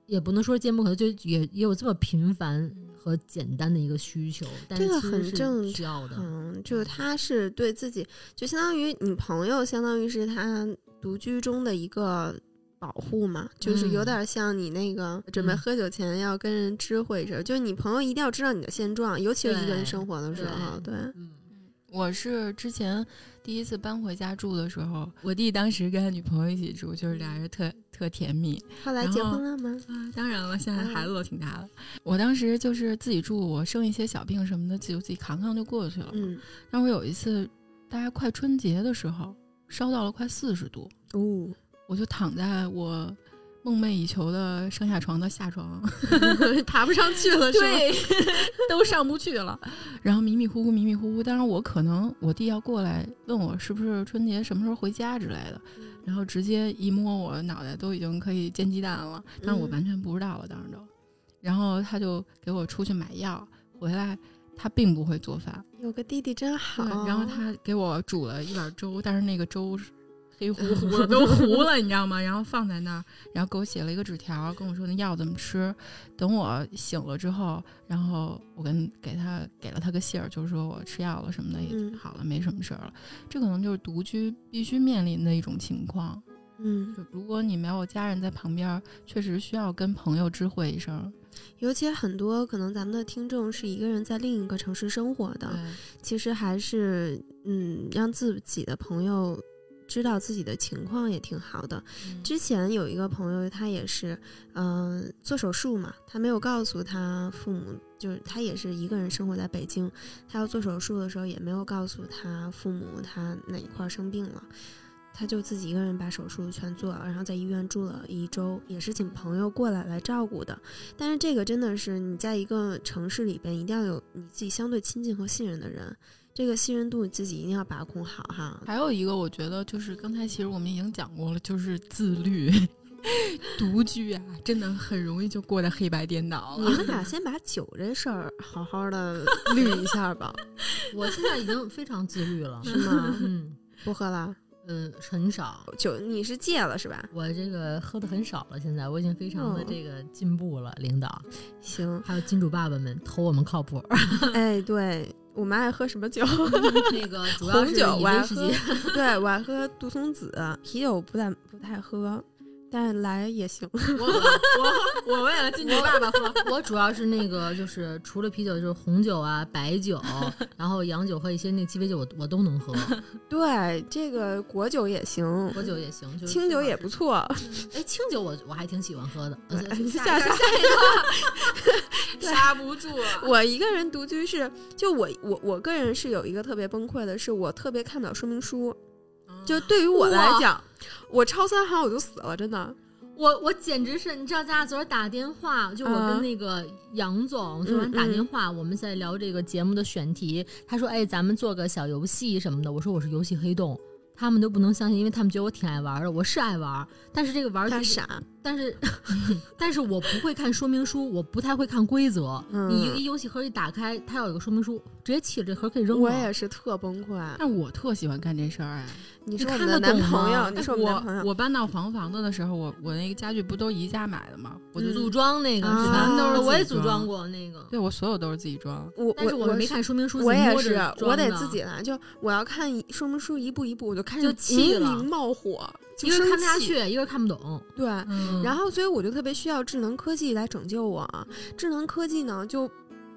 S2: 也不能说坚不可摧，就也也有这么频繁和简单的一个需求，但
S3: 这
S2: 是
S3: 个
S2: 其
S3: 很
S2: 实是
S3: 正
S2: 需要的。
S3: 嗯，就是他是对自己，就相当于你朋友，相当于是他独居中的一个。保护嘛，就是
S2: 嗯
S3: 有点像你那个准备
S2: 嗯
S3: 喝酒前要跟人知会一声，就是你朋友一定要知道你的现状，尤其是一个人
S2: 对
S3: 生活的时候，对，
S2: 嗯。
S1: 我是之前第一次搬回家住的时候，我弟当时跟他女朋友一起住，就是俩人特特甜蜜
S3: 后来
S1: 然
S3: 结
S1: 后
S3: 婚了吗？
S1: 啊。当然了，现在孩子都挺大了。我当时就是自己住，我生一些小病什么的，就自己扛扛就过去了。
S3: 嗯，
S1: 但我有一次，大概快春节的时候，烧到了快四十度，
S3: 哦，
S1: 我就躺在我梦寐以求的上下床的下床，
S3: 爬不上 去了是吗？
S1: 对，都上不去了。然后迷迷糊糊，迷迷糊糊。当然，我可能我弟要过来问我是不是春节什么时候回家之类的，然后直接一摸我脑袋都已经可以煎鸡蛋了，但是我
S3: 嗯
S1: 完全不知道了，当时都。然后他就给我出去买药，回来他并不会做饭，
S3: 有个弟弟真好。
S1: 哦然后他给我煮了一碗粥，但是那个粥是 黑乎乎的都 糊了，你知道吗？然后放在那儿，然后给我写了一个纸条，跟我说那药怎么吃。等我醒了之后，然后我跟给他给了他个信儿，就是说我吃药了什么的也
S3: 嗯
S1: 好了，没什么事儿了。这可能就是独居必须面临的一种情况。
S3: 嗯，
S1: 就如果你没有家人在旁边儿，确实需要跟朋友知会一声。
S3: 尤其很多可能咱们的听众是一个人在另一个城市生活的，其实还是嗯，让自己的朋友知道自己的情况也挺好的。
S1: 嗯
S3: 之前有一个朋友，他也是，嗯、做手术嘛，他没有告诉他父母，就是他也是一个人生活在北京，他要做手术的时候也没有告诉他父母他哪一块儿生病了。他就自己一个人把手术全做了，然后在医院住了一周，也是请朋友过来来照顾的。但是这个真的是你在一个城市里边，一定要有你自己相对亲近和信任的人，这个信任度你自己一定要把控好哈。
S1: 还有一个，我觉得就是刚才其实我们已经讲过了，就是自律、 独居啊，真的很容易就过得黑白颠倒
S3: 你
S1: 了。
S3: 们俩先把酒这事儿好好的捋一下 吧，
S2: 我现在已经非常自律了，
S3: 是吗？
S2: 嗯
S3: 不喝了，
S2: 嗯，很少，
S3: 酒你是戒了是吧？
S2: 我这个喝的很少了，现在我已经非常
S1: 嗯
S2: 的这个进步了，领导，
S3: 行
S2: 还有金主爸爸们投我们靠谱，
S3: 哎，对我们爱喝什么酒？
S2: 那个 主要是
S3: 红酒
S2: 以
S3: 我爱
S2: 威士
S3: 喝
S2: 忌，，
S3: 对我爱喝杜松子，啤酒不太不太喝，但是来也行。
S1: 我我我为了进去爸爸喝，
S2: 我主要是那个就是除了啤酒就是红酒啊、白酒，然后洋酒和一些那鸡尾酒我我都能喝，
S3: 对，这个果酒也行，
S2: 果酒也行，嗯就是
S3: 清酒也不错。
S2: 哎，清酒我我还挺喜欢喝的，呃
S3: 对
S1: 下
S3: 下
S1: 哎下
S3: 下
S1: 一个 刹不住了。
S3: 我一个人独居是，就我我我个人是有一个特别崩溃的，是我特别看不了说明书。就对于我来
S2: 哦哇
S3: 讲，我超三行我就死了，真的。
S2: 我我简直是，你知道，咱俩昨儿打电话，就我跟
S3: 嗯
S2: 那个杨总昨晚打电话，我们在聊这个节目的选题，他说，哎，咱们做个小游戏什么的，我说我是游戏黑洞。他们都不能相信，因为他们觉得我挺爱玩的。我是爱玩，但是这个玩
S3: 他
S2: 就是，
S3: 傻，
S2: 但是， 但是我不会看说明书，我不太会看规则。
S3: 嗯
S2: 你一个游戏盒一打开，它要有个说明书，直接弃了，这盒可以扔了。
S3: 我也是特崩溃。
S1: 但我特喜欢干这事儿哎！
S3: 你
S2: 你
S3: 是我们
S2: 看得
S3: 的男
S2: 懂
S3: 朋
S2: 吗
S3: 哦友，你是我们男朋
S1: 我
S3: 友。
S1: 我搬到黄房子的时候，我我那个家具不都宜家买的吗？我就
S2: 组
S1: 住，
S2: 装那个，
S3: 嗯啊
S2: 全都是我也
S1: 自己
S2: 组
S1: 装
S2: 装过那个，
S1: 对我所有都是自己装。
S3: 我
S2: 但是
S3: 我
S2: 我是没
S3: 是
S2: 看说明书，
S3: 我
S2: 自己
S3: 也
S2: 摸着
S3: 是，我
S2: 装
S3: 得
S2: 的
S3: 自己来。就我要看一说明书一步一步，我就开
S2: 就
S3: 始
S2: 气
S3: 迷
S2: 了
S3: 迷冒火，就
S2: 一个
S3: 生
S2: 看不下
S3: 气。
S2: 去，一个看不懂。
S3: 对，
S1: 嗯
S3: 然后所以我就特别需要智能科技来拯救我。智能科技呢，就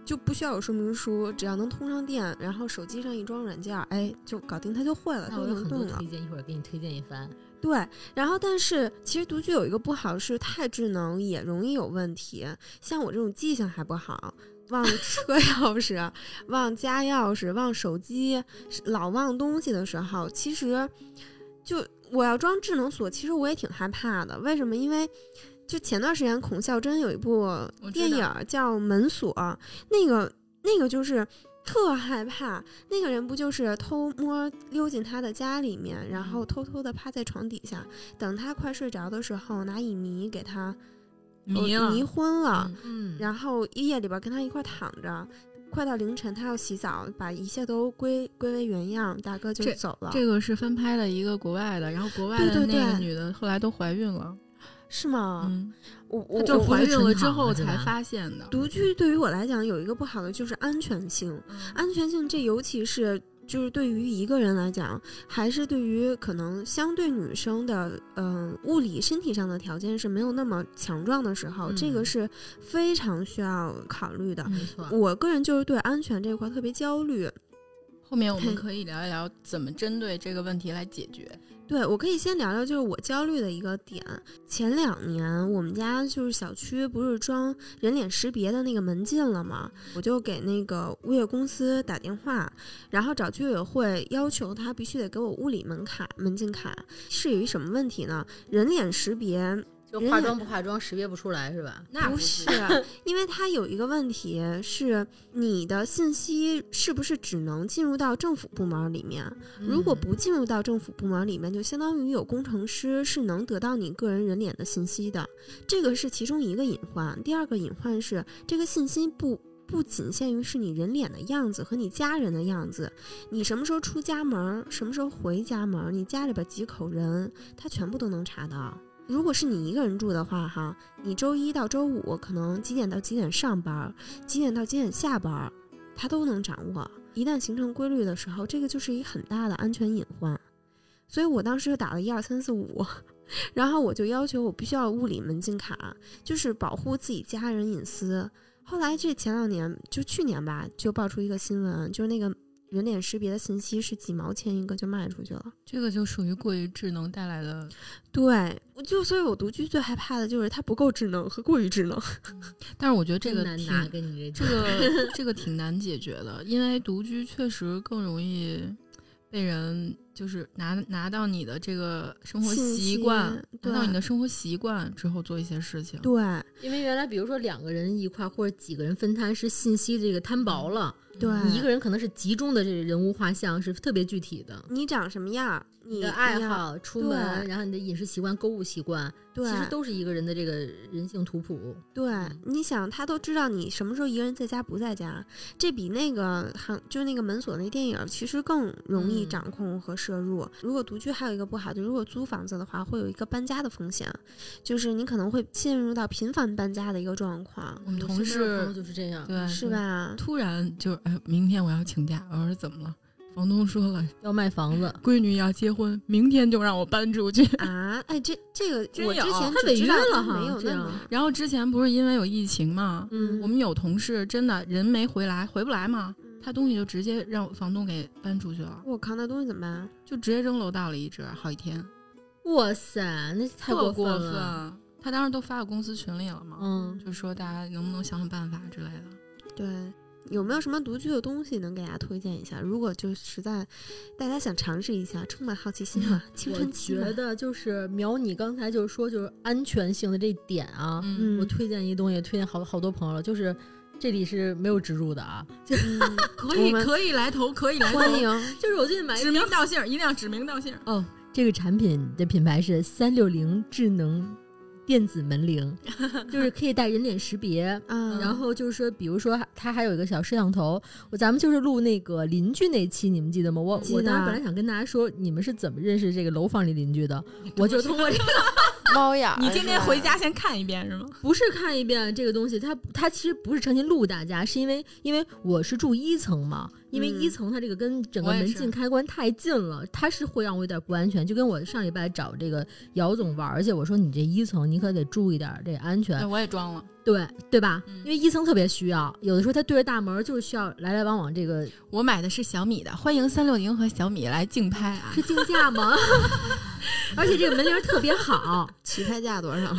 S3: 就不需要有说明书，只要能通上电，然后手机上一装软件儿，哎，就搞定它就会了，
S2: 那
S3: 就
S2: 我有
S3: 能
S2: 很多
S3: 动了
S2: 推。荐，一会儿给你推荐一番。
S3: 对，然后但是其实独居有一个不好是太智能也容易有问题，像我这种记性还不好，忘车钥匙、 忘家钥匙、忘手机，老忘东西的时候，其实就我要装智能锁，其实我也挺害怕的。为什么？因为就前段时间孔孝真有一部
S1: 我知
S3: 电
S1: 道
S3: 影儿叫《门锁》，那个那个就是特害怕，那个人不就是偷摸溜进他的家里面，然
S1: 嗯
S3: 后偷偷的趴在床底下，等他快睡着的时候，拿乙醚给他
S1: 迷
S3: 呃
S1: 了，
S3: 迷昏了，
S2: 嗯，
S3: 然后夜里边跟他一块躺着。快到凌晨，他要洗澡，把一切都归归为原样，大哥就
S1: 这
S3: 走了，
S1: 这个是翻拍了一个国外的，然后国外
S3: 对
S1: 的
S3: 对
S1: 那个
S3: 对
S1: 女的后来都怀孕了。
S3: 是吗？
S1: 嗯，
S3: 我
S1: 她
S3: 我
S1: 就
S3: 我
S1: 怀孕了之
S2: 我
S1: 后
S2: 知道
S1: 才发现的。
S3: 独居对于我来讲有一个不好的就是安全性，
S1: 嗯
S3: 安全性这尤其是就是对于一个人来讲，还是对于可能相对女生的嗯、呃物理身体上的条件是没有那么强壮的时候，这
S2: 嗯
S3: 个是非常需要考虑的。
S2: 没错，
S1: 嗯
S3: 我个人就是对安全这块特别焦虑，
S1: 后面我们
S3: 嘿
S1: 可以聊一聊怎么针对这个问题来解决。
S3: 对，我可以先聊聊，就是我焦虑的一个点。前两年我们家就是小区不是装人脸识别的那个门禁了吗？我就给那个物业公司打电话，然后找居委会要求他必须得给我屋里门卡、门禁卡。是有一什么问题呢？人脸识别
S2: 就
S3: 人
S2: 化
S3: 也
S2: 妆不化妆识别不出来是吧？
S1: 那
S3: 不是，因为它有一个问题是，你的信息是不是只能进入到政府部门里面？如果
S2: 嗯，
S3: 不进入到政府部门里面，就相当于有工程师是能得到你个人人脸的信息的，这个是其中一个隐患。第二个隐患是这个信息不不仅限于是你人脸的样子和你家人的样子，你什么时候出家门儿，什么时候回家门儿，你家里边几口人，他全部都能查到。如果是你一个人住的话，哈，你周一到周五可能几点到几点上班，几点到几点下班，他都能掌握。一旦形成规律的时候，这个就是一很大的安全隐患。所以我当时就打了一二三四五， 然后我就要求我必须要物理门禁卡，就是保护自己家人隐私。后来这前两年，就去年吧，就爆出一个新闻，就是那个人脸识别的信息是几毛钱一个就卖出去了。
S1: 这个就属于过于智能带来的。
S3: 对，我就所以，我独居最害怕的就是它不够智能和过于智能。
S1: 但是我觉得这个
S2: 真难
S1: 挺
S2: 拿给你这
S1: 这个这个挺难解决的，因为独居确实更容易被人就是拿拿到你的这个生活
S3: 信
S1: 习
S3: 息
S1: 惯，拿
S3: 对
S1: 到你的生活习惯之后做一些事情。
S3: 对
S2: 因为原来比如说两个人一块儿或者几个人分摊，是信息这个摊薄了，
S3: 对，
S2: 你一个人可能是集中的这个人物画像是特别具体的。
S3: 你长什么样儿，你
S2: 你的爱
S3: 要，
S2: 好、出
S3: 对
S2: 门，然后你的饮食习惯、购物习惯，
S3: 对，
S2: 其实都是一个人的这个人性图谱。
S3: 对，
S2: 嗯
S3: 你想，他都知道你什么时候一个人在家不在家，这比那个韩就是那个门锁那电影其实更容易
S2: 嗯
S3: 掌控和摄入。如果独居还有一个不好的，如果租房子的话，会有一个搬家的风险，就是你可能会进入到频繁搬家的一个状况，
S1: 我们同
S2: 身边的朋友
S1: 事
S2: 就是这样，
S1: 对
S3: 是？吧？
S1: 突然就哎，明天我要请假，我说怎么了？房东说了，
S2: 要卖房子，
S1: 闺女要结婚，明天就让我搬出去。
S3: 啊，哎，这 这个
S1: 真
S3: 我
S1: 有
S3: 之前
S2: 他
S3: 只
S2: 违
S3: 知
S2: 约
S3: 道
S2: 了
S3: 他
S2: 哈
S3: 没有
S2: 这
S3: 那
S2: 样
S3: 么
S1: 然后之前不是因为有疫情嘛，
S2: 嗯
S1: 我们有同事真的人没回来，回不来嘛，
S3: 嗯
S1: 他东西就直接让房东给搬出去了，
S3: 我靠，那东西怎么办啊？
S1: 就直接扔楼道里一直啊好几天。
S2: 哇塞，那太
S1: 特
S2: 分
S1: 过
S2: 了。
S1: 分。他当时都发到公司群里了嘛，
S2: 嗯，
S1: 就说大家能不能想想办法之类的。
S3: 对，有没有什么独居的东西能给大家推荐一下？如果就实在大家想尝试一下，充满好奇心啊，青
S2: 嗯我
S3: 春期嘛
S2: 觉，得就是苗，你刚才就是说就是安全性的这一点啊，
S1: 嗯，
S2: 我推荐一东西，推荐好好多朋友了，就是这里是没有植入的啊，
S3: 嗯
S1: 可
S3: 我们
S1: 可以来投，可以来
S3: 欢 迎，哦
S2: 就是我最近买一个
S1: 名道姓，一定要指名道姓。
S2: 哦，这个产品的品牌是三六零智能电子门铃， 就是可以带人脸识 别。
S3: 嗯，
S2: 然后就是说，比如说它还有一个小摄像头，我咱们就是录那个邻居那期，你们记得吗？我
S3: 记
S2: 我
S3: 得
S2: 当时本来想跟大家说，你们是怎么认识这个楼房里邻居的，我就通 过这个，
S4: 猫眼儿，是吧
S1: 家先看一遍是吗？
S2: 不是看一遍这个东西，它它其实不是诚心录大家，是因为因为我是住一层嘛，因为
S3: 嗯
S2: 一层它这个跟整个
S1: 我也
S2: 门
S1: 是
S2: 禁开关太近了，它是会让我有点不安全。就跟我上礼拜找这个姚总玩儿去，我说你这一层你可得注意点儿这个安全
S1: 对，，我也装了。
S2: 对对吧？
S1: 嗯
S2: 因为一层特别需要，有的时候它对着大门就是需要来来往往，这 个
S1: 我买的是小米的，欢迎三六零和小米来竞拍啊！
S2: 是竞价吗？ 而且这个门铃儿特别 好，
S3: 起拍价多少？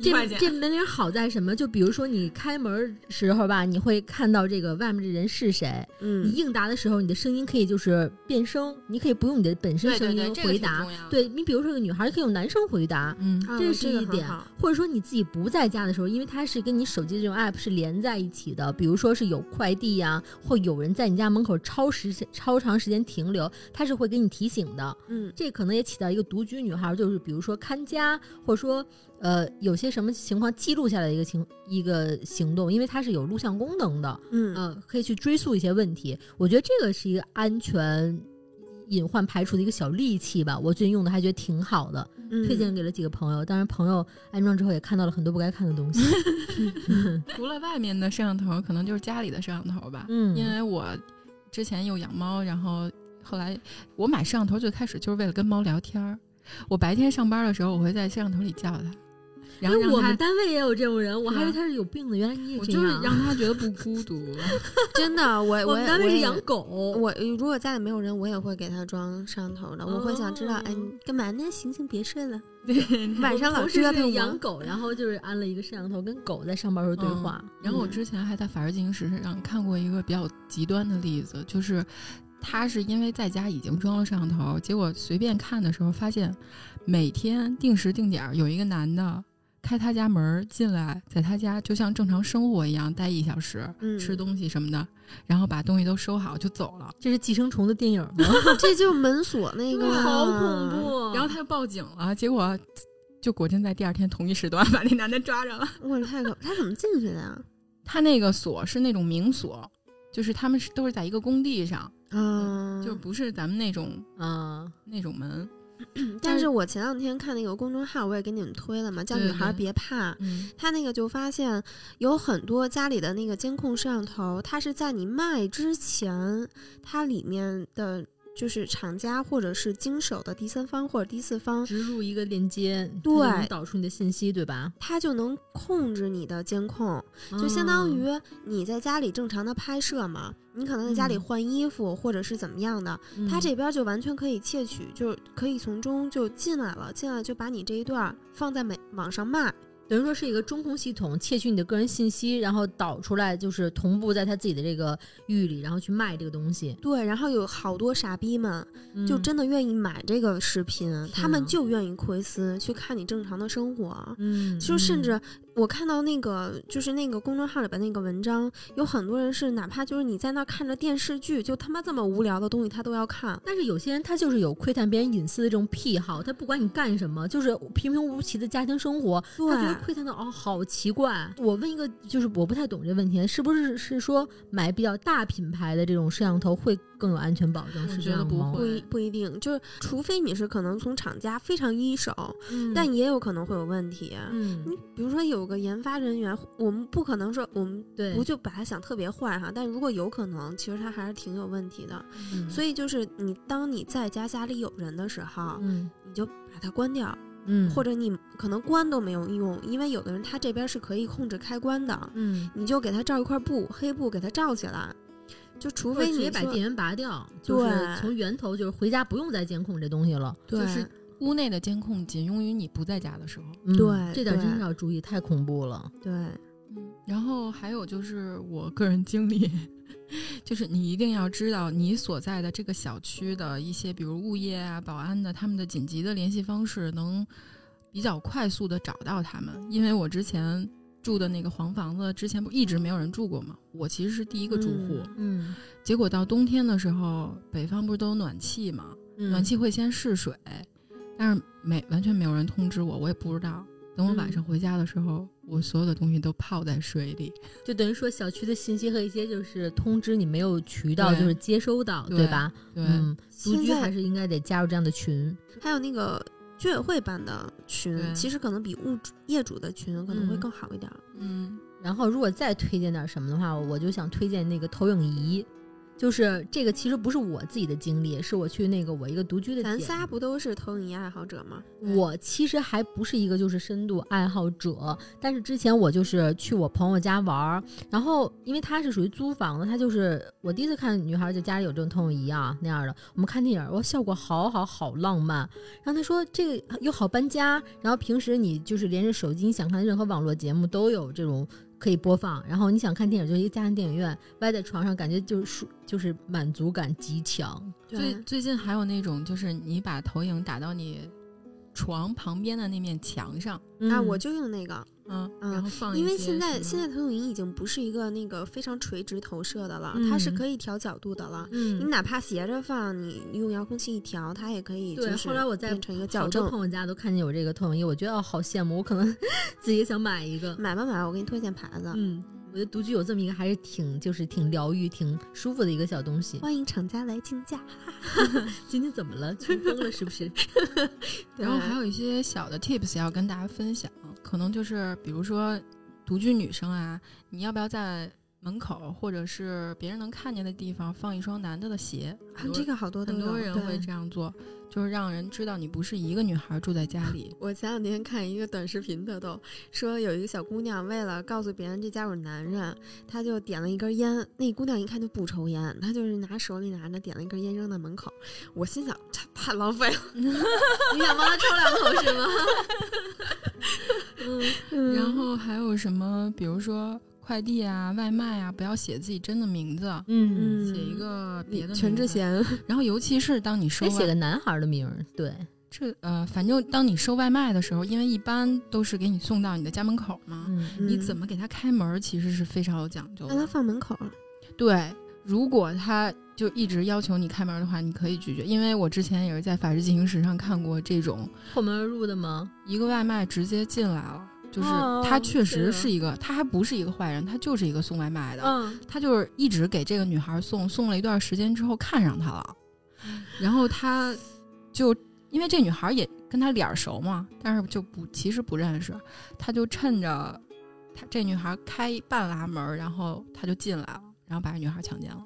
S2: 这这门铃好在什么？就比如说你开门时候吧，你会看到这个外面这人是谁。你
S3: 嗯，
S2: 应答的时候，你的声音可以就是变声，你可以不用你的本身
S1: 对
S2: 声
S1: 对对，
S2: 音
S1: 这个
S2: 回
S1: 挺
S2: 答。
S1: 重要的。
S2: 对你，比如说一个女孩可以用男声回答，
S1: 嗯，
S3: 啊
S2: 这
S3: 我
S2: 是
S3: 这个
S2: 一
S3: 很
S2: 点
S3: 好。
S2: 或者说你自己不在家的时候，因为它是跟你手机的这种 app 是连在一起的，比如说是有快递呀、或有人在你家门口超时超长时间停留，它是会给你提醒的。
S3: 嗯，
S2: 这可能也起到一个独居女孩，就是比如说看家，或者说呃有些什么情况记录下来的一个情一个行动，因为它是有录像功能的。
S3: 嗯，
S2: 嗯，可以去追溯一些问题。我觉得这个是一个安全隐患排除的一个小利器吧。我最近用的还觉得挺好的，
S3: 嗯
S2: 推荐给了几个朋友。当然，朋友安装之后也看到了很多不该看的东西。
S1: 除了外面的摄像头，可能就是家里的摄像头吧。
S2: 嗯
S1: 因为我之前又养猫，然后后来我买摄像头最开始就是为了跟猫聊天儿。我白天上班的时候，我会在摄像头里叫它，然
S2: 因
S1: 后
S2: 为我
S1: 让
S2: 们
S1: 它，啊
S2: 单位也有这种人，我还以
S1: 是
S2: 为
S1: 吧
S2: 他是有病的，原来你也
S1: 我
S2: 这
S1: 就是
S2: 样。
S1: 让它觉得 不孤独。
S3: 真的，我
S2: 我
S3: 我
S2: 们
S3: 也
S2: 单位
S3: 我
S2: 是
S3: 也
S2: 养狗，
S3: 我如果家里没有人，我也会给他装摄像头的。我会想知道，哎，你干嘛呢？醒醒，别睡了，晚上老
S2: 同事
S3: 折
S2: 是
S3: 腾
S2: 养
S3: 我。
S2: 狗，然后就是安了一个摄像头，跟狗在上班时候对
S1: 嗯
S2: 话。
S1: 然后我
S3: 嗯
S1: 之前还在《法制进行时》上看过一个比较极端的例子，就是他是因为在家已经装了摄像头，结果随便看的时候发现，每天定时定点儿有一个男的开他家门儿进来，在他家就像正常生活一样待一小时，
S3: 嗯
S1: 吃东西什么的，然后把东西都收好就走了。
S2: 这是寄生虫的电影吗？
S3: 这就是门锁那个，
S2: 好恐。
S3: 嗯
S2: 怖！
S1: 然后他就报警了，结果就果真在第二天同一时段把那男的抓着了。
S3: 哎哇，太可，他怎么进去的呀？
S1: 他那个锁是那种明锁，就是他们是都是在一个工地上，
S3: 嗯
S1: 就不是咱们那种
S2: 嗯，
S1: 那种门。
S3: 但是我前两天看那个公众号，我也给你们推了嘛，叫“
S1: 对
S3: 女
S1: 对
S3: 孩别怕”，
S1: 嗯，
S3: 他那个就发现有很多家里的那个监控摄像头，它是在你卖之前，它里面的就是厂家或者是经手的第三方或者第四方，
S2: 植入一个链接，
S3: 对
S2: 它就能导出你的信息，对吧？
S3: 它就能控制你的监控，就相
S2: 哦
S3: 当于你在家里正常的拍摄嘛，你可能在家里
S2: 嗯
S3: 换衣服或者是怎么样的，
S2: 嗯
S3: 它这边就完全可以窃取，就可以从中就进来了，进来就把你这一段儿放在美网上卖。
S2: 等于说是一个中控系统，窃取你的个人信息，然后导出来，就是同步在他自己的这个域里，然后去卖这个东西，
S3: 对，然后有好多傻逼们，就
S2: 嗯
S3: 真的愿意买这个视频，他
S2: 啊
S3: 们就愿意窥私去看你正常的生活。
S2: 嗯，
S3: 就甚
S2: 嗯
S3: 至我看到那个，就是那个公众号里边那个文章，有很多人是哪怕就是你在那看着电视剧，就他妈这么无聊的东西他都要看。
S2: 但是有些人他就是有窥探别人隐私的这种癖好，他不管你干什么，就是平平无奇的家庭生活，
S3: 对
S2: 他觉得窥探到哦好奇怪。我问一个，就是我不太懂这问题，是不是是说买比较大品牌的这种摄像头会更有安全保障？
S1: 我
S2: 是
S1: 觉
S2: 这
S1: 得
S2: 样
S1: 不
S2: 吗？
S1: 会
S3: 不一不一定，就是除非你是可能从厂家非常一手，
S2: 嗯
S3: 但也有可能会有问题。
S2: 嗯，
S3: 你比如说有个研发人员，我们不可能说我们
S2: 对，
S3: 不就把他想特别坏哈，但如果有可能，其实他还是挺有问题的。
S2: 嗯
S3: 所以就是你当你在家家里有人的时候，
S2: 嗯
S3: 你就把它关掉，
S2: 嗯，
S3: 或
S2: 者
S3: 者你可能关都没有用，因为有的人他这边是可以控制开关的，
S2: 嗯，
S3: 你就给他罩一块布，黑布给他罩起来，就除
S2: 或者
S3: 非
S2: 直
S3: 你
S2: 接把
S3: 说
S2: 电源拔掉，就是
S3: 对
S2: 从源头，就是回家不用再监控这东西了。
S3: 对、
S1: 就是屋内的监控仅用于你不在家的时候。
S2: 嗯
S3: 对
S2: 这点真
S3: 对
S2: 是要注意，太恐怖了。
S3: 对，
S1: 嗯，然后还有就是我个人经历， 就是你一定要知道你所在的这个小区的一些，比如物业啊、保安的他们的紧急的联系方式，能比较快速的找到他们。因为我之前住的那个黄房子，之前不一直没有人住过嘛，我其实是第一个住户。
S3: 嗯
S2: 嗯，
S1: 结果到冬天的时候，北方不是都有暖气嘛，暖
S3: 嗯
S2: 暖
S1: 气会先试水，但是没完全没有人通知我，我也不知道。等我
S3: 嗯
S1: 晚上回家的时候，我所有的东西都泡在水里。
S2: 就等于说小区的信息和一些就是通知你没有渠道，
S1: 对
S2: 就是接收到，
S1: 对
S2: 吧？
S1: 对，
S2: 嗯，独
S3: 现
S2: 居
S3: 在
S2: 还是应该得加入这样的群。
S3: 还有那个居委会办的群，
S1: 对
S3: 其实可能比物主业主的群可能会
S2: 嗯
S3: 更好一点。
S1: 嗯，
S2: 然后如果再推荐点什么的话，我就想推荐那个投影仪。就是这个，其实不是我自己的经历，是我去那个我一个独居的
S3: 咱
S2: 姐
S3: 仨不都是投影仪爱好者吗？
S2: 我其实还不是一个就是深度爱好者，但是之前我就是去我朋友家玩儿，然后因为他是属于租房的，他就是我第一次看女孩儿就家里有这种投影仪啊那样的，我们看电影儿，哇，效果好好好浪漫。然后他说这个又好搬家，然后平时你就是连着手机你想看任何网络节目都有这种。可以播放，然后你想看电影就一个家庭电影院，歪在床上，感觉就是舒就是满足感极强。
S1: 最最近还有那种，就是你把投影打到你床旁边的那面墙上，
S3: 啊，
S2: 嗯
S3: 我就用那个，
S1: 嗯，
S3: 嗯
S1: 然后放一
S3: 因
S1: 些什么，
S3: 为现在现在投影仪已经不是一个那个非常垂直投射的了，它是
S2: 嗯
S3: 可以调角度的了。你
S2: 嗯，
S3: 哪怕斜着放，你用遥控器一调，它也可以
S2: 对
S3: 就
S2: 后
S3: 是
S2: 来我在
S3: 变成一个
S2: 好
S3: 校
S2: 多
S3: 正。
S2: 朋友家都看见有这个投影仪，我觉得哦好羡慕，我可能 自己也想买一个。
S3: 买吧买吧，我给你推荐牌子，
S2: 嗯，我觉得独居有这么一个还是挺就是挺疗愈、挺舒服的一个小东西。
S3: 欢迎厂家来竞价。
S2: 今天怎么了？穷疯了是不是？
S1: 然后
S3: 对
S1: 还有一些小的 tips 要跟大家分享，可能就是比如说独居女生啊，你要不要在门口或者是别人能看见的地方放一双男的的鞋？
S3: 啊
S1: 很多
S3: 这个好多都
S1: 很多
S3: 有
S1: 人
S3: 对。
S1: 会这样做，就是让人知道你不是一个女孩住在家里
S3: 我前两天看一个短视频，特逗，说有一个小姑娘为了告诉别人这家有男人，她就点了一根烟。那姑娘一看就不抽烟，她就是拿手里拿着点了一根烟扔在门口。我心想，这太浪 费了。
S2: 你想帮他抽两口 是吗？
S3: 嗯
S1: 然后还有什么，比如说快递啊、外卖啊，不要写自己真的名字，
S2: 嗯，
S3: 嗯
S1: 写一个别的
S3: 全
S1: 名
S3: 智
S1: 字。
S3: 贤，哎
S1: 然后尤其是当你收
S2: 得哎写
S1: 外
S2: 个男孩儿的名儿，对，
S1: 这呃，反正当你收外卖的时候，因为一般都是给你送到你的家门口嘛，
S2: 嗯
S1: 你
S3: 嗯
S1: 怎么给他开门儿其实是非常有讲究
S3: 让她
S1: 的。
S3: 放门口。
S1: 对，如果他就一直要求你开门儿的话，你可以拒绝，因为我之前也是在《法制进行时》上看过这种
S2: 破门而入的吗？
S1: 一个外卖直接进来了，就是
S3: 哦
S1: 他确
S3: 这
S1: 实
S3: 个
S1: 是一个，他还不是一个坏人，他就是一个送外卖的，
S3: 嗯，
S1: 他就是一直给这个女孩送，送了一段时间之后看上她了，
S2: 嗯
S1: 然后他就因为这女孩也跟他脸儿熟嘛，但是就不其实不认识，他就趁着他这女孩开半拉门儿，然后他就进来了，然后把这女孩强奸了。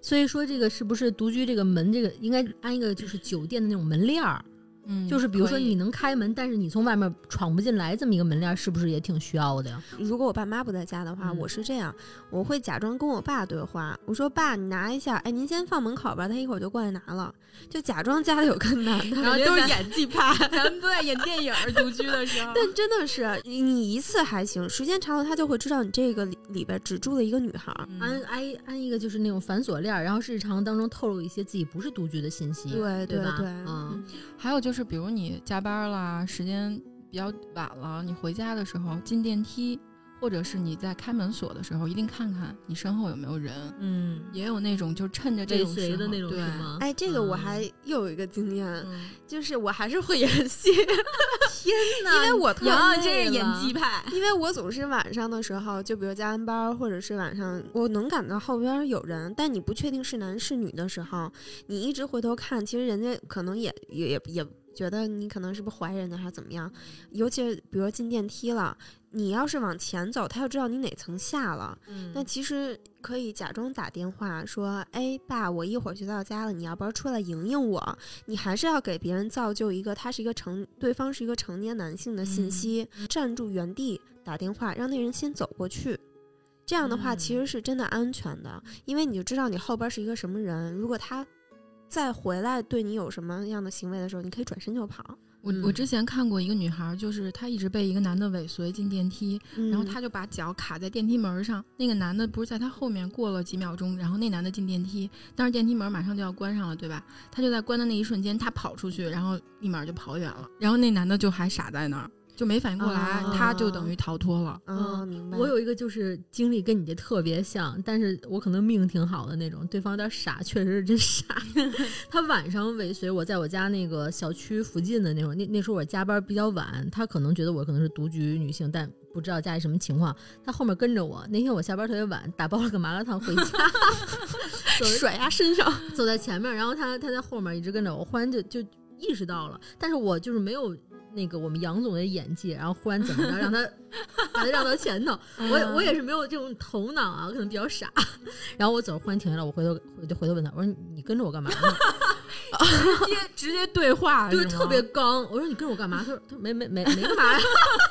S2: 所以说这个是不是独居这个门这个应该安一个就是酒店的那种门链儿，
S1: 嗯
S2: 就是比如 说你能开门，但是你从外面闯不进来这么一个门帘儿，是不是也挺需要的呀？
S3: 如果我爸妈不在家的话，
S2: 嗯
S3: 我是这样，我会假装跟我爸对话，我说爸，你拿一下，哎，您先放门口吧，他一会儿就过来拿了，就假装家里有个男的，
S1: 然后都是
S3: 演技派。
S1: 咱们都在演电影儿独居的 时候
S3: 但真的是你你一次还行，时间长了他就会知道你这个里里边只住了一个女孩儿。
S1: 嗯
S2: 安安安一个就是那种反锁链儿，然后日常当中透露一些自己不是独居的信息，
S3: 对
S2: 对吧
S3: 对，
S2: 嗯，
S1: 还有就是，比如你加班啦，时间比较晚了，你回家的时候进电梯，或者是你在开门锁的时候，一定看看你身后有没有人。
S2: 嗯，
S1: 也有那种就趁着这
S2: 尾
S1: 种时
S2: 随
S1: 候
S2: 的那种
S1: 对
S2: 是吗？
S3: 哎，这个我
S2: 嗯
S3: 还又有一个经验，
S1: 嗯
S3: 就是我还是会演戏，
S2: 那
S3: 因为我特
S2: 杨
S3: 累
S2: 真是演
S3: 了
S2: 技
S4: 派，
S3: 因为我总是晚上的时候，就比如加完班儿，或者是晚上，我能感到后边儿有人，但你不确定是男是女的时候，你一直回头看，其实人家可能也也也也觉得你可能是不是怀人家还是怎么样。尤其是比如进电梯了，你要是往前走，他就知道你哪层下了。
S2: 嗯
S3: 那其实可以假装打电话说：“哎，爸，我一会儿就到家了，你要不要出来迎迎我？”你还是要给别人造就一个他是一个成对方是一个成年男性的信
S1: 嗯
S3: 息，站住原地打电话，让那人先走过去。这样的话，其
S2: 嗯
S3: 实是真的安全的，因为你就知道你后边是一个什么人。如果他再回来对你有什么样的行为的时候，你可以转身就跑。
S1: 我
S2: 嗯
S1: 我之前看过一个女孩儿，就是她一直被一个男的尾随进电梯，然后
S3: 嗯
S1: 她就把脚卡在电梯门儿上，那个男的不是在她后面过了几秒钟，然后那男的进电梯，但是电梯门儿马上就要关上了，对吧？她就在关的那一瞬间，她跑出去，然后立马就跑远了，然后那男的就还傻在那儿，就没反应过来，
S3: 啊
S1: 她就等于逃脱了。
S3: 啊，明白。
S2: 嗯我有一个就是经历跟你这特别像，但是我可能命挺好的那种，对方有点傻，确实是真 傻。他晚上尾随我在我家那个小区附近的那种，那那时候我加班比较晚，他可能觉得我可能是独居女性，但不知道家里什么情况，他后面跟着我。那天我下班特别晚，打包了个麻辣烫回家， 走
S3: 甩他身 上，
S2: 走在前面，然后他他在后面一直跟着我，忽然就就意识到了，但是我就是没有那个我们杨总的演技，然后忽然怎么着让他把他让到前头，我也我也是没有这种头脑啊，可能比较傻， 然后我走忽然停下来，我回头我就回头问他，我说你你跟着我干嘛呢？
S1: 直接直接对话，
S2: 就是
S1: 是吗
S2: 特别刚，我说你跟着我干嘛？他说他说没没没没干嘛呀，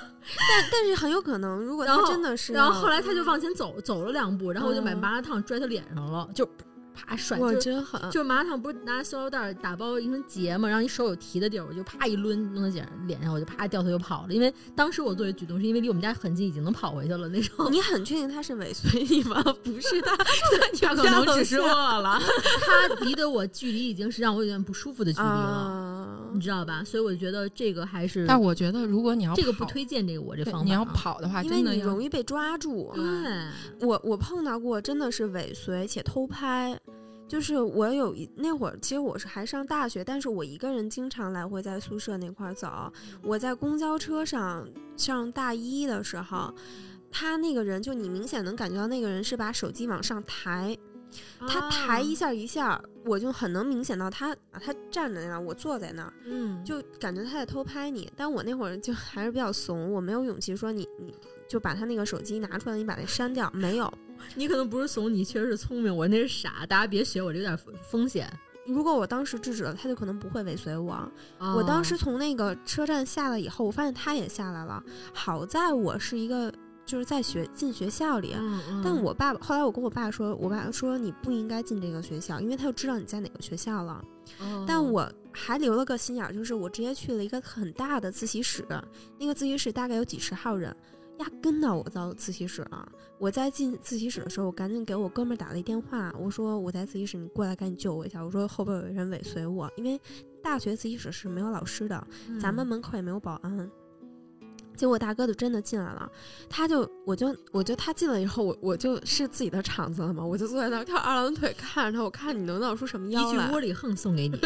S3: 但但是很有可能，如果
S2: 然
S3: 他
S2: 后
S3: 真的是 要，
S2: 然后后来他就往前走走了两步，然后我就买
S3: 嗯
S2: 麻辣烫拽他脸上了，就啪甩，
S3: 哇，
S2: 就
S3: 真狠，
S2: 就是麻辣烫不是拿塑料袋儿打包一成结嘛，然后你手有提的地儿，我就啪一抡弄到脸脸上，我就啪掉头就跑了。因为当时我做这举动是因为离我们家很近，已经能跑回去了那 种。
S3: 你很确定他是尾随你吗？ 不是 他，
S1: 哦他可能只是饿 了。
S2: 啊他离得我距离已经是让我有点不舒服的距离了，
S3: 啊
S1: 嗯
S2: 你，知道吧？所以我觉得这个还是
S1: 但我觉得，如果你要
S2: 这个不
S1: 跑
S2: 推荐这个我这
S1: 对
S2: 方法。啊
S1: 你要，跑的话，
S3: 因为
S1: 啊真的嗯
S3: 你
S1: 要
S3: 容易被抓住。
S2: 对，
S3: 我我碰到过真的是尾随且偷拍，就是我有一那会儿，其实我是还上大学，但是我一个人经常来回在宿舍那块儿走。我在公交车上上大一的时候，他那个人就你明显能感觉到那个人是把手机往上抬，
S1: 啊
S3: 他抬一
S2: 下，
S3: 下一下，我就很能明显到他啊他站在那儿，我坐在那儿。
S2: 嗯，
S3: 就感觉他在偷拍你，但我那会儿就还是比较怂，我没有勇气说你你就把他那个手机拿出来，你把那删掉，没有。
S2: 你可能不是怂，你确实是聪明，我那是傻，大家别学我，这有点风险。
S3: 如果我当时制止了，他就可能不会尾随我。
S2: 哦
S3: 我当时从那个车站下来以后，我发现他也下来了。好在我是一个就是在学进学校里，
S2: 嗯嗯
S3: 但我爸后来我跟我爸说，我爸说你不应该进这个学校，因为他就知道你在哪个学校了。
S1: 嗯
S2: 哦
S3: 但我还留了个心眼儿，就是我直接去了一个很大的自习室，那个自习室大概有几十号人，压根到我到自习室了。我在进自习室的时候，我赶紧给我哥们儿打了一电话，我说我在自习室，你过来赶紧救我一下。我说后边有人尾随
S2: 嗯
S3: 我，因为大学自习室是没有老师的，咱们门口也没有保安。结果大哥就真的进来了，他就我就我就他进来以后，我我就是自己的场子了嘛，我就坐在那儿翘二郎腿看着他，我看你能闹出什么
S2: 一
S3: 妖
S2: 句
S3: 来
S2: 窝。里横送给你，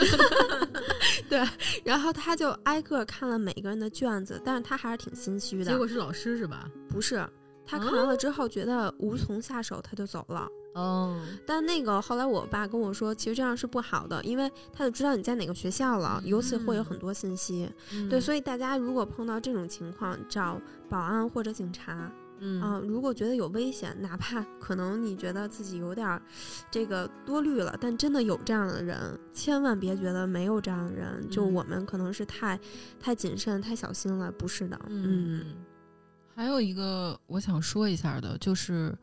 S3: 然后他就挨个看了每个人的卷子，但是他还是挺心虚
S2: 结
S3: 的。
S2: 果是啊老师是吧？
S3: 不是，他看完了之后觉得无从下手，他就走了。
S2: 哦，
S3: 但那个后来我爸跟我说，其实这样是不好的，因为他就知道你在哪个学校了，由此
S2: 嗯
S3: 会有很多信息。对，所以大家如果碰到这种情况，找保安或者警察。
S2: 嗯
S3: 啊、如果觉得有危险，哪怕可能你觉得自己有点儿这个多虑了，但真的有这样的人，千万别觉得没有这样的人。就
S2: 嗯
S3: 我们可能是太太谨慎、太小心了，不是的。嗯
S2: 嗯
S1: 还有一个我想说一下的，就是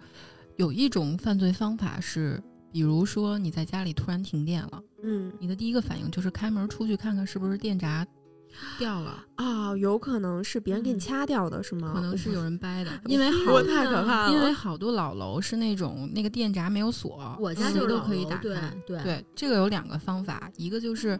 S1: 有一种犯罪方法是，比如说你在家里突然停电了，
S3: 嗯
S1: 你的第一个反应就是开门出去看看是不是电闸掉了，
S3: 啊、有可能是别人给你
S1: 嗯
S3: 掐掉的，是吗？
S2: 啊
S1: 可 能是有人掰的，因为好
S3: 我太可怕了。
S1: 因为好多老楼是那种那个电闸没有锁，
S2: 我家
S1: 谁
S2: 就是
S1: 都
S2: 老
S1: 可以
S2: 楼
S1: 打
S2: 对
S1: 开。
S2: 对
S1: 对，这个有两个方法，一个就是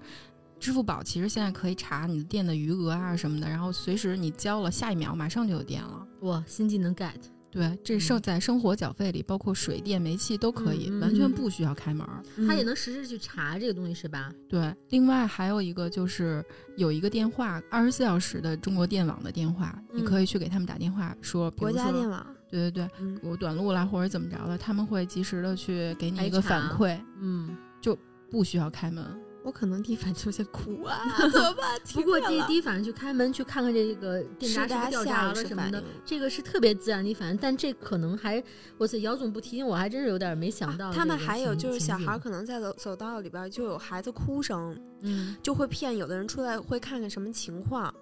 S1: 支付宝，其实现在可以查你的电的余额啊什么的，然后随时你交了，下一秒马上就有电了。
S2: 哇，新技能 get，
S1: 对，这生在生活缴费里，包括水电煤气都可以，
S2: 嗯嗯嗯
S1: 完全
S3: 嗯
S1: 不需要开门儿。
S2: 他也
S3: 嗯
S2: 能实时去查这个东西是吧？
S1: 对，另外还有一个就是有一个电话，二十四小时的中国电网的电话，你
S3: 嗯
S1: 可以去给他们打电话说，比
S3: 国
S1: 如
S3: 家
S1: 说
S3: 电网，
S1: 对对对，
S3: 嗯
S1: 我短路啦或者怎么着了，他们会及时的去给你
S2: 排
S1: 一个反
S2: 查
S1: 馈，
S2: 嗯，
S1: 不需要开门。
S3: 我可能第一反应就先哭啊， 怎么办？
S2: 不过第第一反应去开门去看看这个电闸是不
S3: 大
S2: 是掉
S3: 下
S2: 闸
S3: 意
S2: 了
S3: 识
S2: 什么
S3: 反
S2: 的
S3: 应，。
S2: 这个是特别自然的反应，但这可能还，我操，姚总不提醒我还真是有点没想到这个情、
S3: 啊他们还有就是小
S2: 情
S3: 孩儿
S2: 景，
S3: 可能在走走道里边儿就有孩子哭声，
S2: 嗯，
S3: 就会骗有的人出来会看看什么情况，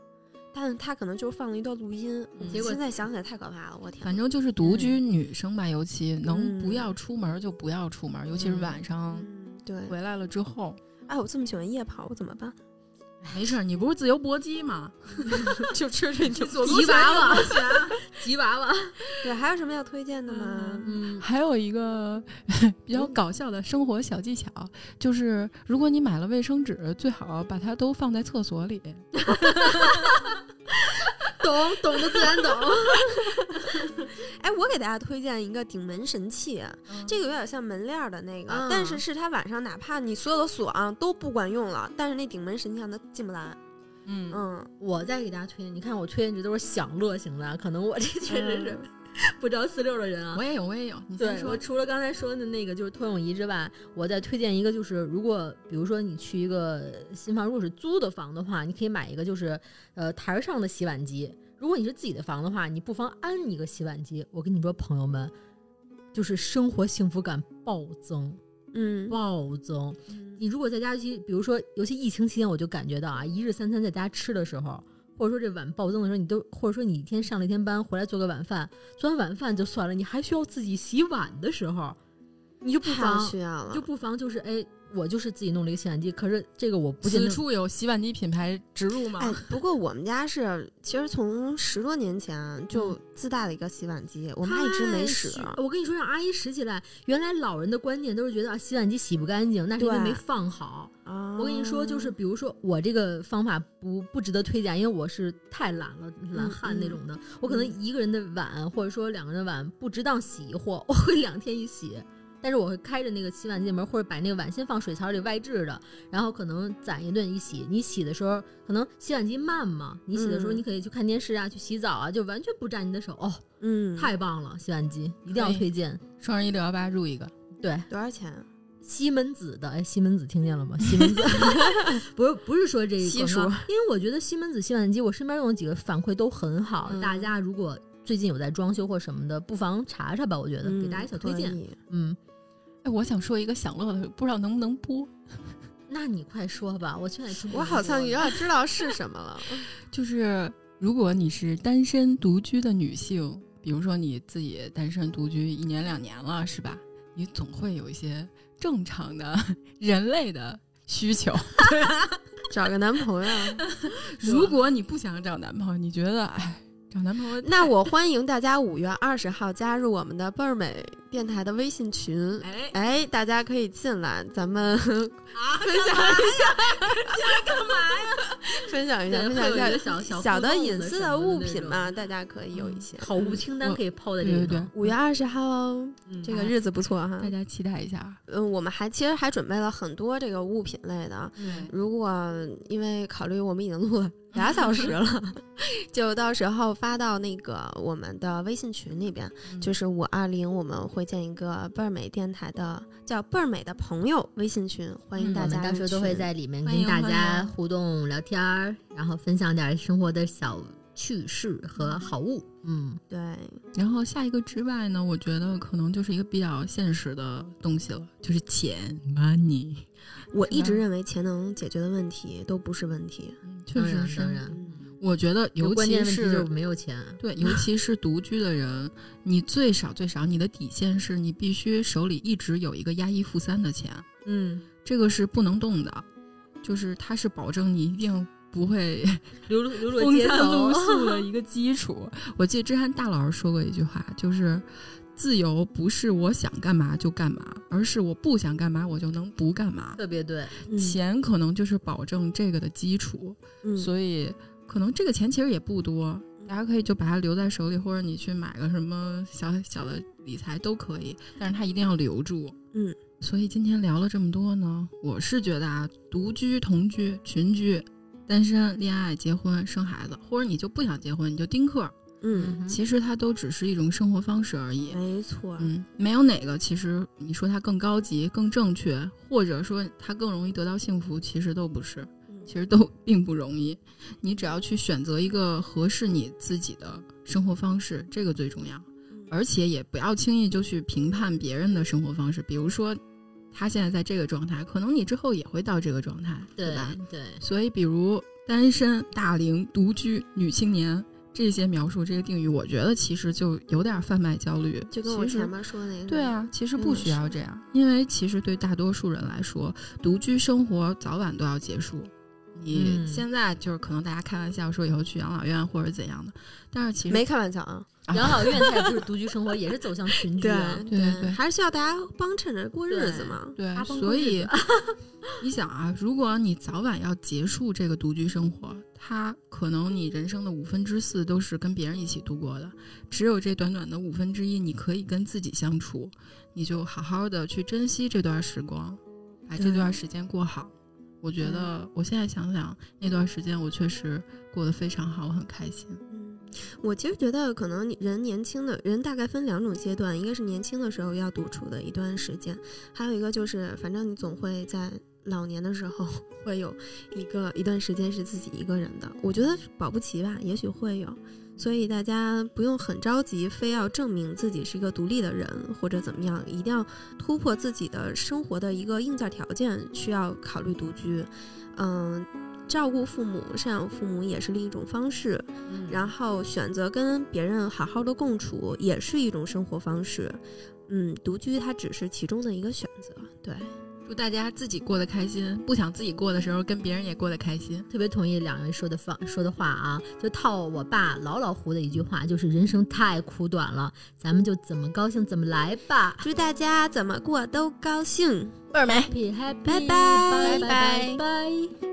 S3: 但是他可能就是放了一段录音。
S1: 嗯
S2: 结果
S3: 现在想起来太可怕了，我天！
S1: 反正就是独居女生吧，尤其能
S3: 嗯
S1: 不要出门就不要出门，尤其是
S2: 嗯
S1: 晚上
S3: 嗯，对。
S1: 回来了之后，
S3: 哎，我这么喜欢夜跑，我怎么办？哎
S1: 没事儿，你不是自由搏击 吗？
S3: 就吃这种
S2: 吉娃娃， 吉娃娃，
S3: 对，还有什么要推荐的吗？
S2: 嗯，
S1: 还有一个 比较搞笑的生活小技巧，就是如果你买了卫生纸，最好把它都放在厕所里。
S2: 懂懂的自然懂。
S3: 哎，我给大家推荐一个顶门神器，这个有点像门帘儿的那个，
S2: 嗯
S3: 但是是它晚上哪怕你所有的锁啊都不管用了，但是那顶门神器让它进不来。
S1: 嗯
S3: 嗯，
S2: 我再给大家推荐，你看我推荐这都是享乐型的，啊可能我这确实是不着四六的人啊
S1: 嗯我。也有，我也有。你先
S2: 对我
S1: 说，
S2: 除了刚才说的那个就是拖泳仪之外，我再推荐一个，就是如果比如说你去一个新房，如果是租的房的话，你可以买一个就是呃台儿上的洗碗机。如果你是自己的房的话，你不妨安一个洗碗机。我跟你说，朋友们，就是生活幸福感暴增，
S3: 嗯，
S2: 暴增。你如果在家去，比如说，尤其疫情期间，我就感觉到啊，一日三餐在家吃的时候，或者说这碗暴增的时候，你都或者说你一天上了一天班回来做个晚饭，做完晚饭就算了，你还需要自己洗碗的时候，你就不
S3: 太
S2: 妨
S3: 需要了
S2: 就。不妨就是哎，我就是自己弄了一个洗碗机，可是这个我不见
S1: 此
S2: 得
S1: 处有洗碗机品牌植入吗？
S3: 哎，不过我们家是，其实从十多年前啊就自带了一个洗碗机，我妈一直没
S2: 嗯太
S3: 使啊
S2: 需。我跟你说，让阿姨拾起来，原来老人的观念都是觉得啊，洗碗机洗不干净，那是因为
S3: 对
S2: 没放好。
S3: 啊
S2: 我跟你说，就是比如说我这个方法不不值得推荐，因为我是太懒了，懒汉那种的。我可能一个人的碗或者说两个人的碗不值当洗一和， 我会两天一洗。但是我会开着那个洗碗机门，或者把那个碗先放水槽里外置的，然后可能攒一顿一洗。你洗的时候，可能洗碗机慢嘛，你洗的时候
S3: 嗯
S2: 你可以去看电视啊，去洗澡啊，就完全不沾你的手。哦，
S3: 嗯，
S2: 太棒了，洗碗机一定要
S1: 可以
S2: 推荐。
S1: 双十一六幺八入一个，
S2: 对，
S3: 多少钱？啊
S2: 西门子的，哎，西门子听见了吗？西门 子，不是不是说这
S3: 西
S2: 个
S3: 叔
S2: 广告，因为我觉得西门子洗碗机，我身边用的几个反馈都很好，
S3: 嗯
S2: 大家如果最近有在装修或什么的，不妨查查吧，我觉得、呃给大家小推荐。
S3: 荐。
S2: 嗯，
S1: 哎，我想说一个享乐的，不知道能不能播，
S2: 那你快说吧，我劝你听不
S3: 我好
S2: 过
S3: 像 有点知道是什么了。
S1: 就是如果你是单身独居的女性，比如说你自己单身独居一年两年了，是吧？你总会有一些正常的 人类的需求。
S3: 找个男朋友，
S1: 如果你不想找男朋友，你觉得哎，找男朋友
S3: 那我欢迎大家五月二十号加入我们的倍儿美电台的微信群。
S1: 哎，
S3: 哎，大
S2: 啊
S3: 家可以进来，咱们分享一下，干嘛呀？ 分享一下，
S2: 对会
S3: 分享
S2: 有
S3: 一下
S2: 一个 小小互
S3: 的
S2: 动
S3: 隐
S2: 的
S3: 私
S2: 什
S3: 的
S2: 么的
S3: 物
S2: 那
S3: 品
S2: 种
S3: 嘛，大家可以有一些。
S2: 好物清单可以泡在这
S1: 对
S2: 里
S1: 对
S2: 头。
S3: 五月二十号哦，
S2: 嗯
S3: 这个日子不错哈
S1: 大。家期待一下。
S3: 嗯，我们还其实还准备了很多这个物品类的，
S2: 嗯
S3: 如果因为考虑我们已经录了俩小时了，就到时候发到那个我们的微信群里边，就是五二零，我们会建一个倍儿美电台的叫倍儿美的朋友微信群，欢迎
S1: 嗯
S3: 大
S2: 我
S3: 家
S2: 们
S3: 入群。
S2: 到时候都会在里面
S1: 欢
S2: 跟
S1: 迎
S2: 大
S1: 欢
S2: 家
S1: 迎
S2: 互动聊天儿，然后分享点儿生活的小趣事和好物。嗯，
S3: 对，
S1: 然后下一个之外呢，我觉得可能就是一个比较现实的东西了，就是钱 money。
S3: 我一直
S1: 吧
S3: 认为钱能解决的问题都不是问题。
S1: 确
S2: 当
S1: 实
S2: 然
S1: 是
S2: 嗯当，然，
S3: 嗯，
S1: 我觉得尤
S2: 关键
S1: 其
S2: 问题就是
S1: 是
S2: 没有钱。
S1: 对，尤其是独居的人，你最少最少你的底线是你必须手里一直有一个押一付三的钱，
S2: 嗯，
S1: 这个是不能动的，就是它是保证你一定不会
S2: 流流落
S1: 风
S2: 街
S1: 餐
S2: 头
S1: 露宿 的一个基础。我记得之前大老师说过一句话，就是自由不是我想干嘛就干嘛，而是我不想干嘛我就能不干嘛。
S2: 特别对，
S3: 嗯
S1: 钱可能就是保证这个的基础，
S3: 嗯
S1: 所以可能这个钱其实也不多，大家可以就把它留在手里，或者你去买个什么小小的理财都可以，但是它一定要留住。
S3: 嗯，
S1: 所以今天聊了这么多呢，我是觉得啊，独居、同居、群居、单身、恋爱、结婚、生孩子，或者你就不想结婚，你就丁克，
S3: 嗯，
S1: 其实它都只是一种生活方式而已。
S3: 没错，
S1: 嗯，没有哪个其实你说它更高级、更正确，或者说它更容易得到幸福，其实都不是，
S3: 嗯
S1: 其实都 并不容易。你只要去选择一个合适你自己的生活方式，这个最重要。
S3: 嗯
S1: 而且也不要轻易就去评判别人的生活方式，比如说他现在在这个状态，可能你之后也会到这个状态，对
S2: 对
S1: 吧？
S2: 对，
S1: 所以，比如单身、大龄、独居、女青年这些描述，这个定语，我觉得其实就有点贩卖焦虑，
S3: 就跟我
S1: 其实
S3: 前面说的那个，
S1: 对，啊，其实
S3: 真
S1: 不
S3: 的
S1: 需要这样，因为其实对大多数人来说，独居生活早晚都要结束。你
S2: 嗯
S1: 现在就是可能大家开玩笑说以后去养老院或者怎样的，但是其实
S3: 没开玩笑啊，
S1: 啊
S2: 养老院它也不是独居生活，也是走向群居啊。
S1: 对对对
S3: 还是需要大家帮衬着过日子嘛。
S1: 对
S2: 阿，崩
S1: 所
S2: 溃是
S1: 以 你想啊，如果你早晚要结束这个独居生活，它可能你人生的五分之四都是跟别人一起度过的，只有这短短的五分之一，你可以跟自己相处，你就好好的去珍惜这段时光，把这
S3: 对
S1: 段时间过好。我觉得我现在想想那段时间，我确实过得非常好，我很开心。
S3: 嗯，我其实觉得，可能你人年轻的人大概分两种阶段，一个是年轻的时候要独处的一段时间，还有一个就是，反正你总会在老年的时候 会有一个一段时间是自己一个人的。我觉得保不齐吧，也许会有，所以大家不用很着急，非要证明自己是一个独立的人或者怎么样，一定要突破自己的生活的一个硬件条件，需要考虑独居。嗯，照顾父母、赡养父母也是另一种方式。
S2: 嗯
S3: 然后选择跟别人好好的共处，也是一种生活方式。嗯，独居它只是其中的一个选择。对，
S1: 祝大家自己过得开心，不想自己过的时候，跟别人也过得开心。
S2: 特别同意两位说的方说的话啊，就套我爸老老胡的一句话，就是人生太苦短了，咱们就怎么高兴怎么来吧。
S3: 祝大家怎么过都高兴。
S2: Happy happy，
S3: 拜拜
S2: 拜
S3: 拜
S2: 拜拜。